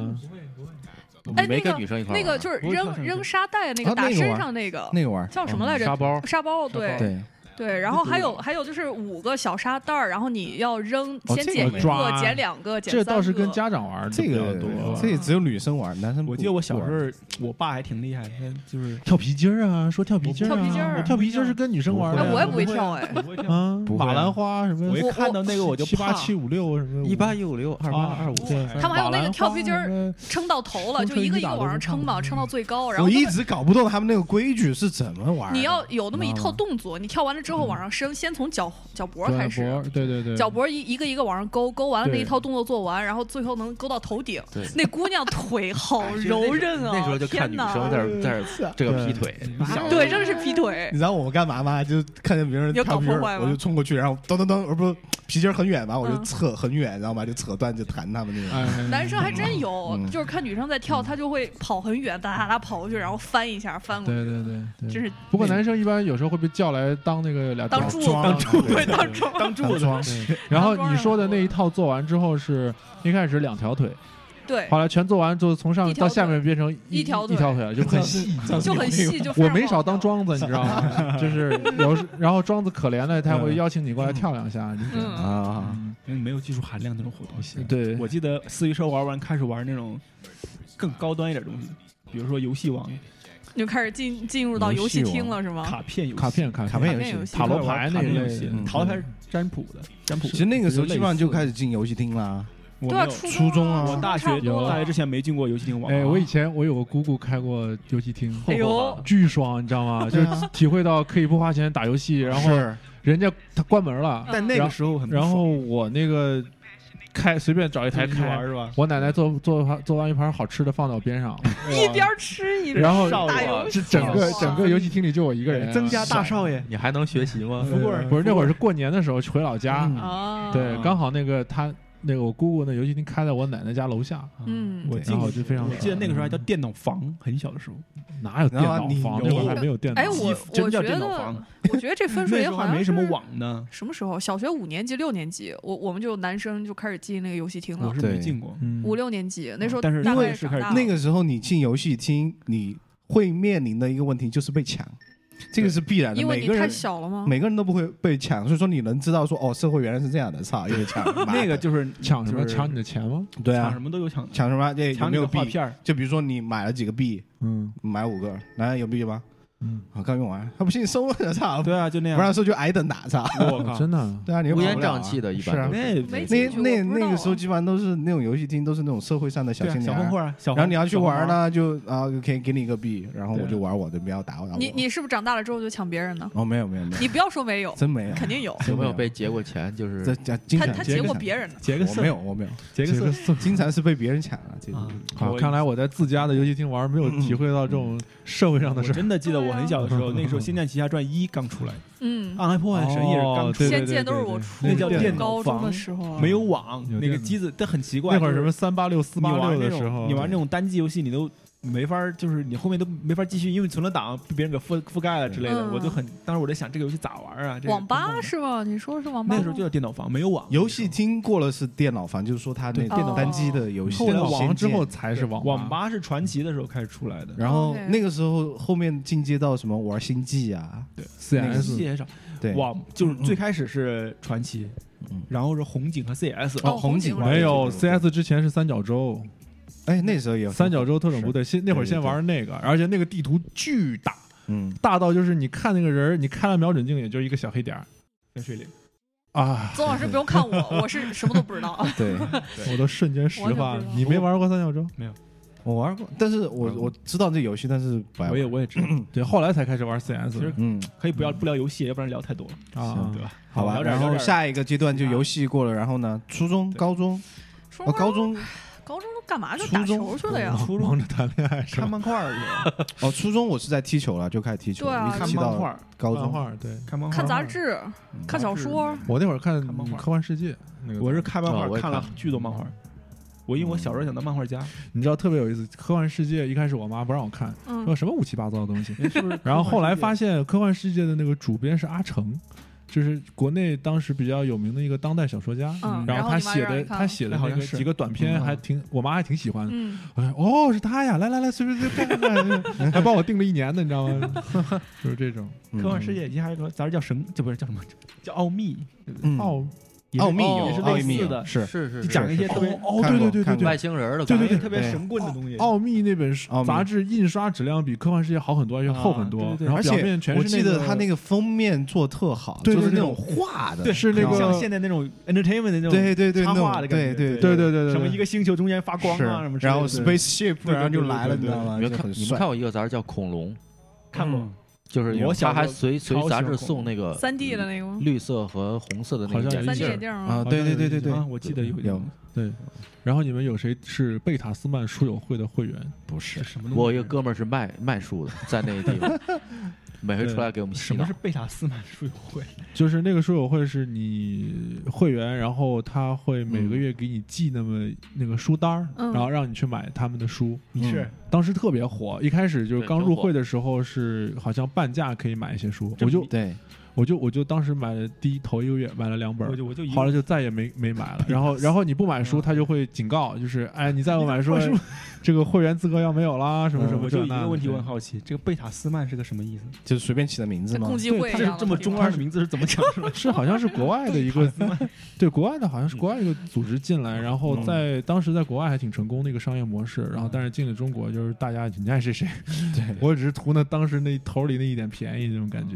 [SPEAKER 4] 你没跟女生一块
[SPEAKER 3] 那个就是
[SPEAKER 6] 不是跳
[SPEAKER 3] 扔
[SPEAKER 6] 绳
[SPEAKER 3] 扔
[SPEAKER 6] 是
[SPEAKER 3] 沙袋那
[SPEAKER 2] 啊
[SPEAKER 3] 个打
[SPEAKER 2] 那个
[SPEAKER 3] 身
[SPEAKER 2] 玩
[SPEAKER 3] 上那个
[SPEAKER 2] 那个玩意儿。
[SPEAKER 3] 叫什么来着？
[SPEAKER 4] 嗯沙包，
[SPEAKER 3] 沙包，对
[SPEAKER 2] 对，
[SPEAKER 3] 对，然后还有还有就是五个小沙袋儿，然后你要扔，
[SPEAKER 2] 哦
[SPEAKER 3] 先
[SPEAKER 2] 这个
[SPEAKER 3] 捡
[SPEAKER 2] 没
[SPEAKER 3] 一
[SPEAKER 5] 抓
[SPEAKER 3] 个，捡两个，捡
[SPEAKER 5] 这倒是
[SPEAKER 3] 三个
[SPEAKER 5] 跟家长玩的
[SPEAKER 2] 这
[SPEAKER 5] 比较
[SPEAKER 2] 个
[SPEAKER 5] 多。
[SPEAKER 2] 这个只有女生玩，男生不
[SPEAKER 6] 我记得我小时
[SPEAKER 2] 不玩
[SPEAKER 6] 候，我爸还挺厉害，他就是
[SPEAKER 5] 跳皮筋儿啊，说跳皮筋儿啊，
[SPEAKER 3] 跳皮筋儿
[SPEAKER 5] 我跳皮筋儿是跟女生玩的
[SPEAKER 3] 哎，
[SPEAKER 5] 呀，
[SPEAKER 3] 我也不会
[SPEAKER 6] 不会
[SPEAKER 3] 跳
[SPEAKER 6] 啊
[SPEAKER 3] 哎，
[SPEAKER 6] 不会跳
[SPEAKER 5] 啊，
[SPEAKER 2] 不会啊
[SPEAKER 5] 马兰花什么
[SPEAKER 6] 我一
[SPEAKER 3] 我
[SPEAKER 6] 看到那个我就
[SPEAKER 5] 七八
[SPEAKER 6] 怕
[SPEAKER 5] 七五六什么
[SPEAKER 4] 一八一五六二八
[SPEAKER 5] 啊
[SPEAKER 4] 二五，
[SPEAKER 5] 对
[SPEAKER 3] 他们还有那个跳皮筋儿
[SPEAKER 5] 马兰花什么
[SPEAKER 3] 撑到头了，
[SPEAKER 5] 风
[SPEAKER 3] 就
[SPEAKER 5] 吹
[SPEAKER 3] 一个
[SPEAKER 5] 雨
[SPEAKER 3] 一个
[SPEAKER 5] 打
[SPEAKER 3] 往
[SPEAKER 5] 都
[SPEAKER 3] 上
[SPEAKER 5] 不
[SPEAKER 3] 撑
[SPEAKER 5] 看
[SPEAKER 3] 嘛，
[SPEAKER 5] 不
[SPEAKER 3] 撑到最高，然后
[SPEAKER 2] 我
[SPEAKER 3] 他
[SPEAKER 2] 一
[SPEAKER 3] 们
[SPEAKER 2] 直搞不懂他们那个规矩是怎么玩的。
[SPEAKER 3] 你要有那么一套动作，你跳完了之后往上
[SPEAKER 4] 嗯
[SPEAKER 3] 升，先从脚脚脖
[SPEAKER 5] 对
[SPEAKER 3] 开始
[SPEAKER 5] 脖，对对对，
[SPEAKER 3] 脚脖一一个一个往上勾，勾完了那
[SPEAKER 5] 对
[SPEAKER 3] 一套动作做完，然后最后能勾到头顶
[SPEAKER 4] 对。
[SPEAKER 3] 那姑娘 腿好
[SPEAKER 4] 哎
[SPEAKER 3] 柔韧啊！
[SPEAKER 4] 那时候就看
[SPEAKER 3] 天
[SPEAKER 4] 女
[SPEAKER 3] 哪
[SPEAKER 4] 生在那在那这个劈腿，小
[SPEAKER 3] 对，真的是劈腿
[SPEAKER 4] 嗯
[SPEAKER 2] 你。知道我们干嘛吗？就看见别人
[SPEAKER 3] 有
[SPEAKER 2] 跳
[SPEAKER 3] 搞
[SPEAKER 2] 皮筋
[SPEAKER 3] 破坏
[SPEAKER 2] 儿，
[SPEAKER 3] 吗
[SPEAKER 2] 我就冲过去，然后当当当，而不是皮筋儿很远嘛，我就
[SPEAKER 3] 嗯
[SPEAKER 2] 扯很远，知道吗？就扯断就弹他们那
[SPEAKER 6] 啊
[SPEAKER 2] 种。
[SPEAKER 5] 哎
[SPEAKER 3] 男生还真有，
[SPEAKER 2] 嗯
[SPEAKER 3] 就是看女生在跳，他就会跑很远，哒哒哒跑过去，然后翻一下，翻过去，
[SPEAKER 5] 对对对
[SPEAKER 3] 真
[SPEAKER 5] 对。
[SPEAKER 3] 是
[SPEAKER 5] 不过男生一般有时候会被叫来当那个俩
[SPEAKER 3] 当柱
[SPEAKER 5] 柱子，
[SPEAKER 3] 子，
[SPEAKER 2] 当
[SPEAKER 5] 柱子
[SPEAKER 3] 对，当柱子，
[SPEAKER 6] 当柱子，
[SPEAKER 5] 对然后
[SPEAKER 3] 啊
[SPEAKER 5] 你说的那一套做完之后是一开始两条腿，
[SPEAKER 3] 对，
[SPEAKER 5] 后来全做完就从上到下面变成一
[SPEAKER 3] 一条腿
[SPEAKER 5] 一条腿了，就很 细。
[SPEAKER 3] 就很细，就非
[SPEAKER 5] 我
[SPEAKER 3] 常
[SPEAKER 5] 没
[SPEAKER 3] 好嗯
[SPEAKER 5] 少当
[SPEAKER 3] 笑。
[SPEAKER 5] 庄子，你知道吗？就是有时，然后庄子可怜了，他会邀请你过来跳两下。你知道吗
[SPEAKER 3] 嗯，
[SPEAKER 2] 啊，
[SPEAKER 6] 嗯没有技术含量那种活动。
[SPEAKER 5] 对，
[SPEAKER 6] 我记得四驱车玩完开始玩那种更高端一点的东西，比如说游戏王、
[SPEAKER 3] 你就开始进进入到游
[SPEAKER 2] 游戏
[SPEAKER 3] 戏厅
[SPEAKER 2] 王
[SPEAKER 3] 了是吗？
[SPEAKER 6] 卡片游戏、
[SPEAKER 5] 卡片卡
[SPEAKER 2] 卡
[SPEAKER 5] 片
[SPEAKER 2] 片
[SPEAKER 3] 片游
[SPEAKER 2] 游
[SPEAKER 3] 戏
[SPEAKER 2] 戏。
[SPEAKER 5] 塔罗牌那
[SPEAKER 6] 卡
[SPEAKER 5] 嗯一
[SPEAKER 6] 片游
[SPEAKER 5] 类
[SPEAKER 6] 戏
[SPEAKER 5] 的，，
[SPEAKER 6] 塔罗牌是占卜的，占卜。
[SPEAKER 2] 其实那个时候
[SPEAKER 6] 就类
[SPEAKER 2] 基本上就
[SPEAKER 6] 似
[SPEAKER 2] 开始进游戏厅啦。
[SPEAKER 6] 我
[SPEAKER 3] 对
[SPEAKER 6] 没
[SPEAKER 3] 啊，
[SPEAKER 6] 有
[SPEAKER 2] 初中
[SPEAKER 3] 啊，
[SPEAKER 2] 啊
[SPEAKER 6] 我大
[SPEAKER 3] 差
[SPEAKER 6] 学
[SPEAKER 3] 不多
[SPEAKER 6] 大学之前没进过游戏厅啊玩。
[SPEAKER 5] 哎，我以前我有个姑姑开过游戏厅，
[SPEAKER 3] 哎呦，
[SPEAKER 5] 巨爽，你知道吗？就
[SPEAKER 2] 对
[SPEAKER 5] 是
[SPEAKER 2] 啊
[SPEAKER 5] 体会到可以不花钱打游戏，然后
[SPEAKER 2] 是
[SPEAKER 5] 人家他关门了，
[SPEAKER 6] 但那 个
[SPEAKER 5] 然后
[SPEAKER 6] 时候很不
[SPEAKER 5] 然
[SPEAKER 6] 爽
[SPEAKER 5] 后我那个开随便找一台开。
[SPEAKER 6] 是吧？
[SPEAKER 5] 我奶奶做做盘做完一盘好吃的放到我边上，
[SPEAKER 3] 一边吃一边
[SPEAKER 5] 然后
[SPEAKER 3] 打游戏，
[SPEAKER 5] 这整个
[SPEAKER 3] 哇
[SPEAKER 5] 整个游戏厅里就我一个
[SPEAKER 2] 啊
[SPEAKER 5] 人，
[SPEAKER 6] 增加大少爷，
[SPEAKER 4] 你还能学习吗？
[SPEAKER 6] 富贵儿
[SPEAKER 5] 不是那会儿是过年的时候回老家，
[SPEAKER 2] 嗯
[SPEAKER 3] 啊，
[SPEAKER 5] 对，刚好那个他那个我姑姑那游戏厅开在我奶奶家楼下，
[SPEAKER 3] 嗯，
[SPEAKER 5] 对
[SPEAKER 6] 我记
[SPEAKER 5] 然后就非常
[SPEAKER 6] 我记得那个时候还叫电脑房，很小的时候，
[SPEAKER 5] 哪有电
[SPEAKER 2] 然
[SPEAKER 5] 脑
[SPEAKER 2] 后你
[SPEAKER 5] 房？
[SPEAKER 2] 有
[SPEAKER 5] 那会儿还没有电脑。
[SPEAKER 3] 哎，我
[SPEAKER 6] 机真
[SPEAKER 3] 我
[SPEAKER 6] 叫
[SPEAKER 3] 觉
[SPEAKER 6] 电
[SPEAKER 3] 得
[SPEAKER 6] 脑房，
[SPEAKER 3] 我觉得这分
[SPEAKER 6] 那
[SPEAKER 3] 水
[SPEAKER 6] 时
[SPEAKER 3] 岭
[SPEAKER 6] 候
[SPEAKER 3] 好
[SPEAKER 6] 还
[SPEAKER 3] 像
[SPEAKER 6] 没什么
[SPEAKER 3] 是
[SPEAKER 6] 网呢，
[SPEAKER 3] 什么时候？小学五年级、六年级，我我们就男生就开始进那个游戏厅
[SPEAKER 6] 我
[SPEAKER 3] 了
[SPEAKER 6] 是。没进过。
[SPEAKER 5] 嗯
[SPEAKER 3] 五六年级那时候，
[SPEAKER 6] 但是
[SPEAKER 3] 大
[SPEAKER 6] 我
[SPEAKER 3] 概
[SPEAKER 6] 也是
[SPEAKER 3] 长
[SPEAKER 6] 开始
[SPEAKER 3] 大
[SPEAKER 6] 啊，
[SPEAKER 2] 那
[SPEAKER 3] 了
[SPEAKER 2] 个时候你进游戏厅，你会面临的一个问题就是被抢，这个是必然的。
[SPEAKER 3] 因为
[SPEAKER 2] 每
[SPEAKER 3] 你
[SPEAKER 2] 个
[SPEAKER 3] 太
[SPEAKER 2] 人
[SPEAKER 3] 小了吗？
[SPEAKER 2] 每个人都不会被抢，所以说你能知道说哦，社会原来是这样的，操，又被抢了
[SPEAKER 6] 那个就是
[SPEAKER 5] 抢什么？
[SPEAKER 6] 就是
[SPEAKER 5] 抢你的钱吗？
[SPEAKER 2] 对
[SPEAKER 6] 抢
[SPEAKER 2] 啊
[SPEAKER 6] 什，么都有抢，
[SPEAKER 2] 抢什么？这有
[SPEAKER 6] 抢
[SPEAKER 2] 没
[SPEAKER 6] 你的
[SPEAKER 2] 有
[SPEAKER 6] 画
[SPEAKER 2] 币？
[SPEAKER 6] 片儿，
[SPEAKER 2] 就比如说你买了几个币，
[SPEAKER 5] 嗯
[SPEAKER 2] 买五个，然后有币吗？
[SPEAKER 5] 嗯，
[SPEAKER 2] 我刚用完，他不信收了，操，
[SPEAKER 6] 对啊，就那
[SPEAKER 2] 不
[SPEAKER 6] 样。
[SPEAKER 2] 让收就挨顿打，操。
[SPEAKER 6] 我靠，
[SPEAKER 5] 真的，
[SPEAKER 2] 对啊，你又
[SPEAKER 4] 乌
[SPEAKER 2] 跑
[SPEAKER 4] 烟
[SPEAKER 2] 不了啊
[SPEAKER 4] 瘴气的一
[SPEAKER 2] 是
[SPEAKER 4] 般
[SPEAKER 2] 啊
[SPEAKER 4] 都是
[SPEAKER 6] 那
[SPEAKER 3] 没
[SPEAKER 2] 那
[SPEAKER 3] 进去
[SPEAKER 2] 那
[SPEAKER 3] 我不知
[SPEAKER 2] 那个
[SPEAKER 3] 道啊
[SPEAKER 2] 时候基本上都是那种游戏厅，都是那种社会上的小
[SPEAKER 6] 对啊
[SPEAKER 2] 青
[SPEAKER 6] 小
[SPEAKER 2] 年
[SPEAKER 6] 混混
[SPEAKER 2] 儿。
[SPEAKER 6] 儿，小
[SPEAKER 2] 然后你要去玩
[SPEAKER 6] 儿
[SPEAKER 2] 儿，呢，就啊，可以给你一个币，然后
[SPEAKER 6] 对
[SPEAKER 2] 我
[SPEAKER 6] 啊
[SPEAKER 2] 就玩我的，不要打我。打我
[SPEAKER 3] 啊你你是不是长大了之后就抢别人呢？
[SPEAKER 2] 哦，没有没有没有，
[SPEAKER 3] 你不要说 没有，
[SPEAKER 2] 真没有，
[SPEAKER 3] 肯定有。
[SPEAKER 2] 真
[SPEAKER 4] 有没有被结过钱？就是
[SPEAKER 2] 这这经
[SPEAKER 3] 他
[SPEAKER 2] 常
[SPEAKER 3] 他
[SPEAKER 2] 经
[SPEAKER 3] 结过
[SPEAKER 2] 常
[SPEAKER 3] 别人呢，
[SPEAKER 6] 结个
[SPEAKER 2] 我
[SPEAKER 6] 色
[SPEAKER 2] 没有我没有，
[SPEAKER 6] 结个色
[SPEAKER 2] 经常是被别人抢了，这个
[SPEAKER 6] 啊！
[SPEAKER 5] 好，
[SPEAKER 6] 我
[SPEAKER 5] 看来我在自家的游戏厅玩，没有体会到这种社会上的
[SPEAKER 6] 我
[SPEAKER 5] 事儿。
[SPEAKER 6] 真的记得我很小的时候，那时候《仙剑奇侠传一》刚出来，《
[SPEAKER 3] 嗯，
[SPEAKER 6] 暗黑破坏神》也是刚
[SPEAKER 5] 哦
[SPEAKER 6] 出
[SPEAKER 5] 对
[SPEAKER 6] 来，
[SPEAKER 3] 仙
[SPEAKER 5] 对
[SPEAKER 3] 剑都是我初
[SPEAKER 6] 那叫电脑
[SPEAKER 3] 高中的
[SPEAKER 6] 房
[SPEAKER 3] 时候啊，
[SPEAKER 6] 没有网
[SPEAKER 5] 有，
[SPEAKER 6] 那
[SPEAKER 5] 电
[SPEAKER 6] 个
[SPEAKER 5] 脑
[SPEAKER 6] 机子，但很奇怪。
[SPEAKER 5] 那会儿
[SPEAKER 6] 就
[SPEAKER 5] 什
[SPEAKER 6] 是
[SPEAKER 5] 么三八六、四
[SPEAKER 6] 你
[SPEAKER 5] 八
[SPEAKER 6] 玩
[SPEAKER 5] 六
[SPEAKER 6] 那
[SPEAKER 5] 的
[SPEAKER 6] 种
[SPEAKER 5] 时候，
[SPEAKER 6] 你玩那种单机游戏，你都没法儿，就是你后面都没法儿继续，因为存了档被别人给覆覆盖了之类的。
[SPEAKER 3] 嗯
[SPEAKER 6] 我就很，当时我在想这个游戏咋玩儿啊？这个
[SPEAKER 3] 网吧是吗？你说的是网吧吗？
[SPEAKER 6] 那时候就叫电脑房，没有网。
[SPEAKER 2] 游戏厅过了是电脑房，就是说它那
[SPEAKER 5] 对
[SPEAKER 2] 个
[SPEAKER 3] 电脑
[SPEAKER 2] 单
[SPEAKER 3] 房
[SPEAKER 2] 机的游戏，
[SPEAKER 5] 后来
[SPEAKER 2] 然
[SPEAKER 5] 网
[SPEAKER 2] 仙
[SPEAKER 5] 之后
[SPEAKER 2] 剑，
[SPEAKER 5] 才是网
[SPEAKER 6] 网
[SPEAKER 5] 吧。
[SPEAKER 6] 吧是传奇的时候开始出来的，
[SPEAKER 2] 然后
[SPEAKER 3] 哦 OK
[SPEAKER 2] 那个时候后面进阶到什么玩星际啊，
[SPEAKER 6] 游
[SPEAKER 5] CS
[SPEAKER 6] 戏也少。
[SPEAKER 2] 对，
[SPEAKER 6] 网就是最开始是传奇
[SPEAKER 2] 嗯，
[SPEAKER 6] 然后是红警和 CS。
[SPEAKER 3] 哦红警
[SPEAKER 2] 玩
[SPEAKER 5] 没有
[SPEAKER 2] 这个
[SPEAKER 5] CS 之前是三角洲，
[SPEAKER 2] 哎那时候也有
[SPEAKER 5] 三角洲特种部队先那会儿
[SPEAKER 2] 对对
[SPEAKER 5] 先玩那个，而且那个地图巨大，
[SPEAKER 2] 嗯
[SPEAKER 5] 大到就是你看那个人儿，你开了瞄准镜也就是一个小黑点儿
[SPEAKER 6] 在水里，
[SPEAKER 5] 啊，
[SPEAKER 3] 曾老师不用看我，我是什么都不知道。
[SPEAKER 2] 对。
[SPEAKER 5] 我都瞬间石
[SPEAKER 3] 我怎
[SPEAKER 5] 化
[SPEAKER 3] 么
[SPEAKER 5] 了
[SPEAKER 3] 知。道
[SPEAKER 5] 你没玩过三角洲？
[SPEAKER 2] 我玩过，但是我
[SPEAKER 5] 玩过
[SPEAKER 2] 我知道这游戏，但是不爱
[SPEAKER 6] 嗯我也
[SPEAKER 2] 玩。
[SPEAKER 6] 我也知道，
[SPEAKER 5] 对，后来才开始玩 CS
[SPEAKER 6] 其实
[SPEAKER 2] 嗯，
[SPEAKER 6] 可以不要不聊游戏，要不然聊太多了，
[SPEAKER 5] 啊
[SPEAKER 6] 对，吧？
[SPEAKER 2] 好吧。
[SPEAKER 6] 聊点
[SPEAKER 2] 然
[SPEAKER 6] 聊
[SPEAKER 2] 后
[SPEAKER 6] 点
[SPEAKER 2] 下一个阶段就游戏过了，然后呢，初中、
[SPEAKER 6] 对
[SPEAKER 2] 高中，
[SPEAKER 3] 说
[SPEAKER 2] 哦，高中，
[SPEAKER 3] 高中都干嘛就打
[SPEAKER 2] 初中
[SPEAKER 3] 球去了呀？
[SPEAKER 5] 忙忙着谈恋爱是
[SPEAKER 6] 看
[SPEAKER 5] 吧？
[SPEAKER 6] 漫画儿去，
[SPEAKER 2] 哦，初中我是在踢球了，就开始踢球，
[SPEAKER 3] 对啊
[SPEAKER 2] 一
[SPEAKER 6] 看
[SPEAKER 2] 踢
[SPEAKER 6] 漫
[SPEAKER 2] 到
[SPEAKER 6] 画儿，
[SPEAKER 2] 高
[SPEAKER 5] 漫
[SPEAKER 2] 中，
[SPEAKER 5] 画对，
[SPEAKER 6] 看漫画儿，
[SPEAKER 3] 看杂志、看小说，
[SPEAKER 5] 我那会儿看
[SPEAKER 6] 看漫画
[SPEAKER 5] 《科幻世界》，那个
[SPEAKER 6] 我是看漫画
[SPEAKER 4] 哦我
[SPEAKER 6] 儿，
[SPEAKER 4] 也
[SPEAKER 6] 看
[SPEAKER 4] 看
[SPEAKER 6] 了巨多漫画儿。我因为我小时候想当漫画家，
[SPEAKER 5] 你知道特别有意思，《科幻世界》一开始我妈不让我看，
[SPEAKER 3] 嗯
[SPEAKER 5] 说，什么乌七八糟的东西，
[SPEAKER 6] 是不是？
[SPEAKER 5] 然后后来发现《科幻世界》的那个主编是阿成，就是国内当时比较有名的一个当代小说家。
[SPEAKER 3] 嗯
[SPEAKER 5] 然
[SPEAKER 3] 然后
[SPEAKER 5] 他
[SPEAKER 3] 你妈
[SPEAKER 5] 写
[SPEAKER 3] 就让
[SPEAKER 5] 的
[SPEAKER 3] 你看
[SPEAKER 5] 他写的
[SPEAKER 6] 哎
[SPEAKER 5] 那
[SPEAKER 6] 好像
[SPEAKER 5] 个
[SPEAKER 6] 是
[SPEAKER 5] 几个短片
[SPEAKER 6] 嗯
[SPEAKER 5] 还挺，我妈还挺喜欢的。
[SPEAKER 3] 嗯，
[SPEAKER 5] 我说哦是他呀，来来来随便随便看看看，还帮我订了一年呢，你知道吗？ 就是这种
[SPEAKER 2] 嗯
[SPEAKER 6] 科幻世界以前还有个杂志叫神，就不是叫什么，叫奥秘，
[SPEAKER 2] 嗯
[SPEAKER 5] 哦
[SPEAKER 2] 奥秘
[SPEAKER 4] 哦
[SPEAKER 2] 有
[SPEAKER 6] 也是
[SPEAKER 2] 奥
[SPEAKER 6] 类
[SPEAKER 2] 秘
[SPEAKER 6] 似
[SPEAKER 2] 有
[SPEAKER 6] 的
[SPEAKER 2] 是
[SPEAKER 4] 是是
[SPEAKER 6] 你讲一些特别
[SPEAKER 5] 哦
[SPEAKER 2] 看
[SPEAKER 5] 对
[SPEAKER 2] 过
[SPEAKER 5] 对对对
[SPEAKER 2] 看过
[SPEAKER 5] 对
[SPEAKER 4] 外，星人儿的
[SPEAKER 5] 对
[SPEAKER 4] 感
[SPEAKER 5] 对
[SPEAKER 4] 觉，
[SPEAKER 5] 对
[SPEAKER 6] 特别神棍的东西。
[SPEAKER 5] 奥秘那本书
[SPEAKER 2] 奥秘
[SPEAKER 5] 杂志印刷质量比《科幻世界》好很多，而且厚很多，
[SPEAKER 6] 啊对对对
[SPEAKER 5] 然后
[SPEAKER 2] 而
[SPEAKER 5] 表
[SPEAKER 2] 且
[SPEAKER 5] 面全
[SPEAKER 2] 我
[SPEAKER 5] 是
[SPEAKER 2] 记
[SPEAKER 5] 那
[SPEAKER 2] 得
[SPEAKER 5] 个
[SPEAKER 2] 他那个封面做特好，
[SPEAKER 5] 对
[SPEAKER 2] 就
[SPEAKER 5] 对
[SPEAKER 2] 是那
[SPEAKER 5] 对
[SPEAKER 2] 种画的，
[SPEAKER 6] 对
[SPEAKER 5] 是那
[SPEAKER 2] 很
[SPEAKER 5] 个
[SPEAKER 6] 像
[SPEAKER 2] 好
[SPEAKER 6] 现在那种 entertainment 的那种
[SPEAKER 2] 对对对，
[SPEAKER 6] 插
[SPEAKER 2] 那种
[SPEAKER 6] 画的感觉，
[SPEAKER 2] 对对
[SPEAKER 5] 对对对对，
[SPEAKER 6] 什么一个星球中间发光
[SPEAKER 2] 是
[SPEAKER 6] 啊什么之类的，
[SPEAKER 2] 然后
[SPEAKER 6] 对对
[SPEAKER 2] spaceship
[SPEAKER 6] 对
[SPEAKER 2] 然后就来了，
[SPEAKER 6] 对对
[SPEAKER 2] 你知
[SPEAKER 6] 对
[SPEAKER 2] 道吗？
[SPEAKER 4] 你
[SPEAKER 2] 就
[SPEAKER 4] 们看
[SPEAKER 2] 很
[SPEAKER 4] 你们
[SPEAKER 2] 帅
[SPEAKER 4] 看。过一个杂志叫《恐龙
[SPEAKER 6] 看过，
[SPEAKER 4] 就是有
[SPEAKER 6] 我小
[SPEAKER 4] 他
[SPEAKER 6] 时候
[SPEAKER 4] 还随随
[SPEAKER 6] 超喜
[SPEAKER 4] 杂
[SPEAKER 6] 欢
[SPEAKER 4] 志
[SPEAKER 6] 恐
[SPEAKER 4] 送那个
[SPEAKER 3] 三 D 的那个吗？
[SPEAKER 4] 绿色和红色的那
[SPEAKER 5] 好
[SPEAKER 4] 个
[SPEAKER 5] 像有
[SPEAKER 4] 呃嗯眼
[SPEAKER 3] 三 D
[SPEAKER 4] 镜
[SPEAKER 3] 眼
[SPEAKER 4] 儿，
[SPEAKER 3] 镜儿吗？
[SPEAKER 2] 啊，对对对对对
[SPEAKER 6] 啊，，我记得有
[SPEAKER 2] 有
[SPEAKER 5] 对，然后你们有谁是贝塔斯曼书友会的会员？不是，
[SPEAKER 6] 什么东西？
[SPEAKER 4] 我有一个哥们儿是卖卖书的，在那个地方，每回出来给我们洗
[SPEAKER 6] 什么
[SPEAKER 4] 脑
[SPEAKER 6] 是。贝塔斯曼书友会？
[SPEAKER 5] 就是那个书友会是你会员，然后他会每
[SPEAKER 6] 嗯
[SPEAKER 5] 个月给你寄那么那个书单儿，
[SPEAKER 3] 嗯
[SPEAKER 5] 然后让你去买他们的书。嗯
[SPEAKER 6] 你是
[SPEAKER 5] 当时特别火，一开始就是
[SPEAKER 4] 对
[SPEAKER 5] 刚
[SPEAKER 4] 挺
[SPEAKER 5] 入
[SPEAKER 4] 火
[SPEAKER 5] 会的时候是好像半价可以买一些书，
[SPEAKER 6] 这不
[SPEAKER 5] 我就
[SPEAKER 2] 对，
[SPEAKER 5] 我就我就当时买了第一头一个月买了两本
[SPEAKER 6] 我
[SPEAKER 5] 儿，
[SPEAKER 6] 就我就一
[SPEAKER 5] 后来
[SPEAKER 6] 个
[SPEAKER 5] 就再也没没买了。 然后然后你不买书，
[SPEAKER 6] 嗯
[SPEAKER 5] 他就会警告，就是哎，你再 不买书
[SPEAKER 6] 你再不买，
[SPEAKER 5] 这个会员资格要没有啦，什么什么
[SPEAKER 6] 嗯我
[SPEAKER 5] 这
[SPEAKER 6] 就一
[SPEAKER 5] 那
[SPEAKER 6] 个
[SPEAKER 5] 的
[SPEAKER 6] 问题，
[SPEAKER 5] 对
[SPEAKER 6] 我很好奇，这个贝塔斯曼是个什么意思？
[SPEAKER 2] 就是随便起的名字
[SPEAKER 3] 嗯在
[SPEAKER 2] 嘛。
[SPEAKER 3] 共济会一
[SPEAKER 5] 对
[SPEAKER 6] 这
[SPEAKER 5] 他是
[SPEAKER 3] 样的
[SPEAKER 6] 这么
[SPEAKER 3] 地方
[SPEAKER 6] 中二的名字是怎么讲出来 的？
[SPEAKER 5] 是好像是国外的一个， 对嗯国外的好像是国外一个组织进来，然后在当时在国外还挺成功的一个商业模式，然后但是进了中国就是大家你爱谁谁，
[SPEAKER 2] 对，
[SPEAKER 5] 我只是图那当时那头里那一点便宜那种感觉，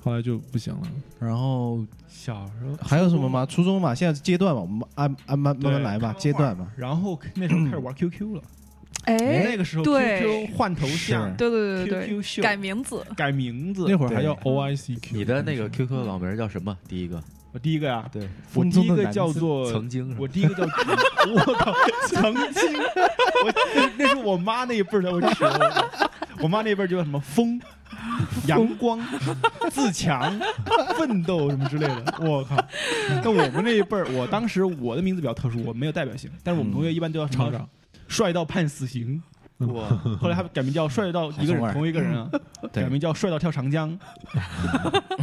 [SPEAKER 5] 后来就不行了。
[SPEAKER 2] 然后
[SPEAKER 6] 小时候
[SPEAKER 2] 还有什么？吗？初中嘛，现在是阶段嘛，我们按按慢慢慢来吧，
[SPEAKER 6] 对
[SPEAKER 2] 阶段嘛。
[SPEAKER 6] 然后那时候开始玩 QQ 了，
[SPEAKER 3] 哎
[SPEAKER 6] 那，个时候
[SPEAKER 3] 对
[SPEAKER 6] QQ 换头像
[SPEAKER 2] 是
[SPEAKER 3] 对对对对
[SPEAKER 6] ，QQ 秀
[SPEAKER 3] 对，改名字，
[SPEAKER 6] 改名字，
[SPEAKER 5] 那会儿还叫
[SPEAKER 2] 对
[SPEAKER 5] O I C Q，
[SPEAKER 4] 你的那个 QQ 网名叫什么？第一个
[SPEAKER 6] 我第一个呀，
[SPEAKER 4] 对，
[SPEAKER 6] 我第
[SPEAKER 2] 风中
[SPEAKER 6] 一
[SPEAKER 2] 的
[SPEAKER 6] 个
[SPEAKER 2] 男
[SPEAKER 6] 叫
[SPEAKER 2] 子
[SPEAKER 6] 做
[SPEAKER 4] 曾经是吧
[SPEAKER 6] 我第一个叫，我靠，曾经，我那那是我妈那一辈儿才会取的，我妈那一辈儿就叫什么风、阳光、自强、奋斗什么之类的。我靠！但我们那一辈儿，我当时我的名字比较特殊，我没有代表性，但是我们同学一般都要厂
[SPEAKER 5] 厂长
[SPEAKER 6] 长，帅到判死刑。嗯
[SPEAKER 2] 我
[SPEAKER 6] 后来他改名叫帅到一个
[SPEAKER 2] 好中
[SPEAKER 6] 人，
[SPEAKER 2] 二
[SPEAKER 6] 同一个人啊，
[SPEAKER 2] 对
[SPEAKER 6] 改名叫帅到跳长江，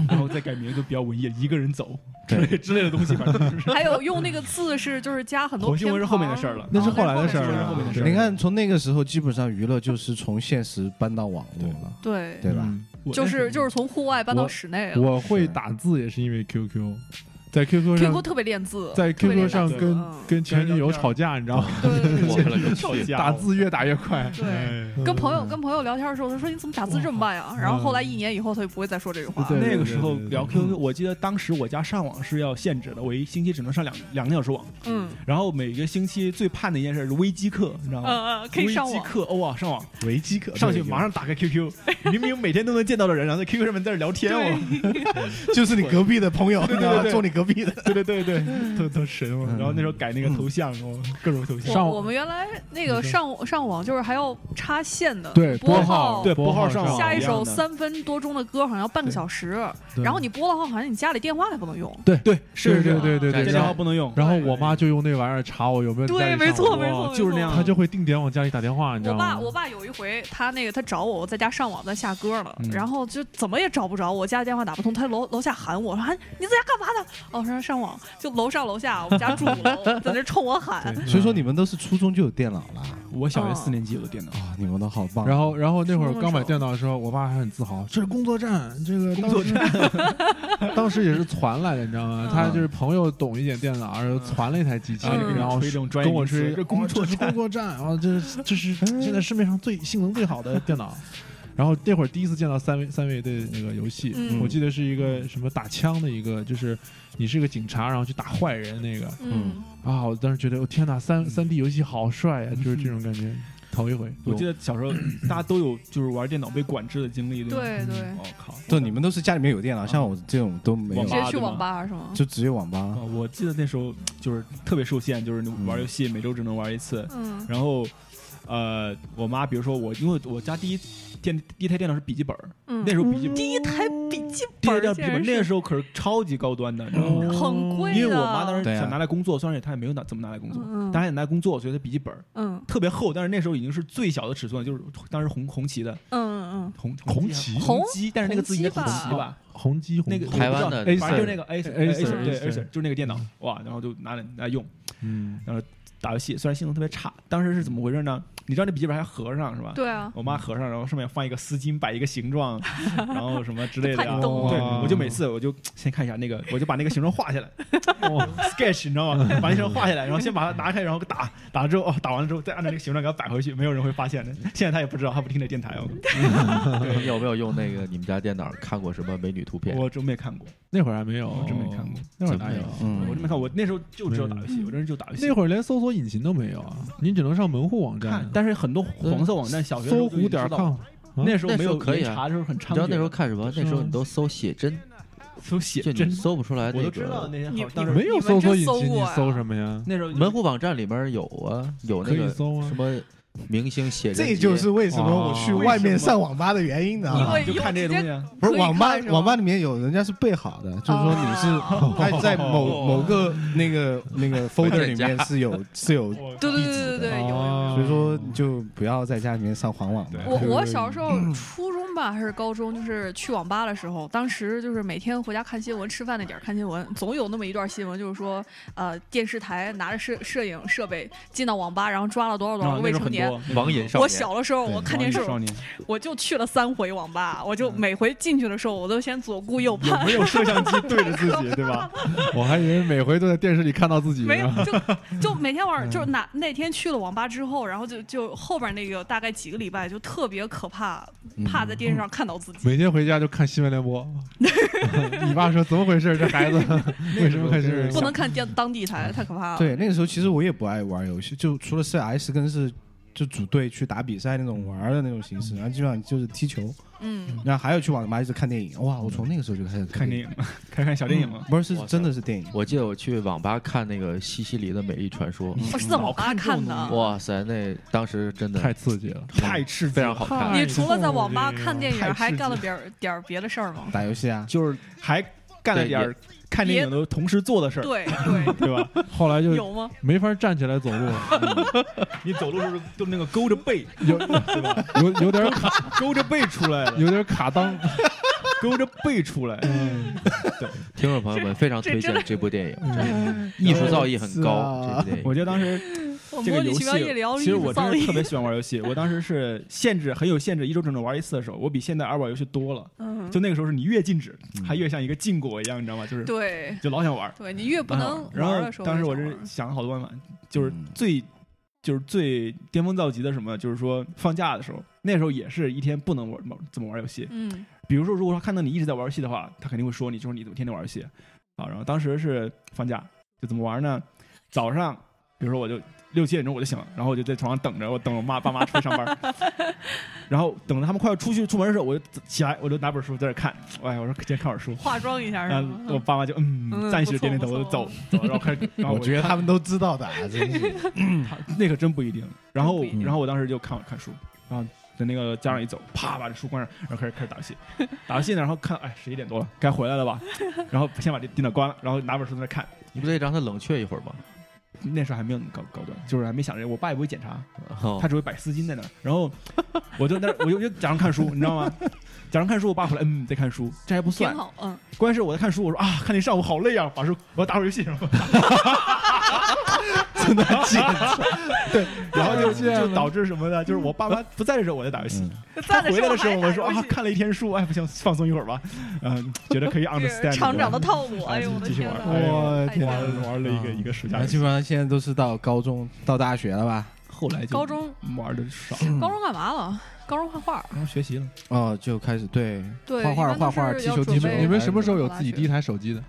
[SPEAKER 6] 然后再改名就比较文艺，一个人走之类之类的东西，反正就是。
[SPEAKER 3] 还有用那个字是就是加很多
[SPEAKER 6] 火
[SPEAKER 3] 偏
[SPEAKER 6] 星
[SPEAKER 3] 旁。
[SPEAKER 6] 文是后面的事儿了
[SPEAKER 5] 那是
[SPEAKER 3] 哦
[SPEAKER 5] 后来的事儿
[SPEAKER 3] 面
[SPEAKER 5] 了
[SPEAKER 3] 是后面的
[SPEAKER 5] 对
[SPEAKER 2] 你看，从那个时候基本上娱乐就是从现实搬到网络了，
[SPEAKER 3] 对，
[SPEAKER 2] 对吧？
[SPEAKER 5] 嗯
[SPEAKER 6] 我
[SPEAKER 3] 就是就是从户外搬到
[SPEAKER 5] 我
[SPEAKER 3] 室内了。
[SPEAKER 5] 我会打字也是因为 QQ，在 QQ 上
[SPEAKER 3] QQ 特别练字，
[SPEAKER 5] 在
[SPEAKER 3] 特别
[SPEAKER 5] QQ
[SPEAKER 3] 练
[SPEAKER 5] 上
[SPEAKER 3] 字
[SPEAKER 5] 跟
[SPEAKER 3] 嗯
[SPEAKER 5] 跟前女友吵架，你 知道吗？
[SPEAKER 3] 对对对
[SPEAKER 4] 我
[SPEAKER 3] 对
[SPEAKER 4] 了个
[SPEAKER 6] 跳
[SPEAKER 4] 去，
[SPEAKER 6] 家
[SPEAKER 5] 打字越打越快，
[SPEAKER 3] 对。
[SPEAKER 5] 哎
[SPEAKER 3] 跟朋友跟朋友聊天的时候，他说你怎么打字这么慢
[SPEAKER 6] 嗯
[SPEAKER 3] 呀？然后后来一年以后，他就不会再说这个话了。
[SPEAKER 5] 对
[SPEAKER 6] 那个时候
[SPEAKER 5] 对对
[SPEAKER 6] 聊 QQ，我记得当时我家上网是要限制的，我一星期只能上两两个小时网，
[SPEAKER 3] 嗯
[SPEAKER 6] 然后每个星期最盼的一件事是微机课，你知道吗？
[SPEAKER 3] 呃，可以上
[SPEAKER 6] 微机
[SPEAKER 3] 网。
[SPEAKER 6] 课，哦哇，上网
[SPEAKER 5] 维基可
[SPEAKER 6] 上去马上打开 QQ，明明每天都能见到的人，然后在 QQ 上面在这聊天，
[SPEAKER 3] 对
[SPEAKER 6] 哦，
[SPEAKER 2] 就是你隔壁的朋 友，
[SPEAKER 6] 对对
[SPEAKER 2] 你知道吧
[SPEAKER 6] 对对
[SPEAKER 2] 坐你隔壁的，
[SPEAKER 6] 对对对对，特特神哦。
[SPEAKER 2] 嗯
[SPEAKER 6] 然后那时候改那个头像哦，各种头像，
[SPEAKER 5] 上
[SPEAKER 3] 我我们原来那个上上网就是还要插线的，
[SPEAKER 5] 对
[SPEAKER 3] 拨
[SPEAKER 5] 拨号
[SPEAKER 6] 对
[SPEAKER 5] 拨
[SPEAKER 6] 拨号
[SPEAKER 5] 号
[SPEAKER 6] 上
[SPEAKER 5] 上
[SPEAKER 6] 网
[SPEAKER 5] 网
[SPEAKER 3] 下一
[SPEAKER 6] 样
[SPEAKER 3] 首
[SPEAKER 6] 的
[SPEAKER 3] 三分多钟的歌好像要半个小时，
[SPEAKER 5] 对
[SPEAKER 3] 然后你拨的话，好像你家里电话还不能用。
[SPEAKER 6] 对是
[SPEAKER 5] 对
[SPEAKER 6] 是，
[SPEAKER 5] 对对对
[SPEAKER 6] 这
[SPEAKER 5] 对，
[SPEAKER 6] 电
[SPEAKER 5] 然
[SPEAKER 6] 话
[SPEAKER 5] 后
[SPEAKER 6] 不能用，
[SPEAKER 5] 然后我妈就用那玩意儿查我有没有在
[SPEAKER 3] 对，
[SPEAKER 5] 上
[SPEAKER 3] 没错
[SPEAKER 5] 网
[SPEAKER 3] 没错，
[SPEAKER 6] 哇就是
[SPEAKER 3] 没错
[SPEAKER 6] 那样
[SPEAKER 5] 她就会定点往家里打电话，你知
[SPEAKER 3] 我
[SPEAKER 5] 道
[SPEAKER 3] 爸
[SPEAKER 5] 吗？
[SPEAKER 3] 我爸有一回，他那个他找我，我在家上网在下歌呢，
[SPEAKER 6] 嗯
[SPEAKER 3] 然后就怎么也找不着我家的电话打不通，他楼楼下喊我说啊你在家干嘛呢？哦，我说上网，就楼上楼下，我们家住五楼， 在那冲我喊，
[SPEAKER 2] 所以说你们都是初中就有电脑了
[SPEAKER 6] 我小学
[SPEAKER 3] 哦
[SPEAKER 6] 四年级有的电脑，
[SPEAKER 2] 啊，你们都好棒。
[SPEAKER 5] 然后，然后那会儿
[SPEAKER 3] 初中的
[SPEAKER 5] 刚
[SPEAKER 3] 时
[SPEAKER 5] 买
[SPEAKER 3] 候
[SPEAKER 5] 电脑的时候，我爸还很自豪，这是工作站，这个工作站，当时也是传来的，你知道吗？
[SPEAKER 3] 嗯
[SPEAKER 5] 他就是朋友懂一点电脑，然后传了一台机器，
[SPEAKER 3] 啊就给你
[SPEAKER 5] 然后
[SPEAKER 6] 吹这种专业
[SPEAKER 5] 跟我
[SPEAKER 6] 名词
[SPEAKER 5] 吹，
[SPEAKER 6] 这工作
[SPEAKER 5] 哦这是工作站，然后这是这是现在市面上最性能最好的电脑。然后那会儿第一次见到三维三维的那个游戏，
[SPEAKER 3] 嗯
[SPEAKER 5] 我记得是一个什么打枪的一个，就是你是个警察，然后去打坏人那个
[SPEAKER 3] 嗯，
[SPEAKER 5] 啊！我当时觉得，我、天哪，三三 D 游戏好帅啊，就是这种感觉，头一回。
[SPEAKER 6] 我记得小时候大家都有就是玩电脑被管制的经历，吧
[SPEAKER 3] 对对，
[SPEAKER 6] 我靠，
[SPEAKER 2] 对，你们都是家里面有电脑，像我这种都没有
[SPEAKER 6] 网
[SPEAKER 3] 直，
[SPEAKER 6] 吧
[SPEAKER 3] 接去
[SPEAKER 6] 对吗
[SPEAKER 3] 网吧是吗？
[SPEAKER 2] 就只有网
[SPEAKER 6] 啊，
[SPEAKER 2] 吧。
[SPEAKER 6] 我记得那时候就是特别受限，就是你玩游戏每周只能玩一次，
[SPEAKER 3] 嗯
[SPEAKER 6] 然后呃，我妈比如说我，因为我家第一电第一台电脑是笔记本儿，
[SPEAKER 3] 嗯
[SPEAKER 6] 那，时候笔记本。
[SPEAKER 3] 第一台笔记
[SPEAKER 6] 第一
[SPEAKER 3] 本
[SPEAKER 6] 台
[SPEAKER 3] 儿
[SPEAKER 6] 电脑笔记本儿，
[SPEAKER 3] 竟
[SPEAKER 6] 那个
[SPEAKER 3] 然是嗯
[SPEAKER 6] 时候可是超级高端的，你知道吗？
[SPEAKER 3] 很贵的，
[SPEAKER 6] 因为我妈当时
[SPEAKER 2] 对啊
[SPEAKER 6] 想拿来工作，虽然她也没有拿怎么拿来工作，
[SPEAKER 3] 嗯
[SPEAKER 6] 但她也拿来工作，所以她笔记本儿
[SPEAKER 3] 嗯
[SPEAKER 6] 特别厚，但是那时候已经是最小的尺寸了，就是当时红红旗的
[SPEAKER 3] 嗯嗯
[SPEAKER 6] 红
[SPEAKER 5] 红
[SPEAKER 6] 旗
[SPEAKER 5] 旗
[SPEAKER 6] 啊红旗，但是那个字应该
[SPEAKER 3] 红
[SPEAKER 6] 红
[SPEAKER 3] 旗吧
[SPEAKER 6] 旗吧？
[SPEAKER 5] 红基红
[SPEAKER 6] 那个
[SPEAKER 5] 基
[SPEAKER 4] 台湾的
[SPEAKER 6] 我不知道反正就是那
[SPEAKER 4] Acer
[SPEAKER 6] 个 Acer
[SPEAKER 5] Acer，
[SPEAKER 6] 对
[SPEAKER 5] Acer
[SPEAKER 6] Acer 就是那个电脑哇，然后就拿来拿来用
[SPEAKER 5] 嗯，
[SPEAKER 6] 打游戏，虽然性能特别差，当时是怎么回事呢？你知道那笔记本还合上是吧
[SPEAKER 3] 嗯，？对啊，
[SPEAKER 6] 我妈合上，然后上面放一个丝巾，摆一个形状，然后什么之类的呀、
[SPEAKER 3] 太懂
[SPEAKER 5] 了
[SPEAKER 6] 对，我就每次我就先看一下那个，我就把那个形状画下 来，sketch，你知道吗？把那形状画下来，然后先把它拿开，然后打，打了之后，哦，打完了之后再按照那个形状给它摆回去，没有人会发现的。现在她也不知道，她不听这电台哦。
[SPEAKER 4] 你有没有用那个你们家电脑看过什么美女图片？
[SPEAKER 6] 我真没看过，
[SPEAKER 5] 那会儿还没有，
[SPEAKER 6] 我真没看过，
[SPEAKER 5] 那会儿
[SPEAKER 4] 真
[SPEAKER 5] 哪
[SPEAKER 4] 没
[SPEAKER 5] 有
[SPEAKER 4] 有？
[SPEAKER 6] 我
[SPEAKER 2] 嗯，
[SPEAKER 6] 真没看过。我那时候就知道打游戏，我真是就打游戏。
[SPEAKER 5] 那会儿连搜索引擎都没有啊，你只能上门户网
[SPEAKER 6] 看
[SPEAKER 5] 站，，啊
[SPEAKER 6] 但是很多黄色网站，小学
[SPEAKER 5] 搜狐点儿 com
[SPEAKER 6] 看，。那时候没有
[SPEAKER 4] 那时候可以啊
[SPEAKER 6] 连查的时候很猖獗的。
[SPEAKER 4] 你知道那时候看什么？
[SPEAKER 5] 是
[SPEAKER 4] 那时候
[SPEAKER 5] 吗
[SPEAKER 4] 你都搜写真，
[SPEAKER 6] 搜写
[SPEAKER 4] 就
[SPEAKER 6] 真
[SPEAKER 4] 你，搜不出来
[SPEAKER 6] 我
[SPEAKER 4] 那
[SPEAKER 6] 都知道
[SPEAKER 4] 个。
[SPEAKER 6] 那些
[SPEAKER 3] 你
[SPEAKER 6] 好，当时
[SPEAKER 5] 没有搜索引
[SPEAKER 3] 你们真搜
[SPEAKER 5] 擎，
[SPEAKER 3] 过
[SPEAKER 5] 你
[SPEAKER 3] 呀
[SPEAKER 5] 搜什么呀？
[SPEAKER 6] 那时候
[SPEAKER 4] 门户网站里面有啊，有
[SPEAKER 5] 可
[SPEAKER 4] 那
[SPEAKER 5] 以
[SPEAKER 4] 个
[SPEAKER 5] 搜啊
[SPEAKER 4] 什么明星写真集，
[SPEAKER 2] 这就是为什么我去外面上网吧的原因呢
[SPEAKER 3] 因
[SPEAKER 2] 啊。
[SPEAKER 3] 为
[SPEAKER 6] 就看这些东西啊。
[SPEAKER 2] 不是
[SPEAKER 3] 可以
[SPEAKER 2] 网吧
[SPEAKER 3] 看，是吗
[SPEAKER 2] 网吧里面有人家是备好的，就是说你
[SPEAKER 3] 哦
[SPEAKER 2] 是他 在某
[SPEAKER 4] 哦
[SPEAKER 2] 某个那个那个 folder 里面是有是有，
[SPEAKER 3] 对对对对对，
[SPEAKER 6] 哦
[SPEAKER 3] 有有有。
[SPEAKER 5] 啊
[SPEAKER 2] 所以说就不要在家里面上黄网嘛。
[SPEAKER 3] 我 我小时候初中吧还是高中，就是去网吧的时候，当时就是每天回家看新闻，吃饭那点儿看新闻，总有那么一段新闻，就是说，呃，电视台拿着摄摄影设备进到网吧，然后抓了多少多少
[SPEAKER 6] 啊
[SPEAKER 3] 个
[SPEAKER 6] 那
[SPEAKER 3] 未
[SPEAKER 6] 时候
[SPEAKER 3] 成
[SPEAKER 6] 很
[SPEAKER 3] 年。
[SPEAKER 6] 多
[SPEAKER 4] 网瘾少年。
[SPEAKER 3] 我小的时候，我看电视，
[SPEAKER 6] 少年嗯
[SPEAKER 3] 我就去了三回网吧，我就每回进去的时候，我都先左顾右
[SPEAKER 6] 有
[SPEAKER 3] 盼，
[SPEAKER 6] 没有摄像机对着自己，对吧？
[SPEAKER 5] 我还以为每回都在电视里看到自己
[SPEAKER 3] 没有
[SPEAKER 6] 啊
[SPEAKER 5] 呢。
[SPEAKER 3] 就就每天晚上
[SPEAKER 6] 嗯
[SPEAKER 3] 就是哪那天去了网吧之后，然后就就后边那个大概几个礼拜就特别可怕，
[SPEAKER 6] 嗯
[SPEAKER 3] 怕在电视上看到自己。
[SPEAKER 5] 每天回家就看新闻联播，你爸说怎么回事？这孩子为什么看新闻联
[SPEAKER 3] 不
[SPEAKER 5] 播
[SPEAKER 3] 能？看电当地台，太可怕了。
[SPEAKER 2] 对，那个时候其实我也不爱玩游戏，就除了 CS 跟是就组队去打比赛那种玩儿的那种形式，然后基本上就是踢球，
[SPEAKER 3] 嗯，
[SPEAKER 2] 然后还有去网吧一直看电影。哇，我从那个时候就开始
[SPEAKER 6] 看电
[SPEAKER 2] 影，
[SPEAKER 6] 影嘛，看看小电影啊嘛。
[SPEAKER 2] 嗯不是
[SPEAKER 4] 哇塞
[SPEAKER 2] 是真的是电影，
[SPEAKER 4] 我记得我去网吧看那个西西里的美丽传说，
[SPEAKER 3] 我是在网吧看的。
[SPEAKER 4] 哇塞，那当时真的
[SPEAKER 5] 太刺激了。
[SPEAKER 6] 嗯太刺激
[SPEAKER 4] 嗯非常
[SPEAKER 6] 了，
[SPEAKER 4] 好看。
[SPEAKER 3] 你除了在网吧看电
[SPEAKER 6] 太
[SPEAKER 3] 影，
[SPEAKER 6] 刺激
[SPEAKER 3] 还干了点儿点儿别的事儿吗？
[SPEAKER 2] 打游戏啊，
[SPEAKER 6] 就是还干了点儿看电影的同时做的事儿，
[SPEAKER 3] 对对，
[SPEAKER 6] 对吧？
[SPEAKER 5] 后来就
[SPEAKER 3] 有吗？
[SPEAKER 5] 没法站起来走路了，
[SPEAKER 6] 你走路时候就那个勾着背，
[SPEAKER 5] 有对吧？有有点卡，
[SPEAKER 6] 勾着背出来的，
[SPEAKER 5] 有点卡裆。
[SPEAKER 6] 勾着背出来。
[SPEAKER 4] 听众朋 友们，非常推荐
[SPEAKER 3] 这
[SPEAKER 4] 这部电影，
[SPEAKER 5] 嗯
[SPEAKER 4] 艺术造诣很高。
[SPEAKER 2] 是
[SPEAKER 4] 这
[SPEAKER 2] 啊
[SPEAKER 4] 部电
[SPEAKER 6] 我
[SPEAKER 4] 影
[SPEAKER 6] 记得当时
[SPEAKER 3] 我
[SPEAKER 6] 这个
[SPEAKER 3] 模拟
[SPEAKER 6] 游
[SPEAKER 3] 奇
[SPEAKER 6] 戏
[SPEAKER 3] 妙夜聊，，
[SPEAKER 6] 其实我
[SPEAKER 3] 造
[SPEAKER 6] 真是特
[SPEAKER 3] 诣。
[SPEAKER 6] 别喜欢玩游戏。我当时是限制很有限制，一周只能玩一次的时候，我比现在爱玩游戏多了。
[SPEAKER 3] 嗯，
[SPEAKER 6] 就那个时候是你越禁止，还越像一个禁果一样，你知道吗？就是
[SPEAKER 3] 对
[SPEAKER 6] 就老想玩，
[SPEAKER 3] 对，你越不能
[SPEAKER 6] 然
[SPEAKER 3] 玩
[SPEAKER 6] 后
[SPEAKER 3] 的时候，
[SPEAKER 6] 当时我
[SPEAKER 3] 就
[SPEAKER 6] 是
[SPEAKER 3] 想玩
[SPEAKER 6] 想了好多办法，就是
[SPEAKER 4] 嗯
[SPEAKER 6] 最就是最巅峰造极的什么，就是说放假的时候，那时候也是一天不能玩怎么玩游戏。
[SPEAKER 3] 嗯
[SPEAKER 6] 比如说，如果说看到你一直在玩游戏的话，他肯定会说你，就是你怎么天天玩游戏啊？然后当时是放假，就怎么玩呢？早上，比如说我就六七点钟我就醒了，然后我就在床上等着，我等我妈爸妈出去上 班，然后等着他们快要出去出门的时候，我就起来，我就拿本书在这看，哎，我说今天看会儿书。
[SPEAKER 3] 化妆一下是
[SPEAKER 6] 然
[SPEAKER 3] 吗？
[SPEAKER 6] 后我爸妈就嗯，
[SPEAKER 3] 嗯
[SPEAKER 6] 暂时点点头，
[SPEAKER 3] 不
[SPEAKER 6] 我就
[SPEAKER 3] 错不错
[SPEAKER 6] 走，走然后开始，然后
[SPEAKER 2] 我觉得他们都知道的啊，真是。
[SPEAKER 6] 他那可真不一定。然后
[SPEAKER 3] 真不一，定
[SPEAKER 6] 然后我当时就看看书，然后等那个家长一走，啪把这书关上，然后开始开始打 游戏，打游戏呢，然后看，哎，十一点多了，该回来了吧？然后先把这电脑关了，然后拿本书在那看。
[SPEAKER 4] 你不得让它冷却一会 儿吗？
[SPEAKER 6] 那时候还没有那么高高端，就是还没想着，我爸也不会检查，
[SPEAKER 4] 哦
[SPEAKER 6] 他只会摆丝巾在那儿。然后 我就那儿，我就我就假装看书，你知道吗？假装看书，我爸回来，嗯，在看书，这还不
[SPEAKER 3] 挺
[SPEAKER 6] 算。
[SPEAKER 3] 好，嗯，
[SPEAKER 6] 关键是我在看书，我说啊，看你上午好累啊，把书我要打会儿游戏 什么。
[SPEAKER 2] 真 的很贱
[SPEAKER 6] 然后就就导致什么呢？就是我爸妈不在的时候我在打游
[SPEAKER 5] 嗯
[SPEAKER 6] 戏，他
[SPEAKER 3] 在
[SPEAKER 6] 回来的时候
[SPEAKER 3] 还
[SPEAKER 6] 我说
[SPEAKER 3] 打游
[SPEAKER 6] 啊
[SPEAKER 3] 戏
[SPEAKER 6] 看了一天书，哎不行，放松一会儿吧，嗯，觉得可 以
[SPEAKER 3] 这
[SPEAKER 6] understand。
[SPEAKER 3] 厂长的套路，
[SPEAKER 6] 哎
[SPEAKER 3] 哎呦我的
[SPEAKER 6] 继续
[SPEAKER 3] 天
[SPEAKER 6] 玩
[SPEAKER 3] 哪！
[SPEAKER 2] 我
[SPEAKER 3] 太
[SPEAKER 2] 天
[SPEAKER 3] 贱了
[SPEAKER 2] 啊！
[SPEAKER 6] 玩玩了一
[SPEAKER 5] 嗯
[SPEAKER 6] 个一个暑假
[SPEAKER 5] 哎
[SPEAKER 2] 那，基本上现在都是到高中、到大学了吧？
[SPEAKER 6] 后来就
[SPEAKER 3] 高中
[SPEAKER 6] 玩的少，
[SPEAKER 3] 高中干嘛了？高中画画，
[SPEAKER 6] 嗯然后学习了，
[SPEAKER 2] 哦，就开始对
[SPEAKER 3] 对，
[SPEAKER 2] 画画、
[SPEAKER 3] 一般都
[SPEAKER 2] 画
[SPEAKER 3] 是
[SPEAKER 2] 画、踢
[SPEAKER 3] 要
[SPEAKER 2] 球、
[SPEAKER 3] 准
[SPEAKER 2] 踢球
[SPEAKER 3] 备。
[SPEAKER 5] 你们什么时候有自己第一台手机的？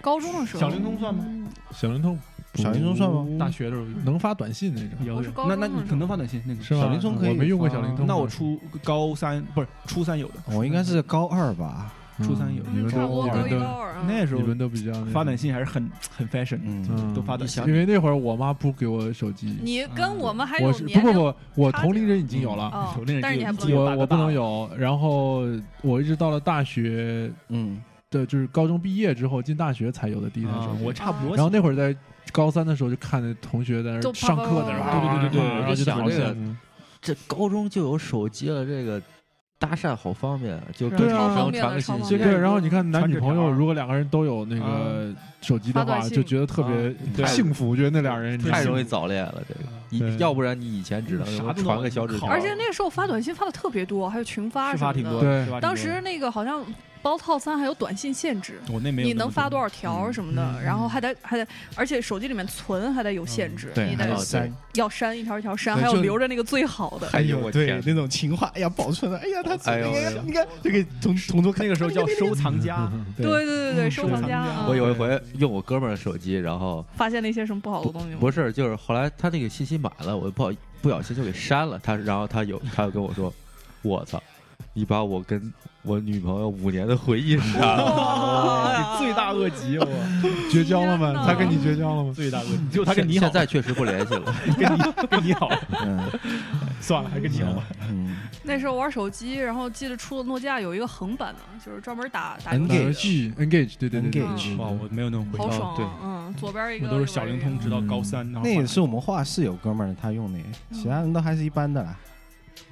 [SPEAKER 3] 高中的时候，
[SPEAKER 6] 小灵通算吗？
[SPEAKER 3] 嗯
[SPEAKER 5] 小灵通，
[SPEAKER 2] 小灵通算吗？
[SPEAKER 5] 大学的时候能发短信那种，
[SPEAKER 6] 有
[SPEAKER 3] 我是高中
[SPEAKER 6] 那
[SPEAKER 3] 的
[SPEAKER 6] 那你
[SPEAKER 3] 时候
[SPEAKER 6] 可能发短信那个
[SPEAKER 5] 是吧？
[SPEAKER 2] 小灵通可以
[SPEAKER 5] 我没用过小灵通，
[SPEAKER 6] 那我初高三不是初三有的，
[SPEAKER 2] 我应该是高二吧？
[SPEAKER 5] 嗯
[SPEAKER 6] 初三有
[SPEAKER 5] 你们
[SPEAKER 3] 差不多
[SPEAKER 5] 都你
[SPEAKER 3] 高
[SPEAKER 5] 们
[SPEAKER 3] 一高
[SPEAKER 5] 都
[SPEAKER 3] 二啊。
[SPEAKER 6] 那时
[SPEAKER 5] 你
[SPEAKER 6] 候
[SPEAKER 5] 们都比较那
[SPEAKER 6] 发短
[SPEAKER 5] 种，
[SPEAKER 6] 信还是很很 fashion，
[SPEAKER 2] 嗯，
[SPEAKER 5] 嗯
[SPEAKER 6] 都发短信
[SPEAKER 5] 因为那会儿我妈不给我手机，
[SPEAKER 3] 你跟我们还有
[SPEAKER 5] 我是
[SPEAKER 3] 年
[SPEAKER 5] 不不
[SPEAKER 3] 龄
[SPEAKER 5] 不，我
[SPEAKER 3] 差
[SPEAKER 5] 同
[SPEAKER 3] 距
[SPEAKER 5] 龄人已经有了，
[SPEAKER 3] 哦
[SPEAKER 6] 有那人
[SPEAKER 3] 但是
[SPEAKER 6] 就有
[SPEAKER 3] 你还不能
[SPEAKER 6] 有
[SPEAKER 3] 有
[SPEAKER 5] 我
[SPEAKER 6] 大
[SPEAKER 5] 我
[SPEAKER 6] 哥
[SPEAKER 5] 不
[SPEAKER 6] 大
[SPEAKER 5] 能
[SPEAKER 6] 了
[SPEAKER 5] 有，然后我一直到了大学
[SPEAKER 2] 嗯，
[SPEAKER 5] 的，就是高中毕业之后进大学才有的第一台手
[SPEAKER 6] 啊
[SPEAKER 5] 机，，
[SPEAKER 6] 我差不
[SPEAKER 3] 哦
[SPEAKER 6] 多。
[SPEAKER 5] 然后那会儿在高三的时候就看那同学在那
[SPEAKER 3] 就
[SPEAKER 5] 儿
[SPEAKER 3] 啪
[SPEAKER 5] 上
[SPEAKER 3] 啪
[SPEAKER 5] 课
[SPEAKER 3] 啪
[SPEAKER 5] 在那
[SPEAKER 3] 啪
[SPEAKER 5] 儿，
[SPEAKER 6] 对对对对对
[SPEAKER 5] 啊然后就
[SPEAKER 4] 我
[SPEAKER 5] 好
[SPEAKER 4] 就想这
[SPEAKER 5] 像
[SPEAKER 4] 这高中就有手机了，这个搭讪好方便，啊，就跟
[SPEAKER 5] 对啊
[SPEAKER 4] 女生
[SPEAKER 3] 方便
[SPEAKER 4] 传
[SPEAKER 3] 了超
[SPEAKER 4] 个信
[SPEAKER 3] 方
[SPEAKER 4] 息
[SPEAKER 3] 便了。
[SPEAKER 5] 对，然后你看男
[SPEAKER 6] 传
[SPEAKER 5] 女
[SPEAKER 6] 纸
[SPEAKER 5] 朋
[SPEAKER 6] 条
[SPEAKER 5] 友
[SPEAKER 6] 啊
[SPEAKER 5] 如果两个人都有那个手机的
[SPEAKER 3] 啊发
[SPEAKER 5] 话，
[SPEAKER 3] 短信啊
[SPEAKER 5] 就觉得特别
[SPEAKER 6] 对
[SPEAKER 5] 幸福，我觉得那俩人
[SPEAKER 4] 太容易
[SPEAKER 5] 易
[SPEAKER 4] 早恋了，这个
[SPEAKER 5] 对
[SPEAKER 4] 你要不然你以前只能
[SPEAKER 6] 啥
[SPEAKER 4] 什么
[SPEAKER 6] 都
[SPEAKER 4] 传
[SPEAKER 6] 能
[SPEAKER 4] 个小纸条，
[SPEAKER 3] 而且那时候发短信发的特别多，还有群发
[SPEAKER 6] 是
[SPEAKER 3] 什么
[SPEAKER 6] 发
[SPEAKER 3] 的。
[SPEAKER 6] 挺多
[SPEAKER 5] 对
[SPEAKER 6] 的，是吧
[SPEAKER 3] 当时那个好像包套餐还有短信限制，
[SPEAKER 6] 我那没有，
[SPEAKER 3] 你能发多？少条什么的，然后还得还得，而且手机里面存还得有限制，
[SPEAKER 2] 对，
[SPEAKER 3] 你
[SPEAKER 2] 还
[SPEAKER 3] 得
[SPEAKER 2] 有三，
[SPEAKER 3] 要删一条一条删，
[SPEAKER 2] 对
[SPEAKER 3] 还要
[SPEAKER 2] 就
[SPEAKER 3] 留着那个最好的。
[SPEAKER 2] 还
[SPEAKER 4] 哎呦
[SPEAKER 2] 有
[SPEAKER 4] 我
[SPEAKER 2] 对
[SPEAKER 4] 天
[SPEAKER 2] 那种情话，哎呀，保存了，哎呀，他
[SPEAKER 4] 哎呦
[SPEAKER 2] 你
[SPEAKER 4] 哎呦
[SPEAKER 2] 看，你看，就给同同桌看
[SPEAKER 6] 那个时候叫收藏家，
[SPEAKER 3] 对对对对，收
[SPEAKER 6] 收
[SPEAKER 3] 藏
[SPEAKER 6] 藏
[SPEAKER 3] 家
[SPEAKER 6] 家
[SPEAKER 3] 啊，
[SPEAKER 4] 我有一回用我哥们儿的手机，然后
[SPEAKER 3] 发现了一些什么不好的东西吗？
[SPEAKER 4] 不是，就是后来他那个信息满了，我不好不小心就给删了。他然后他有他又跟我说，我操，你把我跟我女朋友五年的回忆删了。
[SPEAKER 3] 哇
[SPEAKER 6] 你罪大恶极，我
[SPEAKER 5] 绝交了吗
[SPEAKER 3] 天？哪
[SPEAKER 5] 他跟你绝交了吗？
[SPEAKER 6] 罪大恶极。就他跟你好
[SPEAKER 4] 现，在确实不联系了。
[SPEAKER 6] 跟你跟你 好，
[SPEAKER 2] 嗯
[SPEAKER 6] 算了，还跟你好吧。
[SPEAKER 2] 嗯，
[SPEAKER 3] 那时候玩手机，然后记得出了诺基亚有一个横版的，就是专门打打游
[SPEAKER 5] 打
[SPEAKER 3] 戏
[SPEAKER 2] Engage
[SPEAKER 5] 游戏 engage，对对
[SPEAKER 2] 哎
[SPEAKER 5] 对对对
[SPEAKER 2] Engage
[SPEAKER 6] 哇，我没有那种回
[SPEAKER 3] 好
[SPEAKER 6] 忆，
[SPEAKER 3] 爽啊！嗯，左边一
[SPEAKER 6] 我
[SPEAKER 3] 个，
[SPEAKER 6] 都是
[SPEAKER 3] 右
[SPEAKER 6] 小
[SPEAKER 3] 边
[SPEAKER 6] 灵
[SPEAKER 3] 一个
[SPEAKER 6] 通，直到高三，然后
[SPEAKER 2] 那也是我们画室有哥们儿他用的，其他人都还是一般的啦。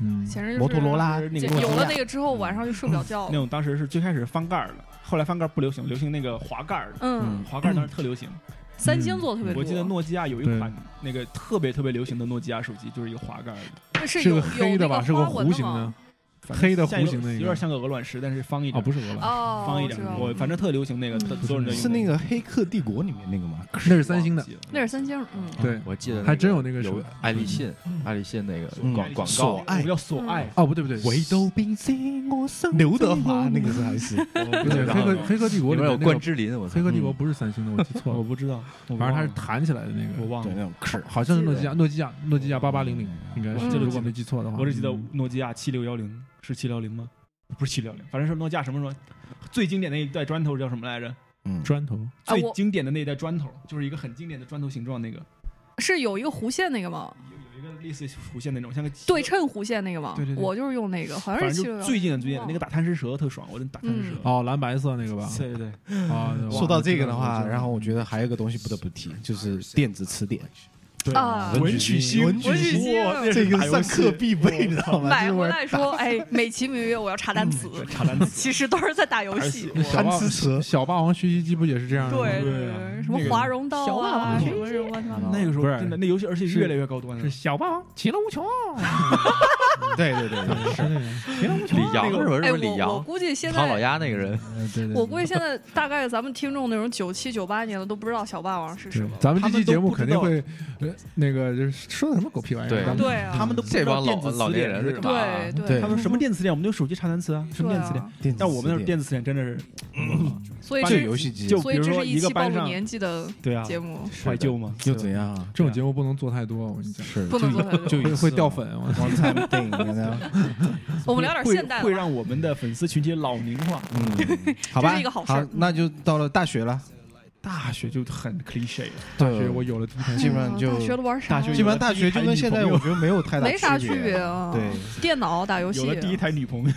[SPEAKER 5] 嗯，
[SPEAKER 3] 简嗯直就是
[SPEAKER 2] 摩托罗拉
[SPEAKER 6] 那
[SPEAKER 3] 这
[SPEAKER 6] 个
[SPEAKER 3] 有了那个之后，晚上就睡不了觉
[SPEAKER 6] 那
[SPEAKER 3] 了。
[SPEAKER 6] 种当时是最开始翻盖儿的，后来翻盖儿不流行，流行那个滑盖儿的。
[SPEAKER 3] 嗯，
[SPEAKER 6] 滑盖儿当时特流行，
[SPEAKER 3] 三星做的特别
[SPEAKER 6] 嗯
[SPEAKER 3] 多。
[SPEAKER 6] 我记得诺基亚有一
[SPEAKER 5] 对
[SPEAKER 6] 款那个特别特别流行的诺基亚手机，就是一个滑盖儿的，
[SPEAKER 3] 那是
[SPEAKER 5] 是
[SPEAKER 3] 有
[SPEAKER 5] 个
[SPEAKER 3] 有
[SPEAKER 5] 黑的吧？
[SPEAKER 3] 那
[SPEAKER 5] 是个
[SPEAKER 3] 花纹
[SPEAKER 5] 弧
[SPEAKER 3] 的
[SPEAKER 5] 形的
[SPEAKER 3] 吗，
[SPEAKER 5] 反正黑的
[SPEAKER 6] 像
[SPEAKER 5] 弧
[SPEAKER 6] 一
[SPEAKER 5] 形那个
[SPEAKER 6] 有点像个鹅卵石，但是方一
[SPEAKER 5] 啊，
[SPEAKER 6] 点，
[SPEAKER 5] 不是鹅卵，
[SPEAKER 3] 哦，
[SPEAKER 6] 方一
[SPEAKER 3] 知道
[SPEAKER 6] 点。
[SPEAKER 3] 了嗯
[SPEAKER 6] 我反正特流行那个，特所有人都用
[SPEAKER 2] 是那个《黑客帝国》里面那个吗？
[SPEAKER 5] 那是三星的，
[SPEAKER 3] 那是三星儿，嗯，
[SPEAKER 5] 对
[SPEAKER 4] 我记得那
[SPEAKER 5] 还真有那个手
[SPEAKER 4] 有爱立信，爱立信那个
[SPEAKER 2] 嗯
[SPEAKER 4] 广广
[SPEAKER 2] 手
[SPEAKER 4] 告
[SPEAKER 6] 我们叫
[SPEAKER 3] 嗯
[SPEAKER 6] 索爱，
[SPEAKER 5] 哦，不对不对，
[SPEAKER 2] 唯
[SPEAKER 5] 都
[SPEAKER 2] 刘德华那个是还是？
[SPEAKER 5] 哦不对，黑客黑客帝国
[SPEAKER 4] 里
[SPEAKER 5] 里面
[SPEAKER 4] 面有
[SPEAKER 5] 那个
[SPEAKER 4] 关之琳，我操
[SPEAKER 5] 黑客帝国不是三星的，我记错
[SPEAKER 6] 嗯 我
[SPEAKER 5] 了，
[SPEAKER 6] 不知道，我
[SPEAKER 5] 嗯反正它
[SPEAKER 6] 忘
[SPEAKER 5] 是
[SPEAKER 6] 了
[SPEAKER 5] 弹起来的那
[SPEAKER 6] 我
[SPEAKER 5] 个，
[SPEAKER 6] 忘
[SPEAKER 2] 对，
[SPEAKER 6] 了，
[SPEAKER 2] 那种是
[SPEAKER 5] 好像是诺基亚诺基亚诺基亚八八零零应该
[SPEAKER 6] 我
[SPEAKER 5] 是，
[SPEAKER 3] 记得
[SPEAKER 5] 如果没记错的话，
[SPEAKER 6] 嗯
[SPEAKER 5] 嗯
[SPEAKER 6] 我只记得诺基亚七六幺零是七六零吗？不是七六零，反正是诺基亚什么什么最经典那一代砖头叫什么来着？
[SPEAKER 2] 嗯，
[SPEAKER 5] 砖头，
[SPEAKER 3] 啊
[SPEAKER 6] 最
[SPEAKER 3] 我
[SPEAKER 6] 经典的那一代砖头，就是一个很经典的砖头形状，那个
[SPEAKER 3] 是有一个弧线那个吗？
[SPEAKER 6] 有有一个类似弧线那种，像个
[SPEAKER 3] 对称弧线那个吗？
[SPEAKER 6] 对对对
[SPEAKER 3] 我就是用那个，好像
[SPEAKER 6] 反
[SPEAKER 3] 是
[SPEAKER 6] 正
[SPEAKER 3] 七
[SPEAKER 6] 就
[SPEAKER 3] 六
[SPEAKER 6] 最经典最经典
[SPEAKER 3] 忘
[SPEAKER 6] 那
[SPEAKER 3] 了
[SPEAKER 6] 个打贪吃蛇特爽，我真打贪吃
[SPEAKER 3] 嗯
[SPEAKER 6] 蛇。
[SPEAKER 5] 哦，蓝白色那个吧，
[SPEAKER 6] 对对对，
[SPEAKER 5] 啊，
[SPEAKER 2] 说到这个的话，然后我觉得还有一个东西不得不提，就是电子词典。
[SPEAKER 3] 啊，
[SPEAKER 2] 文曲星，文
[SPEAKER 3] 文曲星
[SPEAKER 2] 哇这个上课必备，你知道吗？
[SPEAKER 3] 买
[SPEAKER 2] 这
[SPEAKER 3] 回
[SPEAKER 2] 玩意儿
[SPEAKER 3] 来说，哎，美其名曰我要查单词，
[SPEAKER 6] 嗯查单词。
[SPEAKER 3] 其实都是在打游戏。
[SPEAKER 5] 小霸
[SPEAKER 2] 贪吃蛇
[SPEAKER 5] 小霸王学习机不也是这样的吗？
[SPEAKER 3] 对
[SPEAKER 6] 对啊
[SPEAKER 3] 对，什么
[SPEAKER 6] 那个
[SPEAKER 3] 华容道
[SPEAKER 6] 小霸
[SPEAKER 3] 啊，
[SPEAKER 6] 王
[SPEAKER 3] 什么什么乱七八糟的。
[SPEAKER 6] 那个时候
[SPEAKER 5] 不是
[SPEAKER 6] 真的，那游戏而且
[SPEAKER 5] 是
[SPEAKER 6] 越来越高端了
[SPEAKER 5] 是。小霸王其乐无穷，
[SPEAKER 2] 对对对对，
[SPEAKER 5] 是那个其乐无穷
[SPEAKER 4] 嗯李阳是不是
[SPEAKER 3] 哎，
[SPEAKER 4] 是李
[SPEAKER 3] 我我
[SPEAKER 4] 阳？
[SPEAKER 3] 估计现
[SPEAKER 4] 唐老
[SPEAKER 3] 在，
[SPEAKER 4] 鸭那 个人，
[SPEAKER 5] 呃，对对，
[SPEAKER 3] 我估计现在大概咱们听众那种九七九八年的都不知道小霸王是什
[SPEAKER 5] 对
[SPEAKER 3] 么。
[SPEAKER 5] 嗯咱们这期节目
[SPEAKER 6] 他
[SPEAKER 5] 肯
[SPEAKER 6] 们都
[SPEAKER 5] 定
[SPEAKER 6] 不知
[SPEAKER 5] 会，呃，那个就是说的什么狗屁玩意
[SPEAKER 4] 对
[SPEAKER 5] 儿，咱们
[SPEAKER 3] 对啊
[SPEAKER 6] 他们都不知道
[SPEAKER 4] 这帮老
[SPEAKER 6] 电子
[SPEAKER 4] 老
[SPEAKER 6] 词
[SPEAKER 4] 年
[SPEAKER 6] 典
[SPEAKER 4] 人
[SPEAKER 6] 是
[SPEAKER 4] 是
[SPEAKER 6] 什
[SPEAKER 4] 干嘛
[SPEAKER 6] 么，
[SPEAKER 3] 对
[SPEAKER 2] 对
[SPEAKER 6] 他们什么电子词典，我们用手机查单词啊，什么
[SPEAKER 3] 对
[SPEAKER 6] 电子词典
[SPEAKER 3] 啊。，
[SPEAKER 2] 电子
[SPEAKER 6] 但我们那会儿
[SPEAKER 2] 词典
[SPEAKER 6] 电子词典真的是，
[SPEAKER 3] 所以
[SPEAKER 2] 就
[SPEAKER 3] 这
[SPEAKER 2] 游戏机，
[SPEAKER 6] 就
[SPEAKER 3] 所
[SPEAKER 6] 比
[SPEAKER 3] 以
[SPEAKER 6] 如
[SPEAKER 3] 这
[SPEAKER 6] 说
[SPEAKER 3] 是一
[SPEAKER 6] 一个
[SPEAKER 3] 期暴
[SPEAKER 6] 班
[SPEAKER 3] 露
[SPEAKER 6] 上，
[SPEAKER 3] 年纪的
[SPEAKER 6] 对啊，
[SPEAKER 3] 节目，
[SPEAKER 6] 怀旧嘛，
[SPEAKER 2] 又怎样啊？
[SPEAKER 5] 这种节目不能做太多，我跟你讲，
[SPEAKER 2] 是
[SPEAKER 3] 不能做太多。
[SPEAKER 2] 就
[SPEAKER 5] 会会掉粉，我
[SPEAKER 2] 王灿电影呢？
[SPEAKER 3] 我们聊点
[SPEAKER 6] 会
[SPEAKER 3] 现代的
[SPEAKER 6] 会
[SPEAKER 3] 吧。
[SPEAKER 6] 让我们的粉丝群体老龄化。
[SPEAKER 2] 嗯，好吧
[SPEAKER 3] 这是一个好，事
[SPEAKER 2] 好
[SPEAKER 3] 儿，
[SPEAKER 2] 那就到了大学了。
[SPEAKER 6] 大学就很 cliche 了，
[SPEAKER 2] 大
[SPEAKER 5] 其实我有了第一台
[SPEAKER 2] 基本上就
[SPEAKER 3] 嗯大学都玩啥
[SPEAKER 6] 大？学
[SPEAKER 2] 基本上大学就跟现在我觉得没有太大
[SPEAKER 3] 没啥区别
[SPEAKER 2] 别。
[SPEAKER 3] 啊。
[SPEAKER 2] 对，
[SPEAKER 3] 电脑打游戏啊
[SPEAKER 6] 有。了第一台女朋友，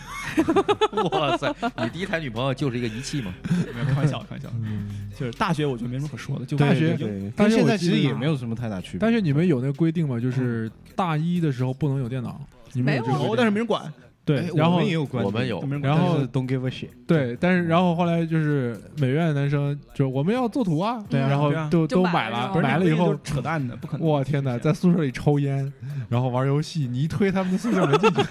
[SPEAKER 4] 哇塞，你第一台女朋友就是一个仪器吗？
[SPEAKER 6] 没有开玩笑，开玩笑， 就是大学我觉得没什么可说的，就
[SPEAKER 5] 大学
[SPEAKER 6] 已经
[SPEAKER 2] 对对
[SPEAKER 5] 大
[SPEAKER 2] 跟
[SPEAKER 5] 学
[SPEAKER 2] 现
[SPEAKER 5] 我
[SPEAKER 2] 在
[SPEAKER 5] 记
[SPEAKER 2] 其实
[SPEAKER 5] 得
[SPEAKER 2] 也没有什么太大区别。
[SPEAKER 5] 但是你们有那个规定吗？就是大一的时候不能有电脑，你们这
[SPEAKER 3] 没
[SPEAKER 5] 个
[SPEAKER 3] 有
[SPEAKER 5] 规
[SPEAKER 6] 有，
[SPEAKER 5] 定
[SPEAKER 6] 但是没人管，
[SPEAKER 5] 对
[SPEAKER 2] 哎，
[SPEAKER 5] 然
[SPEAKER 2] 我
[SPEAKER 5] 后
[SPEAKER 2] 们也有关注，
[SPEAKER 4] 我们有
[SPEAKER 6] 没人管。
[SPEAKER 5] 然后
[SPEAKER 2] 但是 don't give a shit。
[SPEAKER 6] 啊
[SPEAKER 5] 对，但是然后后来就是美院男生就我们要做图啊，
[SPEAKER 3] 对啊
[SPEAKER 5] 然后
[SPEAKER 6] 对啊
[SPEAKER 5] 都
[SPEAKER 3] 就
[SPEAKER 5] 都
[SPEAKER 3] 买
[SPEAKER 5] 买
[SPEAKER 3] 了
[SPEAKER 5] 了，
[SPEAKER 3] 不是
[SPEAKER 5] 买了以后。
[SPEAKER 6] 扯淡的，不可能。
[SPEAKER 5] 我天哪，在宿舍里抽烟，然后玩游戏，你一推他们的宿舍门进去，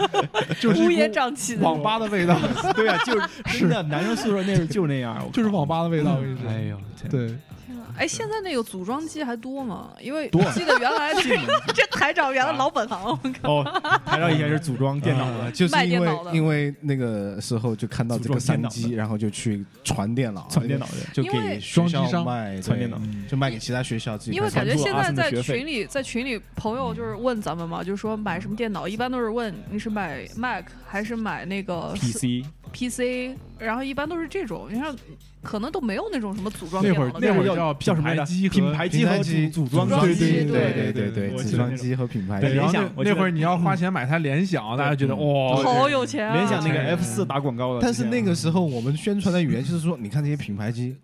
[SPEAKER 5] 就是一
[SPEAKER 3] 乌
[SPEAKER 5] 股
[SPEAKER 3] 烟瘴气的，
[SPEAKER 5] 网吧的味道，
[SPEAKER 6] 对啊，就是真的，男生宿舍那是就那 样，我
[SPEAKER 5] 就是网吧的味道，我跟你说。
[SPEAKER 6] 哎 呦，天
[SPEAKER 5] 对，
[SPEAKER 3] 天啊哎，现在那个组装机还多吗？因为
[SPEAKER 6] 多
[SPEAKER 3] 我记得原来这个这台长原来老本行，
[SPEAKER 6] 哦，台上以前是组装电脑
[SPEAKER 2] 啊
[SPEAKER 6] 的，
[SPEAKER 2] 就是
[SPEAKER 3] 卖
[SPEAKER 2] 因
[SPEAKER 3] 电
[SPEAKER 2] 为
[SPEAKER 3] 脑的
[SPEAKER 2] 因为那个时候就看到这个商机，然后就去传电脑，
[SPEAKER 6] 传电脑的，
[SPEAKER 2] 就
[SPEAKER 3] 因为
[SPEAKER 2] 给学
[SPEAKER 5] 装机
[SPEAKER 2] 校
[SPEAKER 5] 商
[SPEAKER 2] 卖，对
[SPEAKER 6] 传电脑，
[SPEAKER 2] 就卖给其他学校自己
[SPEAKER 3] 因
[SPEAKER 2] 开
[SPEAKER 3] 为
[SPEAKER 2] 发。
[SPEAKER 3] 感觉现在在
[SPEAKER 6] 传出阿森的学费
[SPEAKER 3] 群里在群里朋友就是问咱们嘛，就说买什么电脑，一般都是问你是买 Mac 还是买那个
[SPEAKER 6] PC
[SPEAKER 3] PC，然后一般都是这种，你看可能都没有那种什么组装
[SPEAKER 5] 那
[SPEAKER 3] 电
[SPEAKER 5] 会
[SPEAKER 3] 脑
[SPEAKER 5] 儿
[SPEAKER 3] 的
[SPEAKER 5] 那会儿
[SPEAKER 6] 叫
[SPEAKER 5] 叫
[SPEAKER 6] 叫什么来着
[SPEAKER 5] 品牌机
[SPEAKER 6] 品
[SPEAKER 5] 和
[SPEAKER 6] 牌机
[SPEAKER 2] 品
[SPEAKER 6] 和
[SPEAKER 2] 牌机
[SPEAKER 6] 组装
[SPEAKER 3] 装
[SPEAKER 2] 对
[SPEAKER 3] 机
[SPEAKER 2] 对对
[SPEAKER 3] 对对
[SPEAKER 2] 对
[SPEAKER 6] 我记得
[SPEAKER 2] 组装机和品牌
[SPEAKER 6] 对
[SPEAKER 2] 机
[SPEAKER 5] 然后
[SPEAKER 6] 联
[SPEAKER 5] 那
[SPEAKER 6] 想我觉
[SPEAKER 5] 那
[SPEAKER 6] 得嗯
[SPEAKER 5] 会儿你要花钱买台联想，大家觉得哇，
[SPEAKER 3] 好有钱啊！
[SPEAKER 6] 联想那个
[SPEAKER 5] 啊
[SPEAKER 6] F 四打广告的，
[SPEAKER 2] 但是那个时候我们宣传的语言就是说，你看这些品牌机，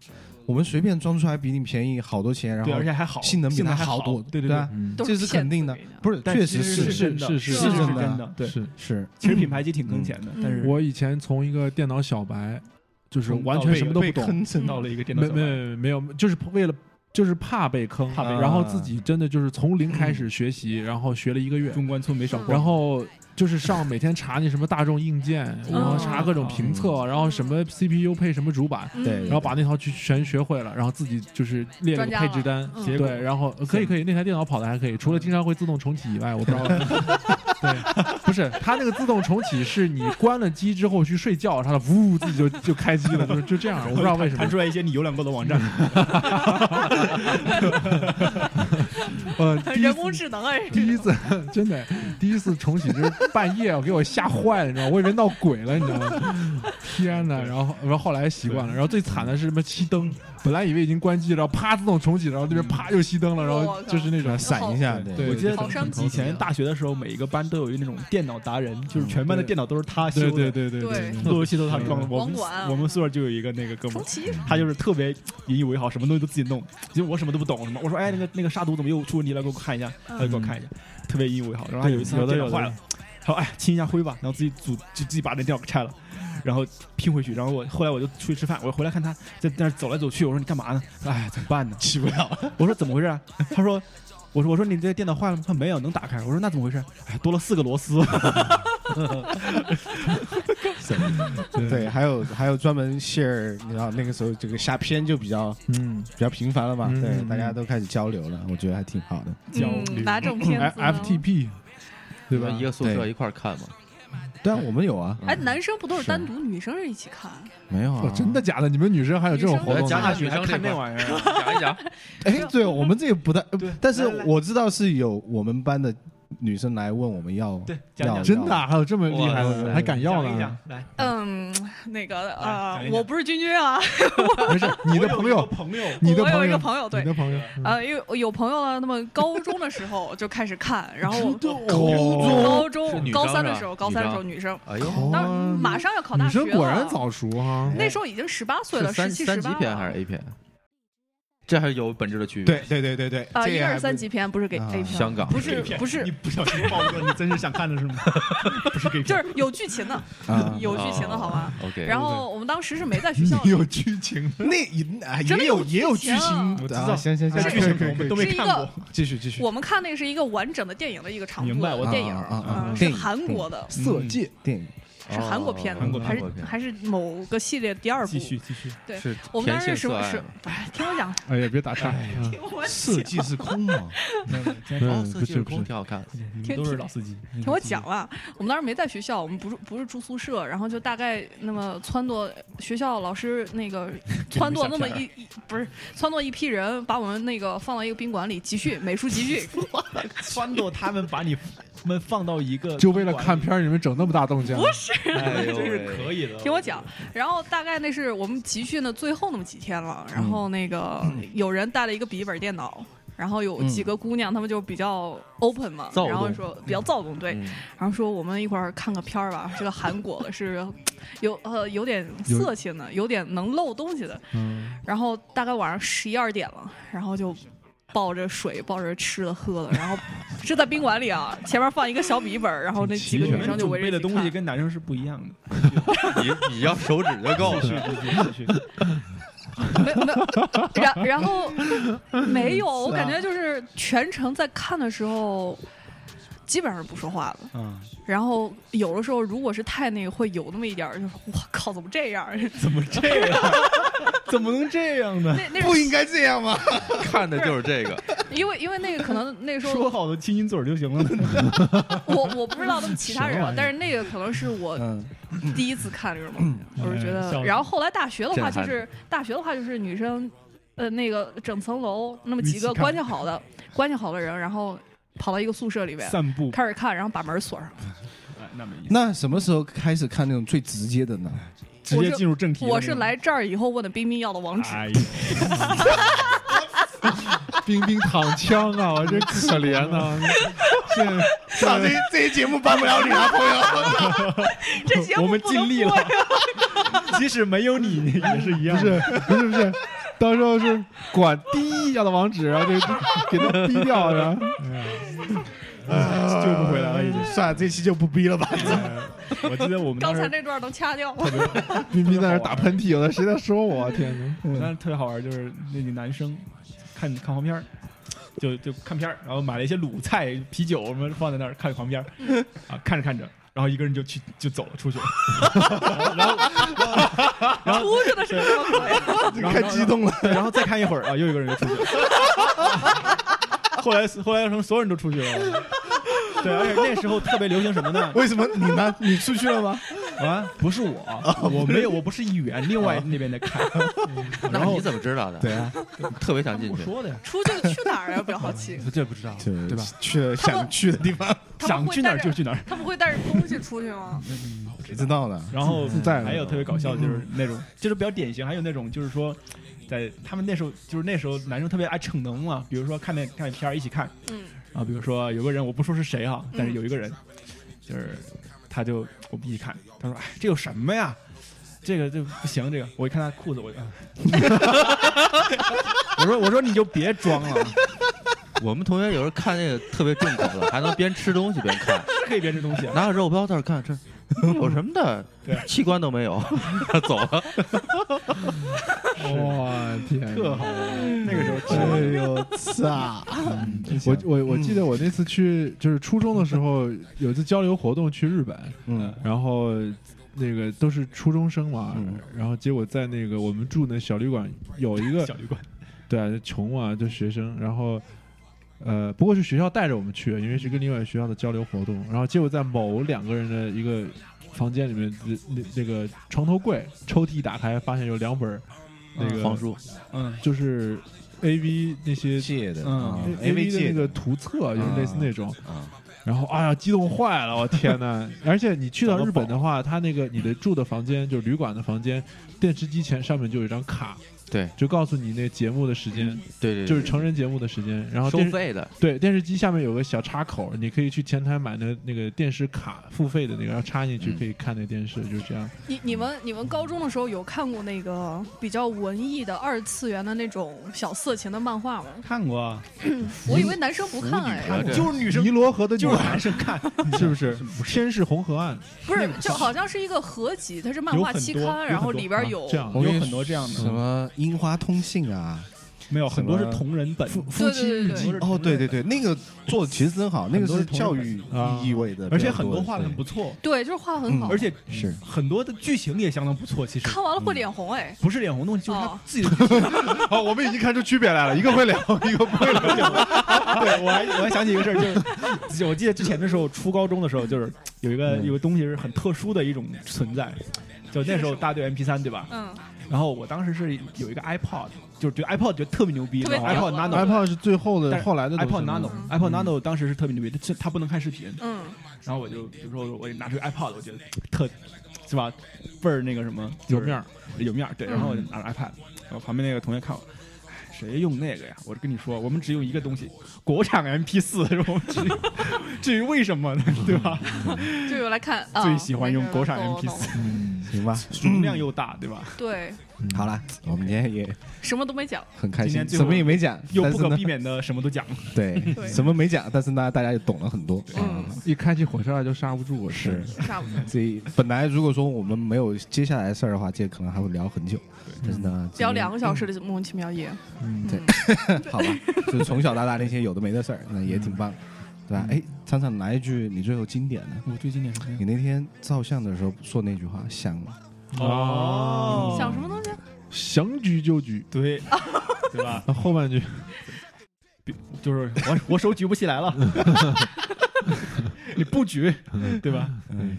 [SPEAKER 2] 我们随便装出来比你便宜好多钱，然
[SPEAKER 6] 对，而且
[SPEAKER 2] 后
[SPEAKER 6] 还好，
[SPEAKER 2] 性能比
[SPEAKER 6] 性
[SPEAKER 2] 它
[SPEAKER 6] 能还好
[SPEAKER 2] 多，
[SPEAKER 6] 对
[SPEAKER 2] 对
[SPEAKER 6] 对嗯
[SPEAKER 2] 啊，
[SPEAKER 3] 都
[SPEAKER 2] 这是
[SPEAKER 3] 骗
[SPEAKER 2] 肯
[SPEAKER 3] 子
[SPEAKER 2] 定
[SPEAKER 3] 我
[SPEAKER 2] 的
[SPEAKER 3] 跟你讲，
[SPEAKER 2] 不是，
[SPEAKER 6] 但
[SPEAKER 2] 确
[SPEAKER 6] 其实
[SPEAKER 2] 是
[SPEAKER 6] 是真的是
[SPEAKER 5] 是是
[SPEAKER 2] 是真
[SPEAKER 6] 真
[SPEAKER 2] 的
[SPEAKER 6] 的，对，嗯
[SPEAKER 5] 是。
[SPEAKER 2] 是，
[SPEAKER 6] 其实品牌机挺坑钱的，
[SPEAKER 3] 嗯
[SPEAKER 6] 但是
[SPEAKER 5] 我以前从一个电脑小白，就是
[SPEAKER 6] 从
[SPEAKER 5] 完
[SPEAKER 6] 到
[SPEAKER 5] 全
[SPEAKER 6] 被
[SPEAKER 5] 什么都不
[SPEAKER 2] 被
[SPEAKER 5] 懂，
[SPEAKER 2] 坑
[SPEAKER 6] 挣
[SPEAKER 2] 成
[SPEAKER 6] 到了一个电脑
[SPEAKER 5] 没
[SPEAKER 6] 小白，
[SPEAKER 5] 没没有，就是为了就是怕被坑，
[SPEAKER 6] 怕被啊
[SPEAKER 2] 坑
[SPEAKER 5] 然后自己真的就是从零开始学习，然后学了一个月，
[SPEAKER 6] 中关村没少逛，
[SPEAKER 5] 然后就是上每天查你什么大众硬件，
[SPEAKER 6] 嗯
[SPEAKER 5] 然后查各种评
[SPEAKER 6] 啊
[SPEAKER 5] 测，然后什么 CPU 配什么主板。
[SPEAKER 3] 嗯
[SPEAKER 2] 对
[SPEAKER 5] 然后把那套去全学会了，然后自己就是列了个配置单，
[SPEAKER 3] 专家了嗯
[SPEAKER 5] 对，然后呃可以可以，那台电脑跑的还可以，除了经常会自动重启以外，我不知道。对，不是它那个自动重启是你关了机之后去睡觉，它呜自己就就开机了，就是就这样，我不知道为什么
[SPEAKER 6] 弹。出来一些你浏览过的网站，
[SPEAKER 5] 呃，第一
[SPEAKER 3] 人工智能哎，
[SPEAKER 5] 第一次真的第一次重启就是半夜，我给我吓坏了，你知道吗，我以为闹鬼了，你知道吗？天哪！然后然后后来习惯了，然后最惨的是什么熄灯，本来以为已经关机了，然后啪自动重启，然后那边啪又熄灯了，然后就是那种
[SPEAKER 2] 闪一下，
[SPEAKER 6] 对
[SPEAKER 5] 对
[SPEAKER 6] 我记得
[SPEAKER 3] 好伤
[SPEAKER 6] 以
[SPEAKER 3] 及
[SPEAKER 6] 前大学的时候，每一个班都有一那种电脑达人，就是全班的
[SPEAKER 5] 对
[SPEAKER 6] 电脑都是他修
[SPEAKER 5] 对
[SPEAKER 6] 的，
[SPEAKER 5] 对对对
[SPEAKER 3] 对
[SPEAKER 6] 路由器都是他装的。我
[SPEAKER 3] 网
[SPEAKER 6] 们
[SPEAKER 3] 管啊
[SPEAKER 6] 我们宿舍就有一个那个哥们
[SPEAKER 3] 重
[SPEAKER 6] 儿，
[SPEAKER 3] 启。
[SPEAKER 6] 他就是特别引以为豪，什么东西都自己弄，因为我什么都不懂什么。我说哎，那个那个杀毒怎么又出问题了？给我看一下，他
[SPEAKER 5] 嗯
[SPEAKER 6] 就给我看一下，特别引以为豪。然后他有一次
[SPEAKER 5] 有的
[SPEAKER 6] 电脑
[SPEAKER 5] 有的
[SPEAKER 6] 坏了，他说哎清一下灰吧，然后自己组就自己把那电脑给拆了。然后拼回去，然后我后来我就出去吃饭，我回来看他在那儿走来走去，我说你干嘛呢？哎，怎么办呢？
[SPEAKER 2] 起不了，
[SPEAKER 6] 我说怎么回事啊？他说，我说我说你这电脑坏了吗？他说没有，能打开。我说那怎么回事？哎，多了四个螺丝。
[SPEAKER 2] 对，还有还有专门 share，你知道那个时候这个下片就比较
[SPEAKER 5] 嗯，
[SPEAKER 2] 比较频繁了嘛，
[SPEAKER 5] 嗯
[SPEAKER 2] 对，
[SPEAKER 5] 嗯
[SPEAKER 2] 大家都开始交流了，我觉得还挺 好的。
[SPEAKER 5] 交
[SPEAKER 3] 嗯，
[SPEAKER 5] 流
[SPEAKER 3] 拿正片子
[SPEAKER 5] F T P，对吧？
[SPEAKER 4] 一个宿舍一块儿看嘛，
[SPEAKER 2] 对啊，我们有啊，
[SPEAKER 3] 哎，男生不都是
[SPEAKER 2] 是
[SPEAKER 3] 单独，女生是一起看？
[SPEAKER 2] 没有
[SPEAKER 5] 哇
[SPEAKER 2] 啊，
[SPEAKER 5] 哦真的。假的？你们女生还有这种活
[SPEAKER 4] 来
[SPEAKER 5] 动
[SPEAKER 4] 讲
[SPEAKER 5] 呢？
[SPEAKER 4] 讲女生这块儿，
[SPEAKER 6] 玩意儿，
[SPEAKER 4] 讲一讲。
[SPEAKER 2] 哎，对我们这个不太，呃但是
[SPEAKER 6] 来来来
[SPEAKER 2] 我知道是有我们班的女生来问我们要，
[SPEAKER 6] 对，讲
[SPEAKER 2] 要
[SPEAKER 6] 讲
[SPEAKER 5] 真的啊还有这么厉害
[SPEAKER 4] 哇
[SPEAKER 5] 的，
[SPEAKER 4] 塞
[SPEAKER 5] 还敢要啊
[SPEAKER 6] 讲一讲
[SPEAKER 5] 呢？
[SPEAKER 6] 来，
[SPEAKER 3] 嗯，那个呃
[SPEAKER 6] 讲一，讲
[SPEAKER 3] 我不是君君啊，
[SPEAKER 5] 没事，你的
[SPEAKER 6] 哎
[SPEAKER 5] 朋
[SPEAKER 6] 我有一
[SPEAKER 5] 友
[SPEAKER 6] 个，朋友，
[SPEAKER 5] 你的
[SPEAKER 3] 我有
[SPEAKER 5] 朋
[SPEAKER 3] 一个
[SPEAKER 5] 友，
[SPEAKER 3] 朋友，
[SPEAKER 5] 你
[SPEAKER 3] 对，
[SPEAKER 5] 的朋友，嗯
[SPEAKER 3] 呃，因为我有朋友了，那么高中的时候就开始看，然后我
[SPEAKER 5] 哦
[SPEAKER 3] 高
[SPEAKER 4] 是
[SPEAKER 3] 中
[SPEAKER 4] 女
[SPEAKER 3] 高
[SPEAKER 4] 生
[SPEAKER 3] 三的
[SPEAKER 4] 是吧
[SPEAKER 3] 时候，高三的时候女生，
[SPEAKER 4] 哎呦，
[SPEAKER 5] 哦
[SPEAKER 3] 当时马上要考大
[SPEAKER 5] 女
[SPEAKER 3] 学了，
[SPEAKER 5] 生果然早哎熟哈。
[SPEAKER 3] 那时候已经十八岁
[SPEAKER 4] 是
[SPEAKER 3] 了，
[SPEAKER 4] 三
[SPEAKER 3] 十七、
[SPEAKER 4] 三
[SPEAKER 3] 十
[SPEAKER 4] 级
[SPEAKER 3] 八
[SPEAKER 4] 片还是 A 片？这还是有本质的区别。
[SPEAKER 2] 对对对对对，
[SPEAKER 3] 啊，
[SPEAKER 2] 这
[SPEAKER 3] 一
[SPEAKER 2] 个还
[SPEAKER 3] 二
[SPEAKER 2] 不
[SPEAKER 3] 三级片不是给
[SPEAKER 2] 啊
[SPEAKER 3] A 片，
[SPEAKER 4] 香港
[SPEAKER 3] 不是
[SPEAKER 6] 你
[SPEAKER 3] 不是，
[SPEAKER 6] 不小心暴露了，你真是想看的是吗？不是给
[SPEAKER 3] 就是有剧情的，
[SPEAKER 2] 啊，
[SPEAKER 3] 有剧情的好吗？
[SPEAKER 4] OK，
[SPEAKER 3] 然后我们当时是没在学校里，
[SPEAKER 5] 你有剧情，
[SPEAKER 2] 那也啊
[SPEAKER 3] 真
[SPEAKER 2] 也
[SPEAKER 3] 的
[SPEAKER 2] 有
[SPEAKER 3] 有
[SPEAKER 2] 也有
[SPEAKER 3] 剧
[SPEAKER 2] 剧
[SPEAKER 3] 情
[SPEAKER 2] 情，
[SPEAKER 6] 我知
[SPEAKER 2] 啊
[SPEAKER 6] 道
[SPEAKER 2] 行行行，
[SPEAKER 6] 这
[SPEAKER 5] 剧
[SPEAKER 6] 剧情
[SPEAKER 5] 情我
[SPEAKER 6] 我
[SPEAKER 5] 们
[SPEAKER 6] 们
[SPEAKER 5] 都
[SPEAKER 6] 都
[SPEAKER 3] 没
[SPEAKER 6] 没
[SPEAKER 3] 是一
[SPEAKER 6] 看
[SPEAKER 3] 看
[SPEAKER 6] 过
[SPEAKER 3] 个，
[SPEAKER 2] 继续继续，
[SPEAKER 3] 我们看那个是一个完整的电影的一个长
[SPEAKER 6] 明白我
[SPEAKER 3] 度，电影
[SPEAKER 2] 啊啊啊啊
[SPEAKER 3] 呃是
[SPEAKER 2] 电影
[SPEAKER 3] 韩国的，
[SPEAKER 2] 嗯
[SPEAKER 5] 色戒，
[SPEAKER 2] 电影
[SPEAKER 3] 是韩国片
[SPEAKER 4] 哦
[SPEAKER 3] 的，
[SPEAKER 6] 韩国片
[SPEAKER 3] 还
[SPEAKER 4] 韩国
[SPEAKER 3] 是
[SPEAKER 4] 片
[SPEAKER 3] 还是某个系列第二部
[SPEAKER 6] 继。续继续，
[SPEAKER 3] 对
[SPEAKER 4] 是
[SPEAKER 3] 我们当时
[SPEAKER 4] 甜
[SPEAKER 3] 是
[SPEAKER 4] 性色
[SPEAKER 3] 不
[SPEAKER 4] 爱
[SPEAKER 3] 是
[SPEAKER 4] 嘛？
[SPEAKER 3] 哎，听我讲，
[SPEAKER 5] 哎呀，别打岔，嗯
[SPEAKER 3] 听我
[SPEAKER 2] 色
[SPEAKER 3] 讲，
[SPEAKER 2] 即 是空嘛，
[SPEAKER 4] 哦，
[SPEAKER 5] 嗯，
[SPEAKER 4] 色
[SPEAKER 5] 不
[SPEAKER 4] 戒
[SPEAKER 5] 是不
[SPEAKER 4] 空
[SPEAKER 5] 是，
[SPEAKER 4] 挺好看。
[SPEAKER 6] 你们都是老司机，
[SPEAKER 3] 听我讲了。我们当时没在学校，我们不是不是住宿舍，然后就大概那么撺掇学校老师 那个撺掇那么一一不是撺掇一批人，把我们那个放到一个宾馆里集训美术集训，
[SPEAKER 6] 撺掇他们把你们放到一个，
[SPEAKER 5] 就为了看，片儿，你们整那么大动静，
[SPEAKER 3] 不是
[SPEAKER 4] 哎呦
[SPEAKER 6] 真是
[SPEAKER 4] 喂，
[SPEAKER 6] 可以的。
[SPEAKER 3] 听我讲，然后大概那是我们集训的最后那么几天了，
[SPEAKER 4] 嗯
[SPEAKER 3] 然后那个有人带了一个笔记本电脑。然后有几个姑娘，她们就比较 open 嘛，
[SPEAKER 4] 躁动
[SPEAKER 3] 然后说比较躁动，对，
[SPEAKER 4] 嗯
[SPEAKER 3] 然后说我们一块儿看个片儿吧，是个韩国的，是有呃有点色情的，有点能漏东西的。
[SPEAKER 5] 嗯，
[SPEAKER 3] 然后大概晚上十一二点了，然后就抱着水，抱着吃的喝的，然后是在宾馆里啊，前面放一个小笔记本儿，然后那几个
[SPEAKER 6] 我
[SPEAKER 3] 女
[SPEAKER 6] 们
[SPEAKER 3] 生就
[SPEAKER 6] 准
[SPEAKER 3] 围着
[SPEAKER 6] 备
[SPEAKER 3] 一起
[SPEAKER 6] 的东西
[SPEAKER 3] 看
[SPEAKER 6] 跟男生是不一样的。
[SPEAKER 4] 你你要手指就 够了。
[SPEAKER 6] 继续，
[SPEAKER 3] 没没，然 然后没有，我
[SPEAKER 6] 啊
[SPEAKER 3] 感觉就是全程在看的时候，基本上是不说话的。
[SPEAKER 6] 啊，
[SPEAKER 3] 然后有的时候如果是太那个，会有那么一点儿，就是我靠，怎么这样？
[SPEAKER 6] 怎么这 样？怎么能这样呢？
[SPEAKER 3] 那那
[SPEAKER 2] 不
[SPEAKER 3] 是
[SPEAKER 2] 应该这样吗？
[SPEAKER 4] 看的就是 这个，
[SPEAKER 3] 因为因为那个 可能那个时候
[SPEAKER 6] 说好的亲亲嘴儿就行了呢。
[SPEAKER 3] 我我不知道他们其他人
[SPEAKER 6] 什么
[SPEAKER 3] 啊
[SPEAKER 6] 玩，意儿
[SPEAKER 3] 但是那个可能是我
[SPEAKER 2] 嗯，
[SPEAKER 3] 第一次看这种东西，我是觉
[SPEAKER 6] 哎笑
[SPEAKER 3] 得。
[SPEAKER 6] 死
[SPEAKER 3] 然后后来大学的话，
[SPEAKER 4] 震
[SPEAKER 3] 就
[SPEAKER 4] 撼
[SPEAKER 3] 是大学的话就是女生，呃，那个整层楼那么
[SPEAKER 6] 一
[SPEAKER 3] 几
[SPEAKER 6] 起
[SPEAKER 3] 个
[SPEAKER 6] 看
[SPEAKER 3] 关系好的关系好的人，然后跑到一个宿舍里边
[SPEAKER 6] 散步，
[SPEAKER 3] 开始看，然后把门锁上。
[SPEAKER 6] 哎那没意思。
[SPEAKER 2] 那什么时候开始看那种最直接的 呢？
[SPEAKER 6] 直接进入正题了。
[SPEAKER 3] 我是来这儿以后问的冰冰要的网址，
[SPEAKER 6] 哎呀，
[SPEAKER 5] 冰冰躺枪啊，我真可怜啊呐，这
[SPEAKER 2] 操，这这些节目帮不了你啊，朋友。
[SPEAKER 3] 这节目
[SPEAKER 6] 我们
[SPEAKER 3] 不能
[SPEAKER 6] 尽力了
[SPEAKER 3] 播呀。
[SPEAKER 6] 即使没有你也是一样
[SPEAKER 5] 不。是不是不是，到时候是管逼要的网址啊，这 给他逼掉然后
[SPEAKER 6] 救不回来了已经
[SPEAKER 2] 算了，这期就不逼了 吧。
[SPEAKER 6] 我记得我们
[SPEAKER 3] 刚
[SPEAKER 6] 当
[SPEAKER 3] 才
[SPEAKER 6] 时，
[SPEAKER 3] 那段能掐掉吗？
[SPEAKER 5] 冰冰在那打喷嚏，有的谁在说我？天哪！
[SPEAKER 6] 我当时特别好玩，就是那个男生看看黄片儿，就就看片儿，然后买了一些卤菜、啤酒什么放在那儿看黄片儿，
[SPEAKER 2] 嗯
[SPEAKER 6] 啊，看着看着。然后一个人就去就走了 出去了，
[SPEAKER 3] 出去的是什么 鬼？
[SPEAKER 6] 然后
[SPEAKER 2] 太激动了，
[SPEAKER 6] 对然后再看一会儿啊，又一个人就出去了。 后来后来什么所有人都出去了，对，而且那时候特别流行什么呢？
[SPEAKER 2] 为什么你呢？你出去了吗？
[SPEAKER 6] 啊，不是我，我没有，我不是议员，另
[SPEAKER 2] 啊
[SPEAKER 6] 外那边在看，
[SPEAKER 4] 那你怎么知道的？
[SPEAKER 2] 对啊，
[SPEAKER 4] 特别想进
[SPEAKER 6] 我
[SPEAKER 4] 去。
[SPEAKER 6] 说的呀，
[SPEAKER 3] 出去去哪儿呀？比较好奇。
[SPEAKER 6] 这不知道，
[SPEAKER 2] 就
[SPEAKER 6] 对吧？
[SPEAKER 2] 去了
[SPEAKER 3] 他们
[SPEAKER 2] 想去的地方，
[SPEAKER 3] 他们
[SPEAKER 6] 想
[SPEAKER 3] 会
[SPEAKER 6] 去哪
[SPEAKER 3] 带
[SPEAKER 6] 儿就
[SPEAKER 3] 着
[SPEAKER 6] 去哪儿。
[SPEAKER 3] 他们会带着东西出去吗？
[SPEAKER 2] 谁知道呢？
[SPEAKER 6] 然后
[SPEAKER 5] 自在的嗯
[SPEAKER 6] 还有特别搞笑的就是那种，就是比较典型，还有那种就是说，在他们那时候就是那时候男生特别爱逞能嘛，比如说看那看片儿一起看
[SPEAKER 3] 嗯，
[SPEAKER 6] 啊，比如说有个人我不说是谁哈，但是
[SPEAKER 3] 嗯
[SPEAKER 6] 有一个人就是他就我们一起看，他说哎这有什么呀？这个这不行，这个我一看他 裤子，我就，啊我说我说你就别装了，
[SPEAKER 4] 我们同学有时候看那个特别重口的，还能边吃东西边看，
[SPEAKER 6] 可以编织东 西啊。
[SPEAKER 4] 拿着肉包在那看，这 有什么的？ 器官都没有，走了。
[SPEAKER 5] 哇天哪，
[SPEAKER 6] 特好玩，那个时候吃
[SPEAKER 2] 哎呦，操！嗯
[SPEAKER 5] 我我
[SPEAKER 6] 嗯
[SPEAKER 5] 我记得我那次去就是初中的时候，有一次交流活动去日本，
[SPEAKER 2] 嗯
[SPEAKER 5] 然后那个都是初中生嘛，
[SPEAKER 2] 嗯
[SPEAKER 5] 然后结果在那个我们住那小旅馆有一个
[SPEAKER 6] 小旅馆，
[SPEAKER 5] 对啊，就穷嘛，就学生，然后呃，不过是学校带着我们去，因为是跟另外学校的交流活动，然后结果在某两个人的一个房间里面，那那那个床头柜抽屉打开，发现有两本儿那个
[SPEAKER 4] 黄书，
[SPEAKER 6] 嗯，
[SPEAKER 5] 就是 A V 那些
[SPEAKER 2] 借的
[SPEAKER 6] 嗯
[SPEAKER 2] 啊
[SPEAKER 5] A
[SPEAKER 2] ，AV
[SPEAKER 5] V 的
[SPEAKER 2] 借
[SPEAKER 5] 那个
[SPEAKER 2] 的
[SPEAKER 5] 图册，就是类似那种。
[SPEAKER 2] 啊，
[SPEAKER 5] 然后哎呀，激动坏了，我天呐！而且你去到日本的话，他那个你的住的房间，就是旅馆的房间，电视机前上面就有一张卡，
[SPEAKER 4] 对
[SPEAKER 5] 就告诉你那节目的时间，
[SPEAKER 4] 对对，
[SPEAKER 5] 就是成人节目的时间。然后
[SPEAKER 4] 收
[SPEAKER 5] 电视
[SPEAKER 4] 费的，
[SPEAKER 5] 对电视机下面有个小插口，你可以去前台买那那个电视卡，付费的那个，然后插进去
[SPEAKER 4] 嗯
[SPEAKER 5] 可以看那电视，就是这样。
[SPEAKER 3] 你你们你们高中的时候有看过那个比较文艺的二次元的那种小色情的漫画吗？
[SPEAKER 6] 看过啊，
[SPEAKER 3] 我以为男生不看哎，
[SPEAKER 4] 这
[SPEAKER 6] 就是女生
[SPEAKER 5] 尼罗河的
[SPEAKER 6] 就是
[SPEAKER 5] 女孩
[SPEAKER 6] 男生看，
[SPEAKER 5] 是不是？天是红河岸，
[SPEAKER 3] 不
[SPEAKER 6] 那
[SPEAKER 3] 是
[SPEAKER 6] 个，
[SPEAKER 3] 就好像是一个合集，它是漫画期
[SPEAKER 6] 有很多
[SPEAKER 3] 刊，然后里边有
[SPEAKER 5] 啊这样
[SPEAKER 2] 我跟你
[SPEAKER 6] 有很多这样的
[SPEAKER 2] 什么樱花通信啊，
[SPEAKER 6] 没有很多是
[SPEAKER 2] 什么
[SPEAKER 6] 同人本，
[SPEAKER 2] 夫夫
[SPEAKER 3] 对
[SPEAKER 2] 妻
[SPEAKER 3] 对
[SPEAKER 2] 日
[SPEAKER 3] 对
[SPEAKER 2] 记
[SPEAKER 3] 对，
[SPEAKER 2] 哦，对对对，那个做的其实真好，那
[SPEAKER 6] 很
[SPEAKER 2] 个
[SPEAKER 6] 多
[SPEAKER 2] 是
[SPEAKER 6] 是同
[SPEAKER 2] 教
[SPEAKER 6] 人
[SPEAKER 2] 育
[SPEAKER 5] 啊
[SPEAKER 2] 意味的，
[SPEAKER 6] 而且很多画
[SPEAKER 2] 画
[SPEAKER 6] 的很不
[SPEAKER 5] 哦
[SPEAKER 6] 错，
[SPEAKER 3] 对，就是画很好，
[SPEAKER 6] 嗯而且嗯
[SPEAKER 2] 是
[SPEAKER 6] 很多的剧情也相当不错。其实
[SPEAKER 3] 看完了会脸红哎。
[SPEAKER 6] 不是脸红东西，就是他
[SPEAKER 3] 哦
[SPEAKER 6] 自己的剧情。
[SPEAKER 5] 好，我们已经看出区别来了，一个会聊，一个不会聊。
[SPEAKER 6] 对，我还我还想起一个事儿，就是 哎我记得之前的时候，初高中的时候，就是有一个
[SPEAKER 5] 嗯
[SPEAKER 6] 有个东西是很特殊的一种存在，就那时候大家对 MP 三对吧？
[SPEAKER 3] 嗯，
[SPEAKER 6] 然后我当时是有一个 iPod，就是对 iPod 觉得特别牛逼，
[SPEAKER 3] 特别
[SPEAKER 6] 然后 iPod
[SPEAKER 3] 屌啊
[SPEAKER 6] Nano。
[SPEAKER 5] iPod 是最后
[SPEAKER 6] 但
[SPEAKER 5] 的，
[SPEAKER 6] 是
[SPEAKER 5] 后来的
[SPEAKER 6] iPod
[SPEAKER 5] 东西嗯
[SPEAKER 6] Nano
[SPEAKER 5] 了
[SPEAKER 6] iPod Nano 当时是特别牛逼，它它不能看视频，
[SPEAKER 3] 嗯，
[SPEAKER 6] 然后我就比如说我拿出 iPod，我觉得特是吧，倍儿那个什么，就
[SPEAKER 5] 有
[SPEAKER 6] 是
[SPEAKER 5] 面儿，
[SPEAKER 6] 有面儿，对，然后我就拿着 iPad，然后旁边那个同学看我。哎谁用那个呀？我跟你说，我们只用一个东西，国产 MP 四，是吧？我们至于 至于为什么呢？对吧？
[SPEAKER 3] 就有来看啊，
[SPEAKER 6] 最喜欢用国产
[SPEAKER 3] 那个
[SPEAKER 6] MP
[SPEAKER 3] 懂
[SPEAKER 6] 四，
[SPEAKER 2] 行吧？
[SPEAKER 6] 容量又大，对吧？
[SPEAKER 3] 对，
[SPEAKER 2] 嗯好了，我们今天也
[SPEAKER 3] 什么都没讲，
[SPEAKER 2] 很开
[SPEAKER 6] 今
[SPEAKER 2] 心，
[SPEAKER 6] 天最
[SPEAKER 2] 什
[SPEAKER 6] 后
[SPEAKER 2] 么也没讲，
[SPEAKER 6] 又
[SPEAKER 2] 但
[SPEAKER 6] 不
[SPEAKER 2] 是
[SPEAKER 6] 可
[SPEAKER 2] 呢
[SPEAKER 6] 避免的什么都讲了。
[SPEAKER 2] 对，
[SPEAKER 3] 对
[SPEAKER 2] 什么没讲，但是呢，大家也懂了很多。
[SPEAKER 3] 嗯，
[SPEAKER 5] 一开起火车来就刹不住，我
[SPEAKER 2] 是，
[SPEAKER 3] 啥
[SPEAKER 2] 啊所以本来如果说我们没有接下来的事儿的话，这可能还会聊很久。但是呢，
[SPEAKER 3] 聊两个小时的莫名其妙夜，
[SPEAKER 2] 今天好吧，就是从小到大那些有的没的事儿，那也挺棒，对吧？哎，厂长来一句你最后经典的，
[SPEAKER 5] 嗯
[SPEAKER 6] 我最经典是谁
[SPEAKER 2] 你那天照相的时候说那句话，想
[SPEAKER 5] 哦
[SPEAKER 3] 想什么东西？
[SPEAKER 5] 想举就举。
[SPEAKER 6] 对，对吧？
[SPEAKER 5] 那后半句
[SPEAKER 6] 就是我 我手举不起来了，你不 举，对吧？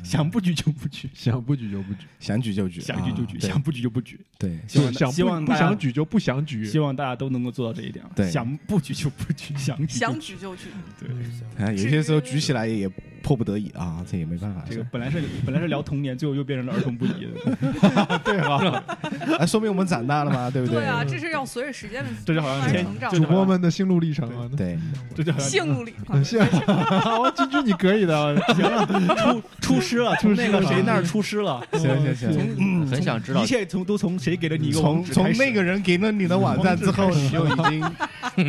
[SPEAKER 6] 想不举就不举，
[SPEAKER 5] 想不举就不举，
[SPEAKER 2] 嗯想举就举，
[SPEAKER 6] 想举就举，
[SPEAKER 2] 啊对
[SPEAKER 6] 想不举就不举。
[SPEAKER 2] 对，
[SPEAKER 6] 希望
[SPEAKER 5] 就想
[SPEAKER 6] 希望
[SPEAKER 5] 不不
[SPEAKER 6] 大家
[SPEAKER 5] 想举就不想举。
[SPEAKER 6] 希望大家都能够做到这一点啊。
[SPEAKER 2] 对
[SPEAKER 6] 想不举就不举，想举就
[SPEAKER 3] 想
[SPEAKER 6] 举
[SPEAKER 3] 举就举，
[SPEAKER 6] 对，
[SPEAKER 2] 啊，有些时候举起来也迫不得已啊，这也没办法。
[SPEAKER 6] 这个本来是本来是聊童年，最后又变成了儿 童不宜的，
[SPEAKER 5] 对啊，
[SPEAKER 2] 哎，说明我们长大 了嘛，对不
[SPEAKER 3] 对啊，这是要随着时间的
[SPEAKER 6] 这就好像
[SPEAKER 3] 慢慢
[SPEAKER 6] 天
[SPEAKER 3] 成长
[SPEAKER 5] 主
[SPEAKER 3] 的
[SPEAKER 5] 播们的心路历程啊。
[SPEAKER 2] 对，
[SPEAKER 6] 这就好像
[SPEAKER 3] 性路里，
[SPEAKER 5] 那谢，我君君你可以的，
[SPEAKER 6] 行了， 出出师了，从那个谁那儿出师了，
[SPEAKER 2] 行行行，
[SPEAKER 4] 很想知道
[SPEAKER 6] 一切从都从谁给了你一个
[SPEAKER 2] 从
[SPEAKER 6] 网址开
[SPEAKER 2] 从
[SPEAKER 6] 始
[SPEAKER 2] 那个人给了你的网站之后，你就已经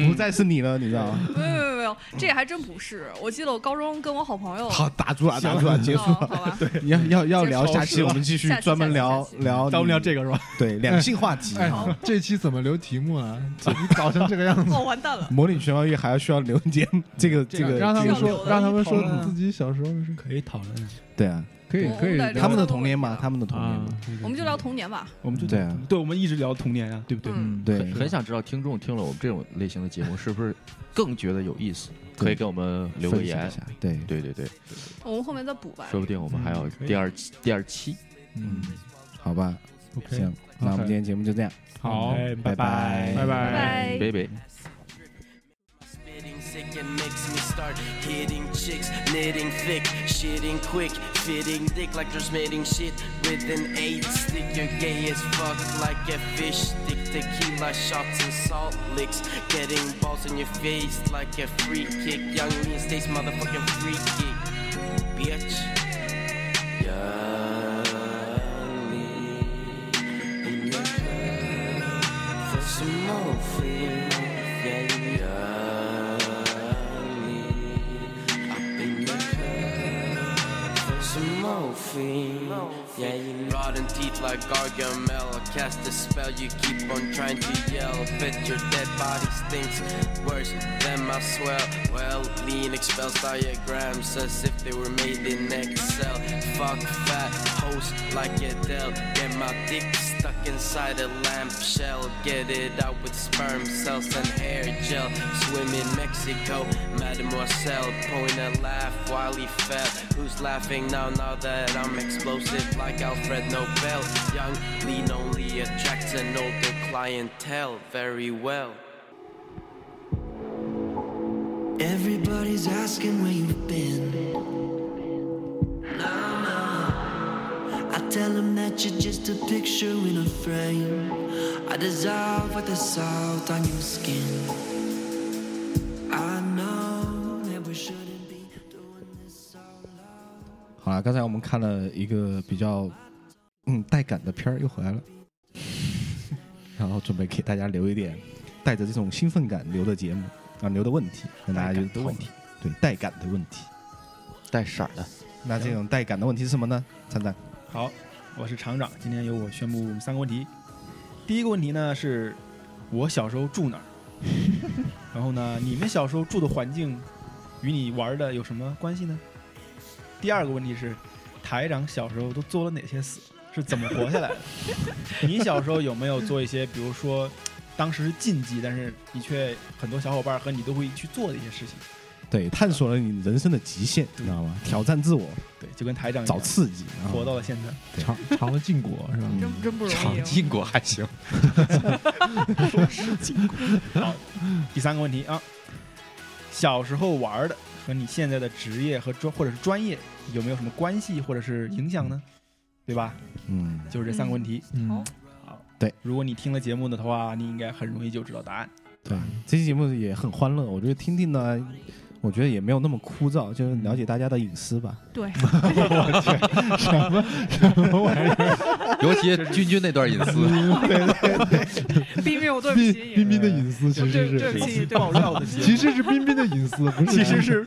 [SPEAKER 2] 不再是你了，你知道吗？
[SPEAKER 3] 没有没有没有，这还真不是。我记得我高中跟我好朋友，
[SPEAKER 2] 好，打住了，打住了，结
[SPEAKER 3] 嗯
[SPEAKER 2] 束
[SPEAKER 3] 好
[SPEAKER 2] 了。
[SPEAKER 3] 吧，
[SPEAKER 2] 要要要
[SPEAKER 3] 结
[SPEAKER 2] 聊
[SPEAKER 3] 束
[SPEAKER 2] 下
[SPEAKER 3] 了
[SPEAKER 2] 期，我们继续
[SPEAKER 3] 下期
[SPEAKER 2] 专门
[SPEAKER 3] 下期
[SPEAKER 2] 聊
[SPEAKER 3] 下期
[SPEAKER 2] 聊
[SPEAKER 6] 咱们聊
[SPEAKER 2] 你
[SPEAKER 6] 这个是吧？
[SPEAKER 2] 对两性话题
[SPEAKER 5] 哎
[SPEAKER 2] 啊。，
[SPEAKER 5] 这期怎么留题目啊？怎么搞成这个样子？
[SPEAKER 3] 哦，完蛋了，
[SPEAKER 2] 模拟全校夜还要需要留间，这个这个
[SPEAKER 5] 让他们
[SPEAKER 2] 这个
[SPEAKER 5] 说，让他们说你自己小时候是
[SPEAKER 6] 可以讨论，
[SPEAKER 2] 对啊，
[SPEAKER 5] 可以
[SPEAKER 3] 我
[SPEAKER 5] 可以
[SPEAKER 3] 我们得
[SPEAKER 2] 他们的童年嘛，他们的童年
[SPEAKER 5] 啊
[SPEAKER 2] 嘛，，
[SPEAKER 3] 我们就聊童年吧。
[SPEAKER 6] 我们就
[SPEAKER 2] 对啊，
[SPEAKER 6] 对，我们一直聊童年啊，对不对？
[SPEAKER 3] 嗯，
[SPEAKER 2] 对
[SPEAKER 4] 很很想知道听众听了我们这种类型的节目，是不是更觉得有意思？可以给我们留个
[SPEAKER 2] 分享一
[SPEAKER 4] 言。
[SPEAKER 2] 下，对，
[SPEAKER 4] 对对对，
[SPEAKER 3] 我们后面再补吧。
[SPEAKER 4] 说不定我们还有
[SPEAKER 6] 嗯可以
[SPEAKER 4] 第二期第二期。
[SPEAKER 2] 嗯，好吧，
[SPEAKER 6] OK
[SPEAKER 2] 行，那我们今天节目就这样。
[SPEAKER 5] 好，
[SPEAKER 6] 哎
[SPEAKER 2] 拜
[SPEAKER 6] 拜，
[SPEAKER 2] 拜
[SPEAKER 3] 拜拜。
[SPEAKER 4] 拜拜。
[SPEAKER 7] Spitting sick and makes me start hitting chicks, knitting thick, shitting quick, fitting dick like transmitting shit with an eight stick. You're gay as fuck like a fish stick, tequila shots and salt licks, getting balls in your face like a free kick. Young me and stays motherfucking free kick, bitch. Young me in your for some more for you. Yeah, yeah. morphine. Yeah, you know. Rotten teeth like Gargamel. Cast a spell, you keep on trying to yell. Bet your dead body stinks worse than my swell. Well, lean expels diagrams as if they were made in Excel. Fuck fat hoes like Adele. Get my dick stuck inside a lamp shell. Get it out with sperm cells and hair gel. Swim in Mexico, Mademoiselle. Point a laugh while he fell. Who's laughing now? Now that I'm explosive like Alfred Nobel. Young, lean only attracts an older clientele very well.
[SPEAKER 8] Everybody's asking where you've been. No, no. I tell them that you're just a picture in a frame. I dissolve with the salt on your skin. I know that we shouldn't be doing this so long.
[SPEAKER 2] 好了，刚才我们看了一个比较嗯带感的片儿，又回来了， 然后准备给大家留一点带着这种兴奋感留的节目啊，留的问题，让大家有讨论
[SPEAKER 4] 带感的问题，
[SPEAKER 2] 对带感的问题。
[SPEAKER 4] 带色儿的，
[SPEAKER 2] 那这种带感的问题是什么呢？灿灿，
[SPEAKER 9] 好，我是厂长，今天由我宣布我们三个问题。第一个问题呢是，我小时候住哪儿？然后呢，你们小时候住的环境与你玩的有什么关系呢？第二个问题是，台长小时候都做了哪些死？是怎么活下来的？你小时候有没有做一些，比如说当时是禁忌，但是你却很多小伙伴和你都会去做的一些事情？
[SPEAKER 2] 对，探索了你人生的极限，你知道吗？挑战自我，
[SPEAKER 9] 对，就跟台长一
[SPEAKER 2] 找
[SPEAKER 9] 样，
[SPEAKER 2] 刺激，啊
[SPEAKER 9] 活到了现在。
[SPEAKER 5] 尝尝了禁果是吧？
[SPEAKER 3] 真真不容易
[SPEAKER 4] 尝
[SPEAKER 3] 哦。
[SPEAKER 4] 禁果还行，
[SPEAKER 9] 第三个问题啊，小时候玩的和你现在的职业和专或者是专业有没有什么关系或者是影响呢？对吧？
[SPEAKER 2] 嗯，
[SPEAKER 9] 就是这三个问题。
[SPEAKER 5] 嗯，
[SPEAKER 9] 如果你听了节目的话，你应该很容易就知道答案。
[SPEAKER 2] 对，这期节目也很欢乐，我觉得听听呢，我觉得也没有那么枯燥，就是了解大家的隐私吧。
[SPEAKER 3] 对，
[SPEAKER 4] 尤其君君那段隐私，
[SPEAKER 3] 冰冰，我对不起
[SPEAKER 5] 彬彬
[SPEAKER 3] 你，
[SPEAKER 5] 彬的隐私其
[SPEAKER 3] 对
[SPEAKER 5] 实
[SPEAKER 3] 对不
[SPEAKER 5] 是，
[SPEAKER 3] 起，对不
[SPEAKER 9] 爆
[SPEAKER 3] 起。
[SPEAKER 9] 料的节目，
[SPEAKER 5] 其实是彬彬的隐私，不是
[SPEAKER 9] 其 实是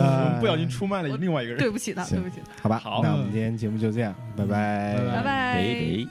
[SPEAKER 2] 啊
[SPEAKER 9] 不小心出卖了另外一个人
[SPEAKER 3] 对。不起他，对不起他，
[SPEAKER 2] 好吧，嗯
[SPEAKER 9] 好
[SPEAKER 2] 那我们今天节目就这样，拜拜，
[SPEAKER 5] 拜
[SPEAKER 3] 拜拜。
[SPEAKER 4] 喂喂